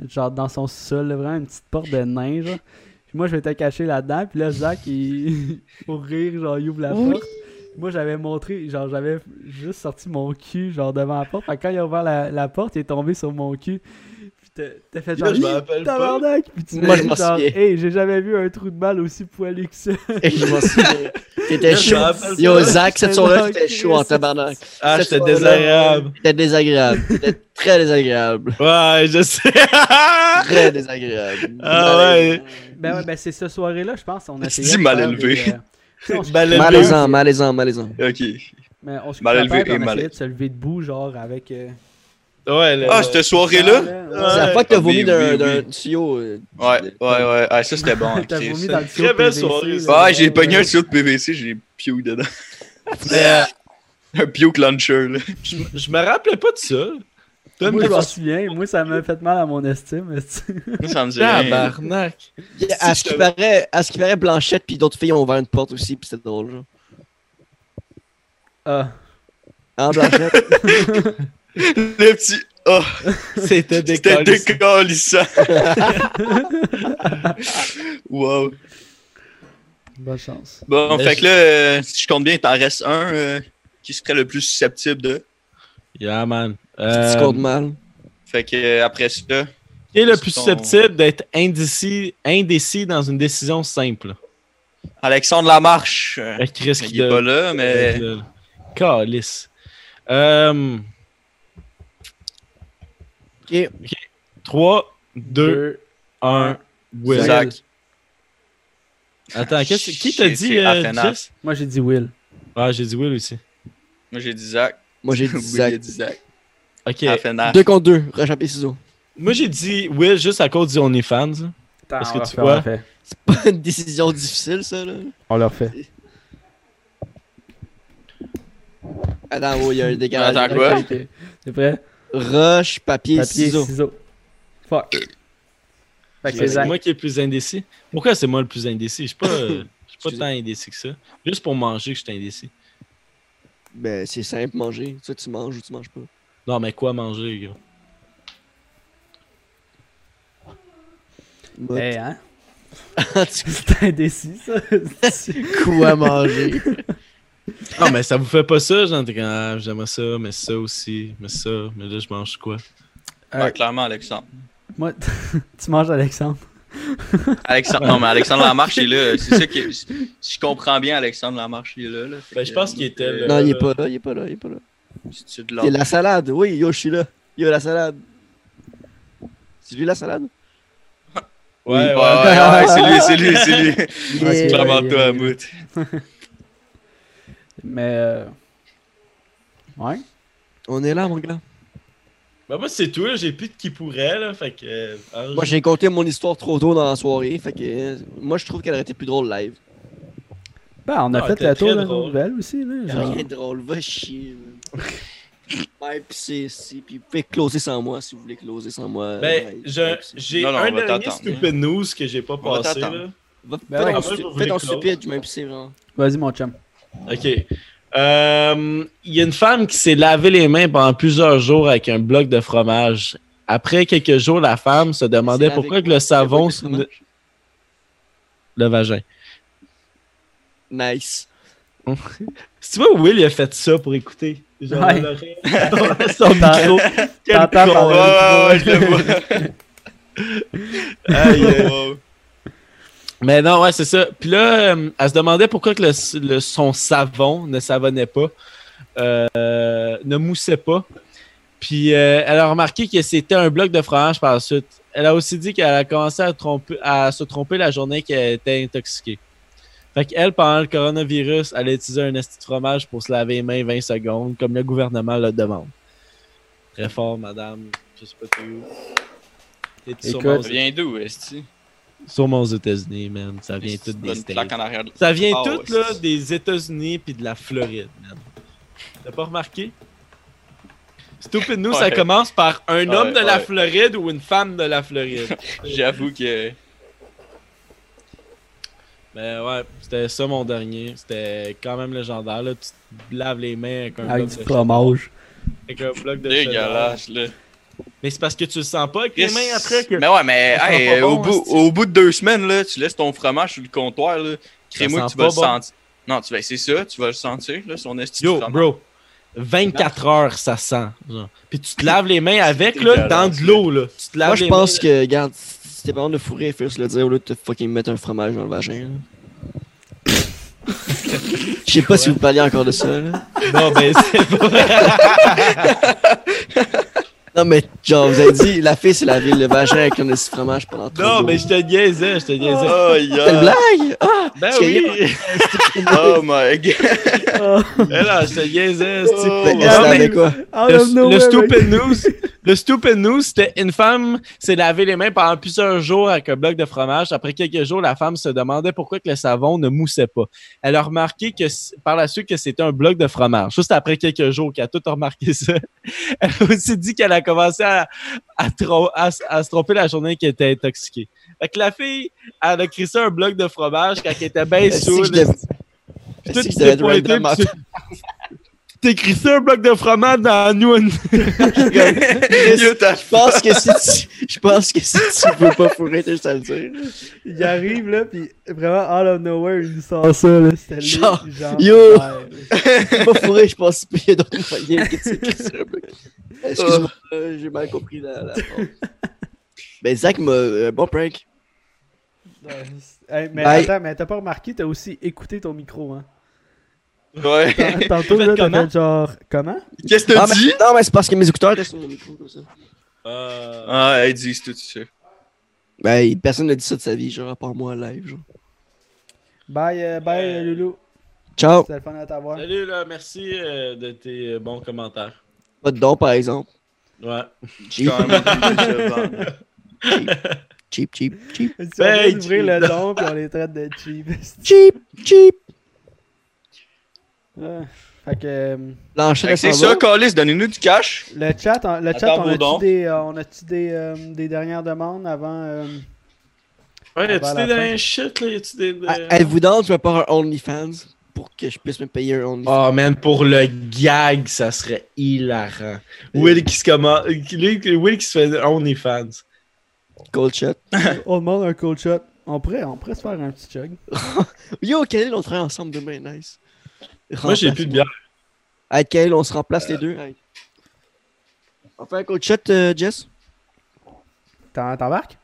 A: genre dans son sol, là, vraiment une petite porte de nain, genre. Puis moi, je m'étais caché là-dedans, puis là, Zach, il... pour rire, genre, il ouvre la porte. Moi, j'avais montré, genre, j'avais juste sorti mon cul, genre, devant la porte. Fait que quand il a ouvert la, la porte, il est tombé sur mon cul. Puis t'as- t'as fait genre,
B: Là, je m'en
A: Hi,
B: rappelle pas.
A: tabarnak! Puis tu
C: Moi,
A: m'as
C: je
A: dit
C: m'en
A: genre,
C: souviens.
A: hey, j'ai jamais vu un trou de balle aussi poilu que ça.
C: Je m'en souviens. T'étais
B: Là, je
C: chaud.
B: me rappelle
C: Yo,
B: pas.
C: Zach, cette
A: J'étais
C: soirée,
A: dans
C: t'étais
A: Ah, Chris.
C: chaud en tabarnak.
B: Ah,
C: Cette
B: j'étais
C: fois-là,
B: désagréable.
C: T'étais désagréable. T'étais très désagréable.
B: Ouais, je sais.
C: Très désagréable.
B: ah ouais.
A: Ben ouais, ben c'est ce soirée-là, je pense. On a
D: Tu dis mal élevé.
A: euh,
B: Mal élevé.
C: Malaisant, malaisant, malaisant.
D: Ok.
A: Mais ben, on se couchait à
D: Mal élevé
A: terre, puis
D: et
A: on
D: mal
A: essayait de se lever debout, genre, avec... euh,
B: Ouais, le-
D: Ah, cette soirée-là?
A: là,
C: C'est la
B: Ouais.
C: fois que t'as
D: Ah,
C: vomi
D: oui,
C: d'un
D: oui,
C: d'un
D: oui.
C: tuyau. euh,
D: Ouais, ouais, ouais. Ah, ça, c'était bon.
A: T'as
D: Chris.
A: vomi dans le
B: Très
A: tuyau
B: belle
A: PVC,
B: soirée, ça.
A: là.
D: Ouais, j'ai pogné un tuyau de PVC, j'ai piou dedans.
B: Mais, euh,
D: Un puke launcher, là.
B: je, je me rappelais pas de ça. Toi,
A: Moi,
B: mais-
A: je m'en souviens. Moi, ça m'a fait mal à mon estime. esti.
D: Moi, Ça me dit
B: Ah,
D: rien.
B: bah. Tabarnak.
C: À ce qui paraît, à ce qui paraît, Blanchette puis d'autres filles ont ouvert une porte aussi, puis c'était drôle. Genre.
A: Ah.
C: Hein, Blanchette?
D: Le petit. Oh,
B: C'était décollé.
D: c'était décollissant. wow.
A: Bonne chance.
D: Bon,
B: Mais
D: fait
B: je-
D: que là, euh, si je compte bien, il t'en reste un euh, qui serait le plus susceptible de.
B: Yeah, man.
C: Tu
B: Euh,
C: comptes mal.
D: Fait que euh, après ça.
B: qui est le plus
D: Son-
B: susceptible d'être indécis, indécis dans une décision simple?
D: Alexandre Lamarche. euh,
B: Avec risque
D: il est pas là, mais.
B: de- Calisse. Euh,
C: Ok.
B: 3, 2,
A: Deux.
B: 1, Will.
A: Zach.
D: Euh, Zach.
B: Attends, qu'est-ce- qui t'a
D: Shit,
B: dit,
D: c'est
B: euh,
D: Athénas.
B: Chris?
A: Moi, j'ai dit Will.
B: Ah, j'ai dit Will aussi.
D: Moi, j'ai dit Zach.
C: Moi, j'ai dit
D: Oui,
C: Zach.
D: j'ai dit Zach. Ah,
B: Ok.
D: Athénas.
C: Deux contre deux, roche, papier, ciseaux.
B: Moi, j'ai dit Will juste à cause du OnlyFans. là.
A: Attends,
B: Parce
A: on
B: que
A: leur
B: tu
A: fait,
B: vois-
A: On leur fait.
C: C'est pas une décision difficile, ça, là.
A: On leur fait.
C: Attends, oh, il y a un décalage.
D: Attends, quoi?
A: Ok, ok. T'es prêt?
C: Roche, papier,
A: Papier,
C: ciseaux.
A: ciseaux. Fuck. Fait que c'est
B: C'est
A: Zach.
B: moi qui est le plus indécis. Pourquoi c'est moi le plus indécis? Je suis pas, euh, je suis pas
C: Excusez.
B: tant indécis que ça. Juste pour manger que je suis indécis.
C: Ben, c'est simple, manger. Ça, tu manges ou tu manges pas.
B: Non, mais quoi manger, gros?
C: Moi,
A: Eh, hein?
C: tu
A: C'est indécis, ça.
C: quoi manger?
B: Non, mais ça vous fait pas ça? Genre, t'es comme, ah, j'aimerais ça, mais ça aussi, mais ça, mais là, je mange quoi?
D: Ouais, Ah, clairement, Alexandre.
A: moi, tu manges Alexandre.
D: Alexandre, non, mais Alexandre Lamarche est là. C'est ça qui est- Si je comprends bien, Alexandre Lamarche il est là. là. Fait
B: Ben, je
D: que, euh,
B: pense qu'il était là.
C: non, il est pas là, il est pas là, il est pas là.
D: C'est
C: C'est
D: de l'ordre.
C: la salade, oui, yo, je suis là. Yo, la salade. C'est lui la salade?
D: Ouais, ouais, ouais, c'est lui, c'est lui, c'est lui.
A: Yeah.
D: C'est clairement
A: Yeah.
D: toi, Mout.
A: Mais. euh, Ouais.
C: On est là, mon gars.
B: Ben, moi, c'est tout, là. J'ai plus de qui pourrait, là. Fait que. euh, alors,
C: Moi, j'ai compté mon histoire trop tôt dans la soirée, fait que euh, moi, je trouve qu'elle aurait été plus drôle live.
A: Ben, on a
B: Ah,
A: fait
B: t'es
A: le tour
B: très
A: de la
B: drôle.
A: nouvelle aussi, là.
C: Y'a
A: genre.
C: Rien de drôle, va chier, man. Ouais, pis c'est, c'est, pis vous pouvez closer sans moi si vous voulez closer sans moi.
B: Ben,
C: Ouais,
B: je-
C: ouais, pis c'est-
B: j'ai
D: Non, non, on
B: un
D: va
B: dernier
D: t'attendre.
B: stupid news que j'ai pas
D: On va
B: passé,
D: t'attendre.
B: là.
C: Va,
A: Ben ouais,
C: fais ton,
A: moi,
C: stu-
B: je voulais
C: fais ton
B: close.
C: stupide, je m'implique vraiment.
A: Vas-y, mon chum.
B: OK. Euh, Il y a une femme qui s'est lavé les mains pendant plusieurs jours avec un bloc de fromage. Après quelques jours, la femme se demandait
C: C'est
B: pourquoi
C: avec
B: que le
C: quoi?
B: savon
C: C'est
B: sur
C: avec
B: le, le vagin.
C: Nice.
B: Si tu vois, Will, il a fait ça pour écouter. Genre,
A: Ouais.
B: l'oreille, son micro. Quel
A: T'entends
B: con.
A: parler.
D: Ouais, ouais, ouais, je le vois. Aïe, aïe. wow.
B: Mais non, ouais, c'est ça. Puis là, euh, elle se demandait pourquoi que le, le- son savon ne savonnait pas, euh, ne moussait pas. Puis euh, elle a remarqué que c'était un bloc de fromage par la suite. Elle a aussi dit qu'elle a commencé à, tromper- à se tromper la journée qu'elle était intoxiquée. Fait qu'elle, pendant le coronavirus, elle a utilisé un esti de fromage pour se laver les mains 20 secondes, comme le gouvernement le demande. Très fort, madame. Je sais pas t'es où. T'es
A: Écoute.
B: sûrement
D: Ça vient d'où, Esti?
B: aux- sûrement aux États-Unis, man. Ça vient tout
D: C'est une
B: des
D: bonne
B: States.
D: plaque en arrière de
B: Ça vient
D: Ah
B: tout
D: ouais,
B: là,
D: c'est-
B: des États-Unis puis de la Floride, man. T'as pas remarqué? Stupid News, ça
D: Ouais.
B: commence par un
D: Ouais,
B: homme de la
D: ouais.
B: Floride ou une femme de la Floride.
D: J'avoue que.
B: Mais Ben, ouais, c'était ça mon dernier. C'était quand même légendaire. Là. Tu te laves les mains avec un,
A: Avec
B: bloc,
A: du
B: de
A: fromage.
B: avec un bloc de cheddar.
D: Dégueulasse, là.
B: Mais c'est parce que tu le sens pas avec les
D: Chris,
B: mains après que.
D: Mais ouais, mais
B: Ça
D: hey,
B: sent pas
D: au,
B: bon,
D: bout,
B: hostie.
D: au bout de deux semaines, là, tu laisses ton fromage sur le comptoir. là. Crée-moi
B: sent
D: que tu vas
B: pas bon.
D: sentir. Non, tu vas essayer ça, tu vas le sentir, là, son estime.
B: Yo, bro, 24 heures, ça sent. genre. Puis tu te laves les mains avec, là,
D: dégueulasse,
B: dans de l'eau, là. Tu te laves
C: Moi, je
B: les
C: pense
B: mains-
C: que, regarde, si t'es pas capable de fourrer, faut se le dire au lieu de te fucking mettre un fromage dans le vagin. là. Je sais pas si vous parliez encore de ça. là.
B: Non, ben, c'est pas vrai.
C: Non, mais genre, vous avez dit, la fille, c'est la ville, le vagin avec un petit fromage pendant trois
B: Non,
C: jours.
B: mais je te niaisais, je te niaisais.
D: Oh,
C: C'est une
D: yeah.
C: blague! Ah!
B: ben
C: tu
B: oui!
D: oh my god.
B: Eh là, je te niaisais, c'est-
D: Oh,
C: Ben,
B: Non,
C: c'est la-
B: mais-
C: mais quoi?
A: Ah, Out
B: Le,
A: of nowhere,
B: le
A: mec.
B: stupid news, le stupid news, c'était une femme s'est lavé les mains pendant plusieurs jours avec un bloc de fromage. Après quelques jours, la femme se demandait pourquoi que le savon ne moussait pas. Elle a remarqué que c- par la suite que c'était un bloc de fromage. Juste après quelques jours, qu'elle a tout remarqué ça. Elle a aussi dit qu'elle a commencé à, à, tro- à s- à se tromper la journée qu'elle était intoxiquée. Fait que la fille, elle a crissé un bloc de fromage quand elle était bien
C: Je sais que Euh, je
B: saoule.
C: devais-
B: Puis toi, tu
C: je sais que je
B: t'es
C: devais être
B: pointé,
C: random à
B: puis tu- t'écris ça un bloc de fromage dans Noon.
D: Yo, t'as
C: Je pense que si tu, je pense que si tu veux pas fourrer, t'as juste à le dire.
A: Il arrive là, pis vraiment out of nowhere, il nous sort ça là. C'était lit,
C: Genre,
A: genre,
C: yo.
A: ouais.
C: Faut pas fourrer, je pense qu'il y a d'autres moyens que de s'écrire un peu. Excuse-moi, euh, j'ai mal compris la, la phrase. Ben, Zach m'a. euh, bon prank.
A: Ouais, c'est- Hey, mais
C: Bye.
A: attends, mais t'as pas remarqué, t'as aussi écouté ton micro, hein.
D: Ouais.
A: Tant- Tantôt
B: Faites
A: là, t'as
B: comment?
A: fait genre comment
D: Qu'est-ce que
C: Ah, mais-
D: t'as dit?
C: non, mais c'est parce que mes écouteurs étaient sur mon micro comme ça.
B: Euh,
D: Ah, ils disent tout ça.
C: Ben, personne n'a dit ça de sa vie, genre, à part moi en live, genre.
A: Bye, euh, oh. bye
B: Euh,
A: Loulou.
C: Ciao.
A: C'était le fun à t'avoir.
B: Salut, là, merci euh, de tes euh, bons commentaires.
C: Pas de don, par exemple.
B: Ouais.
C: Cheap,
D: Quand même, je vends.
C: cheap, cheap, cheap.
A: Tu vas
B: Hey,
A: ouvrir le
B: cheap.
A: don pis on les traite de cheap.
C: Cheap, cheap.
A: Ouais. fait que euh,
C: Blanchette,
D: Fait que
C: elle
D: C'est
C: s'en
D: ça,
C: va.
D: Calis, donnez-nous du cash.
A: le chat, on- le chat,
D: Attends
A: on
D: vos dons.
A: a-tu des, euh, on a-tu des, euh, des dernières demandes avant euh,
B: Ouais,
A: Ah,
B: y'a-tu
A: bah,
B: des
A: la
B: derniers shit, là? Y'a-tu des. des-
C: Elle- Elle Ah, vous donne, je vais pas un OnlyFans pour que je puisse me payer un OnlyFans.
B: Oh man, pour le gag, ça serait hilarant. Will qui se commence. Will qui se fait OnlyFans.
C: Gold shot.
A: On Oh, demande un cold shot. On pourrait, on pourrait se faire un petit chug.
C: Yo, Khalil, on travaille ensemble demain, nice.
B: Moi, j'ai plus de Euh, bière.
C: Hey, Khalil, on se remplace les deux. Hey. On fait un coach shot, euh, Jess?
A: T'en- T'embarques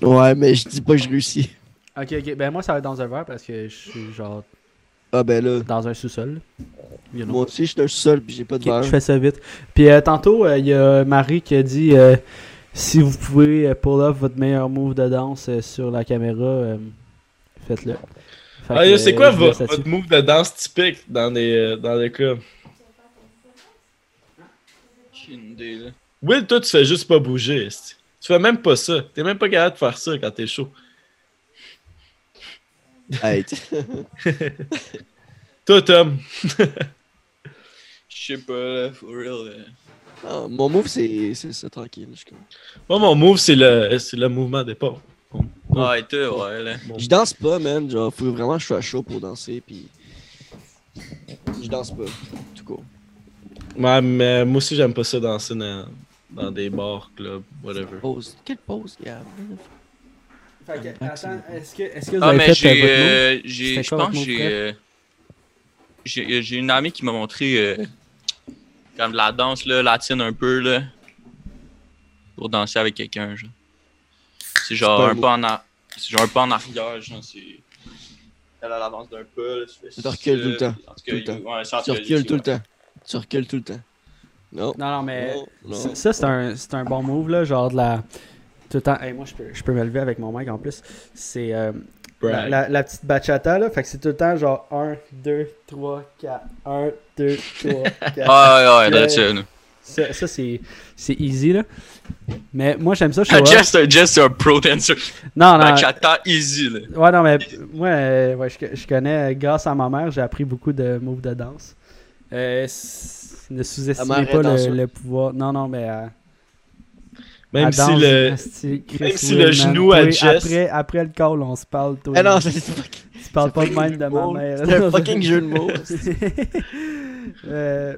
C: Ouais, mais je dis pas que je réussis.
A: Ok, ok. Ben moi, ça va être dans un verre parce que je suis genre
C: Ah ben là,
A: dans un sous-sol. You know.
C: moi aussi, je suis un seul pis j'ai pas de
A: Ok,
C: verre.
A: je fais ça vite. Puis euh, tantôt, euh, il y a Marie qui a dit euh, si vous pouvez euh, pull off votre meilleur move de danse euh, sur la caméra, euh, faites-le. Fait
B: Ah,
A: que,
B: yo, c'est quoi
A: euh, je vous laisse
B: votre, votre
A: là-dessus.
B: move de danse typique dans les, euh, dans les clubs?
D: Aucune idée, là.
B: Will, toi, tu fais juste pas bouger. esti. Tu fais même pas ça. T'es même pas capable de faire ça quand t'es chaud.
C: Hey, t-
B: Toi, Tom.
D: Je sais pas, là, for real. là.
C: Ah, mon move, c'est c'est ça, tranquille. Je, suis comme-
B: Moi, mon move, c'est le, c'est le mouvement d'épaule. Oh.
D: Ouais, toi, ouais, là.
C: je danse pas, man. Genre, faut vraiment que je sois chaud pour danser pis... Je danse pas, tout court.
B: Ouais, mais moi aussi, j'aime pas ça danser dans, euh, dans des bars, clubs, whatever.
C: Pause. Quelle pause, gars?
A: Fait que, attends, est-ce que, est-ce que vous
D: Ah,
A: avez
D: mais
A: fait euh,
D: j'ai.
A: votre move? C'était
D: euh, j'ai- Je
A: quoi
D: pense
A: votre
D: que
A: mot
D: j'ai.
A: préf?
D: euh, J'ai euh, j'ai une amie qui m'a montré. euh, Comme de la danse, là, latine un peu, là. Pour danser avec quelqu'un, genre. C'est genre
C: pas un
D: un
C: mot.
D: peu en a- C'est genre un peu en arrière, genre, c'est. Elle a la danse d'un pas, là. Tu fais
C: Tu recules tout le
D: ça,
C: temps,
D: puis En tout
C: tout
D: cas,
C: le
D: Ah, il-
C: temps.
D: ouais, c'est en
C: Tu recules tout le
D: hein.
C: temps. Tu recules tout le temps. Non.
A: Non, non, mais
C: non, non.
A: ça, ça, Eh, c'est un, c'est un bon move, là, genre de la. Tout le temps. Hey, moi, je peux, je peux me lever avec mon mic en plus. C'est euh, la,
B: Brag.
A: la- la petite bachata, là. Fait que c'est tout le temps genre 1, 2, 3, 4. 1, 2, 3, 4.
D: Ah, ouais, ouais,
A: Yeah.
D: that's it, là.
A: Ça, ça, c'est c'est easy, là. Mais moi, j'aime ça. Je
D: Ah,
A: trouve-
D: Jess, euh, Jess, c'est un pro dancer.
A: non,
C: Ah,
A: non.
D: Bachata easy, là.
A: Ouais, non, mais moi, euh, ouais, je, je connais, euh, grâce à ma mère, j'ai appris beaucoup de moves de danse. Euh, s- ne
C: Ta
A: sous-estimez
C: mère est
A: pas le,
C: danseuse.
A: le pouvoir. Non, non, mais. euh,
B: Même
A: elle
B: si
A: danse,
B: le.
A: asti, Chris
B: même si le
A: Will, man.
B: genou à
A: Toi,
B: Jess-
A: Après, après le call, on se parle. Toi,
C: Ah non, c'est c'est fucking-
A: tu parles pas de
C: fucking
A: même de ma
C: jeu mots.
A: mère.
C: C'est un fucking jeu de mots.
A: Euh,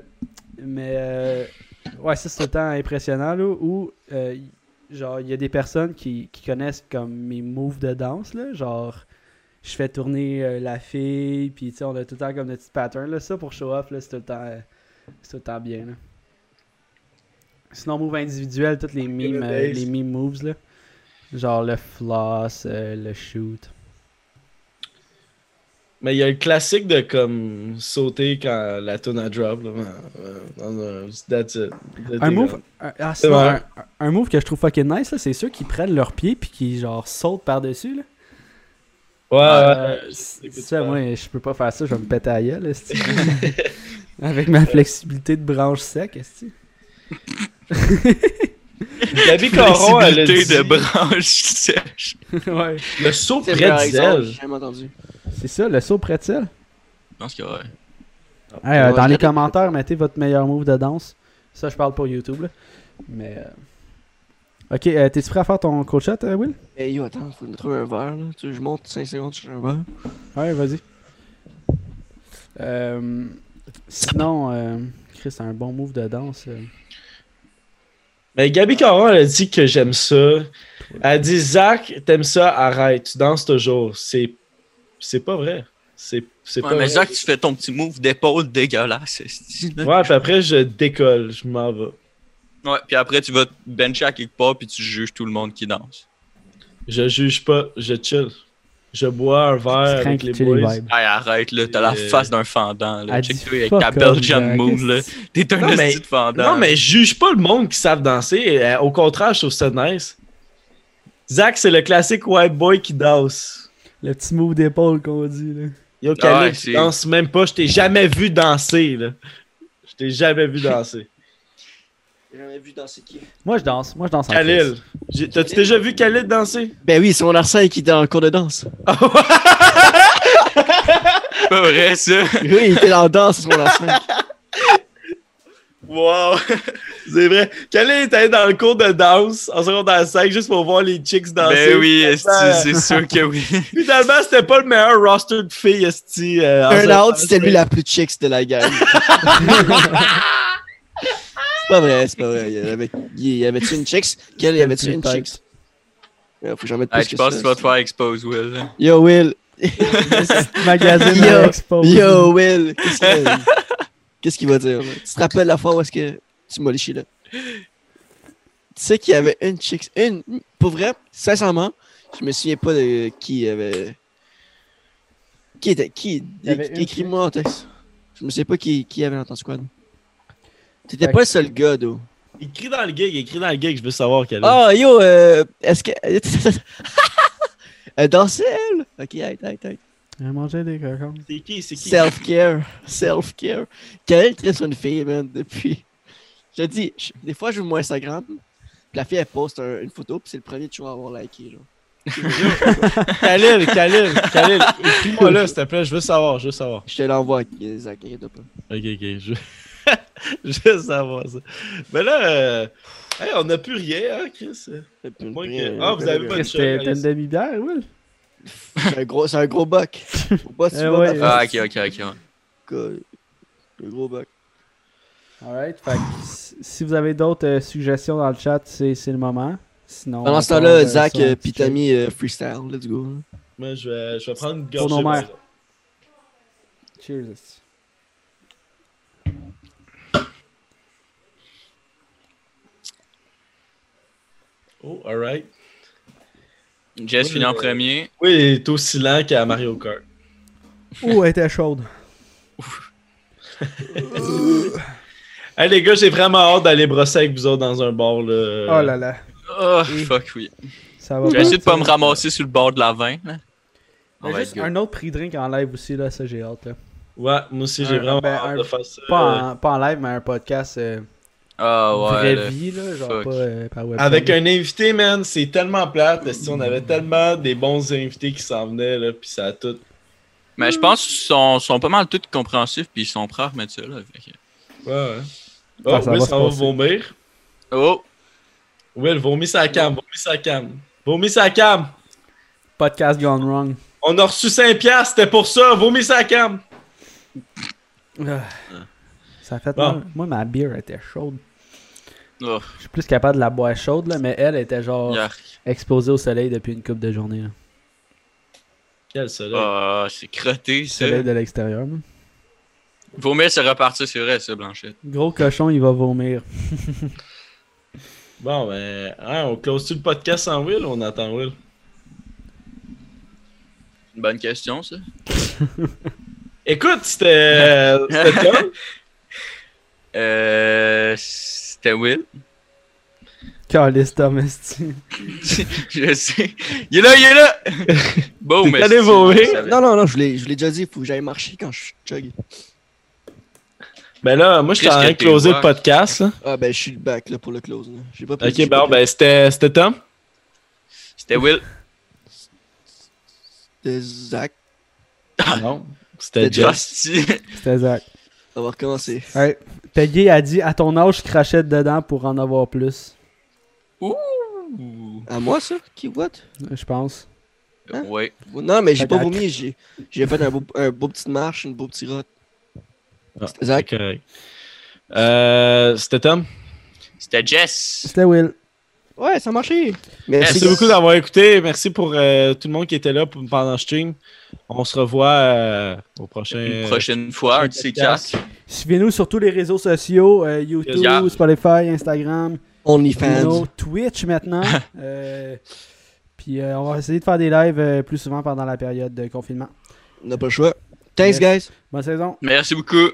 A: mais euh, ouais, ça c'est autant impressionnant là, où euh, y- genre il y a des personnes qui, qui connaissent comme mes moves de danse là, genre je fais tourner euh, la fille, puis tu sais, on a tout le temps comme des petits patterns. Là. Ça, pour show off, là, c'est tout le temps, euh, c'est tout le temps bien. Là. Sinon, move individuel, toutes les memes, euh, les meme moves, là. genre le floss, euh, le shoot.
B: Mais il y a le classique de comme sauter quand la tune a drop. Là. Euh, euh, that's it.
A: Un move, un, ah, sinon, un,
B: vrai.
A: un move que je trouve fucking nice, là, c'est ceux qui prennent leurs pieds puis qui genre sautent par-dessus. Là.
B: Ouais,
A: Euh,
B: ouais.
A: c-
B: Écoute,
A: ça, moi, je peux pas faire ça, je vais me péter à la gueule, esti. Avec ma flexibilité de branche sec, esti.
B: Gabi Coron, elle a dit
D: Flexibilité de branche sèche.
A: ouais.
B: le saut
C: C'est
B: près
C: vrai,
B: du
C: exemple,
B: zèle.
C: j'ai jamais entendu.
A: C'est ça, le saut près-de-sel.
D: Je pense que ouais.
A: Hey, euh,
C: Ouais,
A: dans
C: je
A: les
C: l'ai-
A: commentaires, mettez votre meilleur move de danse. Ça, je parle pour YouTube. là. Mais. euh, Ok, euh, t'es-tu prêt à faire ton coach shot, euh, Will
C: Eh yo, attends, faut me trouver un verre, là. Tu sais, je monte 5 secondes sur un verre.
A: Ouais, vas-y. Euh, sinon, euh, Chris, c'est un bon move de danse. euh.
B: Mais Gabi Caron, elle a dit que j'aime ça. Elle dit Zach, t'aimes ça, arrête, tu danses toujours. C'est, c'est pas vrai. C'est, c'est pas
D: Ouais, mais
B: vrai.
D: Zach, tu fais ton petit move d'épaule dégueulasse. esti, là.
B: Ouais, puis après, je décolle, je m'en vais.
D: Ouais, puis après, tu vas te bencher à quelque part, puis tu juges tout le monde qui danse.
B: Je juge pas, je chill. Je bois un verre
A: Crank,
B: avec les
A: chill les
B: boys.
A: vibes.
D: Hey, arrête, là, t'as la
B: Euh,
D: face d'un fendant, là.
A: Elle dit
D: Check-toi avec
A: fuck
D: ta
A: off,
D: Belgian
A: Jack,
D: move, là.
A: esti.
D: T'es
B: Non,
D: un
B: mais-
D: esti de fendant.
B: Non, mais je juge pas le monde qui savent danser. Euh, Au contraire, je trouve ça nice. Zach, c'est le classique white boy qui danse.
A: Le petit move d'épaule qu'on dit. Là.
B: Yo, Khalid,
D: Ouais,
B: tu
D: c'est-
B: danses même pas. Je t'ai jamais vu danser, là. Je t'ai jamais vu danser.
C: J'ai jamais vu danser qui.
A: Moi, je danse. Moi, je danse en
B: Khalil, j'ai- t'as-tu déjà vu Khalid danser?
C: Ben oui, c'est mon arsenal qui est en cours de danse.
D: C'est pas vrai, ça.
C: oui, il était en danse, c'est mon arsenal.
B: Wow! c'est vrai. Khalid était dans le cours de danse en secondaire 5 juste pour voir les chicks danser.
D: Ben oui, esti,
B: Finalement,
D: c'est sûr que oui.
B: Finalement, c'était pas le meilleur roster de filles, esti. euh,
A: Ah,
B: en
C: Turn out,
B: secondaire
C: c'était lui
B: cinq.
C: la plus chicks de la gang. c'est pas vrai, c'est pas vrai. Il y avait, il y avait-tu une chicks? Quelle y avait-tu une
A: Peut-être.
C: chicks? Euh, faut que j'en mette plus
D: Hey, je
C: que
D: pense que
C: ça.
D: tu vas te faire expose, Will. là.
C: Yo, Will.
A: Magazine
C: Yo,
A: à l'expo.
C: Yo, Will. Qu'est-ce que- Qu'est-ce qu'il va dire? là? Tu te rappelles la fois où est-ce que tu m'as léché là? Tu sais qu'il y avait une chicks. Une. Pour vrai, sincèrement, je me souviens pas de qui avait. Qui était. Qui.
A: Il y avait une
C: Écris-moi en texte. Je me souviens pas qui, qui avait dans ton squad. T'étais
A: Fait
C: pas le seul gars, d'où.
B: Il crie dans le gig, il crie dans le gig, je veux savoir Khalid.
C: Ah, yo, euh, est-ce que. Elle dansait, elle? Ok, arrête, arrête, arrête.
A: J'ai mangé des cocons.
B: C'est qui, c'est qui?
C: Self-care. Self-care. Quelle triste une fille, man, depuis. Je te dis, je- des fois, je joue mon Instagram, puis la fille, elle poste un- une photo, puis c'est le premier que tu vas avoir liké, genre.
B: Khalil, Khalil, Khalil, écris-moi là, s'il te plaît, je veux savoir, je veux savoir.
C: Je te l'envoie, euh, Zach, inquiète pas.
B: Ok, ok, je, je veux savoir ça. Mais là, euh, hey, on n'a plus rien, hein, Chris?
C: C'est plus une
B: Moi,
C: vraie- euh,
B: que- ah, vous avez pas-
A: Chris, t'es- t'as une demi-bière, Will
C: C'est un gros, c'est un gros buck. Faut pas se
A: Eh ouais.
C: voir,
D: Ah, ok, ok, ok. ouais.
C: quoi. Un gros buck.
A: Alright, fait que si- si vous avez d'autres euh, suggestions dans le chat, c'est c'est le moment. Sinon.
C: Pendant
A: on
C: ce temps-là,
A: part, euh,
C: Zach,
A: sur un
C: euh,
A: petit
C: pis Tammy, euh, freestyle, let's go. hein.
B: Moi, je vais, je vais prendre une
A: Pour
B: gorgée.
A: nos
B: par
A: mères.
B: exemple.
A: Cheers. esti.
B: Oh, alright.
D: Jess
B: Oui,
D: finit en
B: mais-
D: premier.
B: Oui, il est aussi lent qu'à Mario Kart.
A: Ouh, elle était chaude.
B: Hey, les gars, j'ai vraiment hâte d'aller brosser avec vous autres dans un bar, là.
A: Oh là là.
D: Oh,
A: Oui.
D: fuck oui.
A: Ça va
D: Je vais essayer de pas me ramasser sur le bord de la vin. Là.
B: Oh
D: On
A: Mais
D: va
A: juste
D: être good.
A: un autre prix drink en live aussi, là, ça j'ai hâte. là.
B: Ouais, moi aussi, j'ai
A: Un-
B: vraiment
A: ben,
B: hâte
A: un-
B: de faire ça.
A: Pas, en, pas en live, mais un podcast euh,
D: Ah Euh. ouais.
A: vraie
D: là.
A: vie, là, genre
D: fuck.
A: pas euh, par web.
B: Avec un invité, man, c'est tellement plate. parce que on avait tellement des bons invités qui s'en venaient, là, puis ça a tout.
D: Mais je pense qu'ils sont, sont pas mal tous compréhensifs puis ils sont prêts à remettre ça. Là. Fait que-
B: Ouais, ouais. Oh,
A: Ah, ça
B: Will
A: va se
B: s'en va
A: passer.
B: vomir.
D: Oh!
B: Will, vomis sa cam, vomis sa cam. Vomis sa cam.
A: Podcast gone wrong.
B: On a reçu 5 piastres, c'était pour ça, vomis sa cam.
A: Ah. Ça a fait
B: Bon.
A: mal. Moi, ma bière était chaude.
D: oh.
A: Je suis plus capable de la boire Oh. chaude, là, mais elle était genre
D: yark.
A: exposée au soleil depuis une couple de journées. là.
B: Quel soleil.
D: Ah, c'est crotté, ça.
A: Soleil de l'extérieur. moi.
D: Vomir, c'est reparti, c'est vrai, ça, Blanchette.
A: Gros cochon, il va vomir.
B: Bon, ben, hein, on close-tu le podcast sans Will ou on attend Will?
D: Une bonne question, ça.
B: Écoute, c'était. C'était Tom.
D: Euh. C'était Will.
A: Carlis Thomas.
D: Je sais. Il est là, il est là! Bon,
B: T'es allé voler?
C: Eh, Non, non, non, je vous l'ai je vous l'ai déjà dit, il faut que j'aille marcher quand je chug.
B: Ben là, moi, je suis en
D: Qu'est-ce
B: train
D: que
B: de
D: t'es
B: closer le
D: voir?
B: podcast. là.
C: Ah, ben, je suis back là pour le close. Là. J'ai Pas
B: Ok,
C: prévu-
B: bon, ben, c'était c'était Tom.
D: C'était Will.
C: C'était Euh, Zach.
B: Non. C'était Jess.
A: C'était Zach.
C: On va recommencer.
A: Ouais. Peggy a dit à ton âge, je crachais dedans pour en avoir plus.
D: Ouh.
C: À moi, ça Qui, what
A: Je pense.
C: Hein?
D: Ouais.
C: Non, mais j'ai
A: Fait
C: pas
A: qu'à-
C: vomi. J'ai j'ai fait un beau, un beau petite marche, une beau petit rot.
B: Ah,
C: C'était Zach.
B: c'est correct. Euh, C'était Tom.
D: C'était Jess.
A: C'était Will.
C: Ouais, ça a marché.
B: Merci
D: Yes.
B: beaucoup d'avoir écouté. Merci pour euh, tout le monde qui était là pour- pendant le stream. On se revoit euh, au prochain.
D: Une prochaine fois, un de ces
B: podcast.
D: quatre.
A: Suivez-nous sur tous les réseaux sociaux euh, YouTube,
D: Yeah.
A: Spotify, Instagram,
C: OnlyFans.
A: Vimeo, Twitch maintenant. Euh, puis euh, on va essayer de faire des lives euh, plus souvent pendant la période de confinement.
C: On n'a pas le choix. Thanks,
A: Yes.
C: guys.
A: Bonne saison!
D: Merci beaucoup.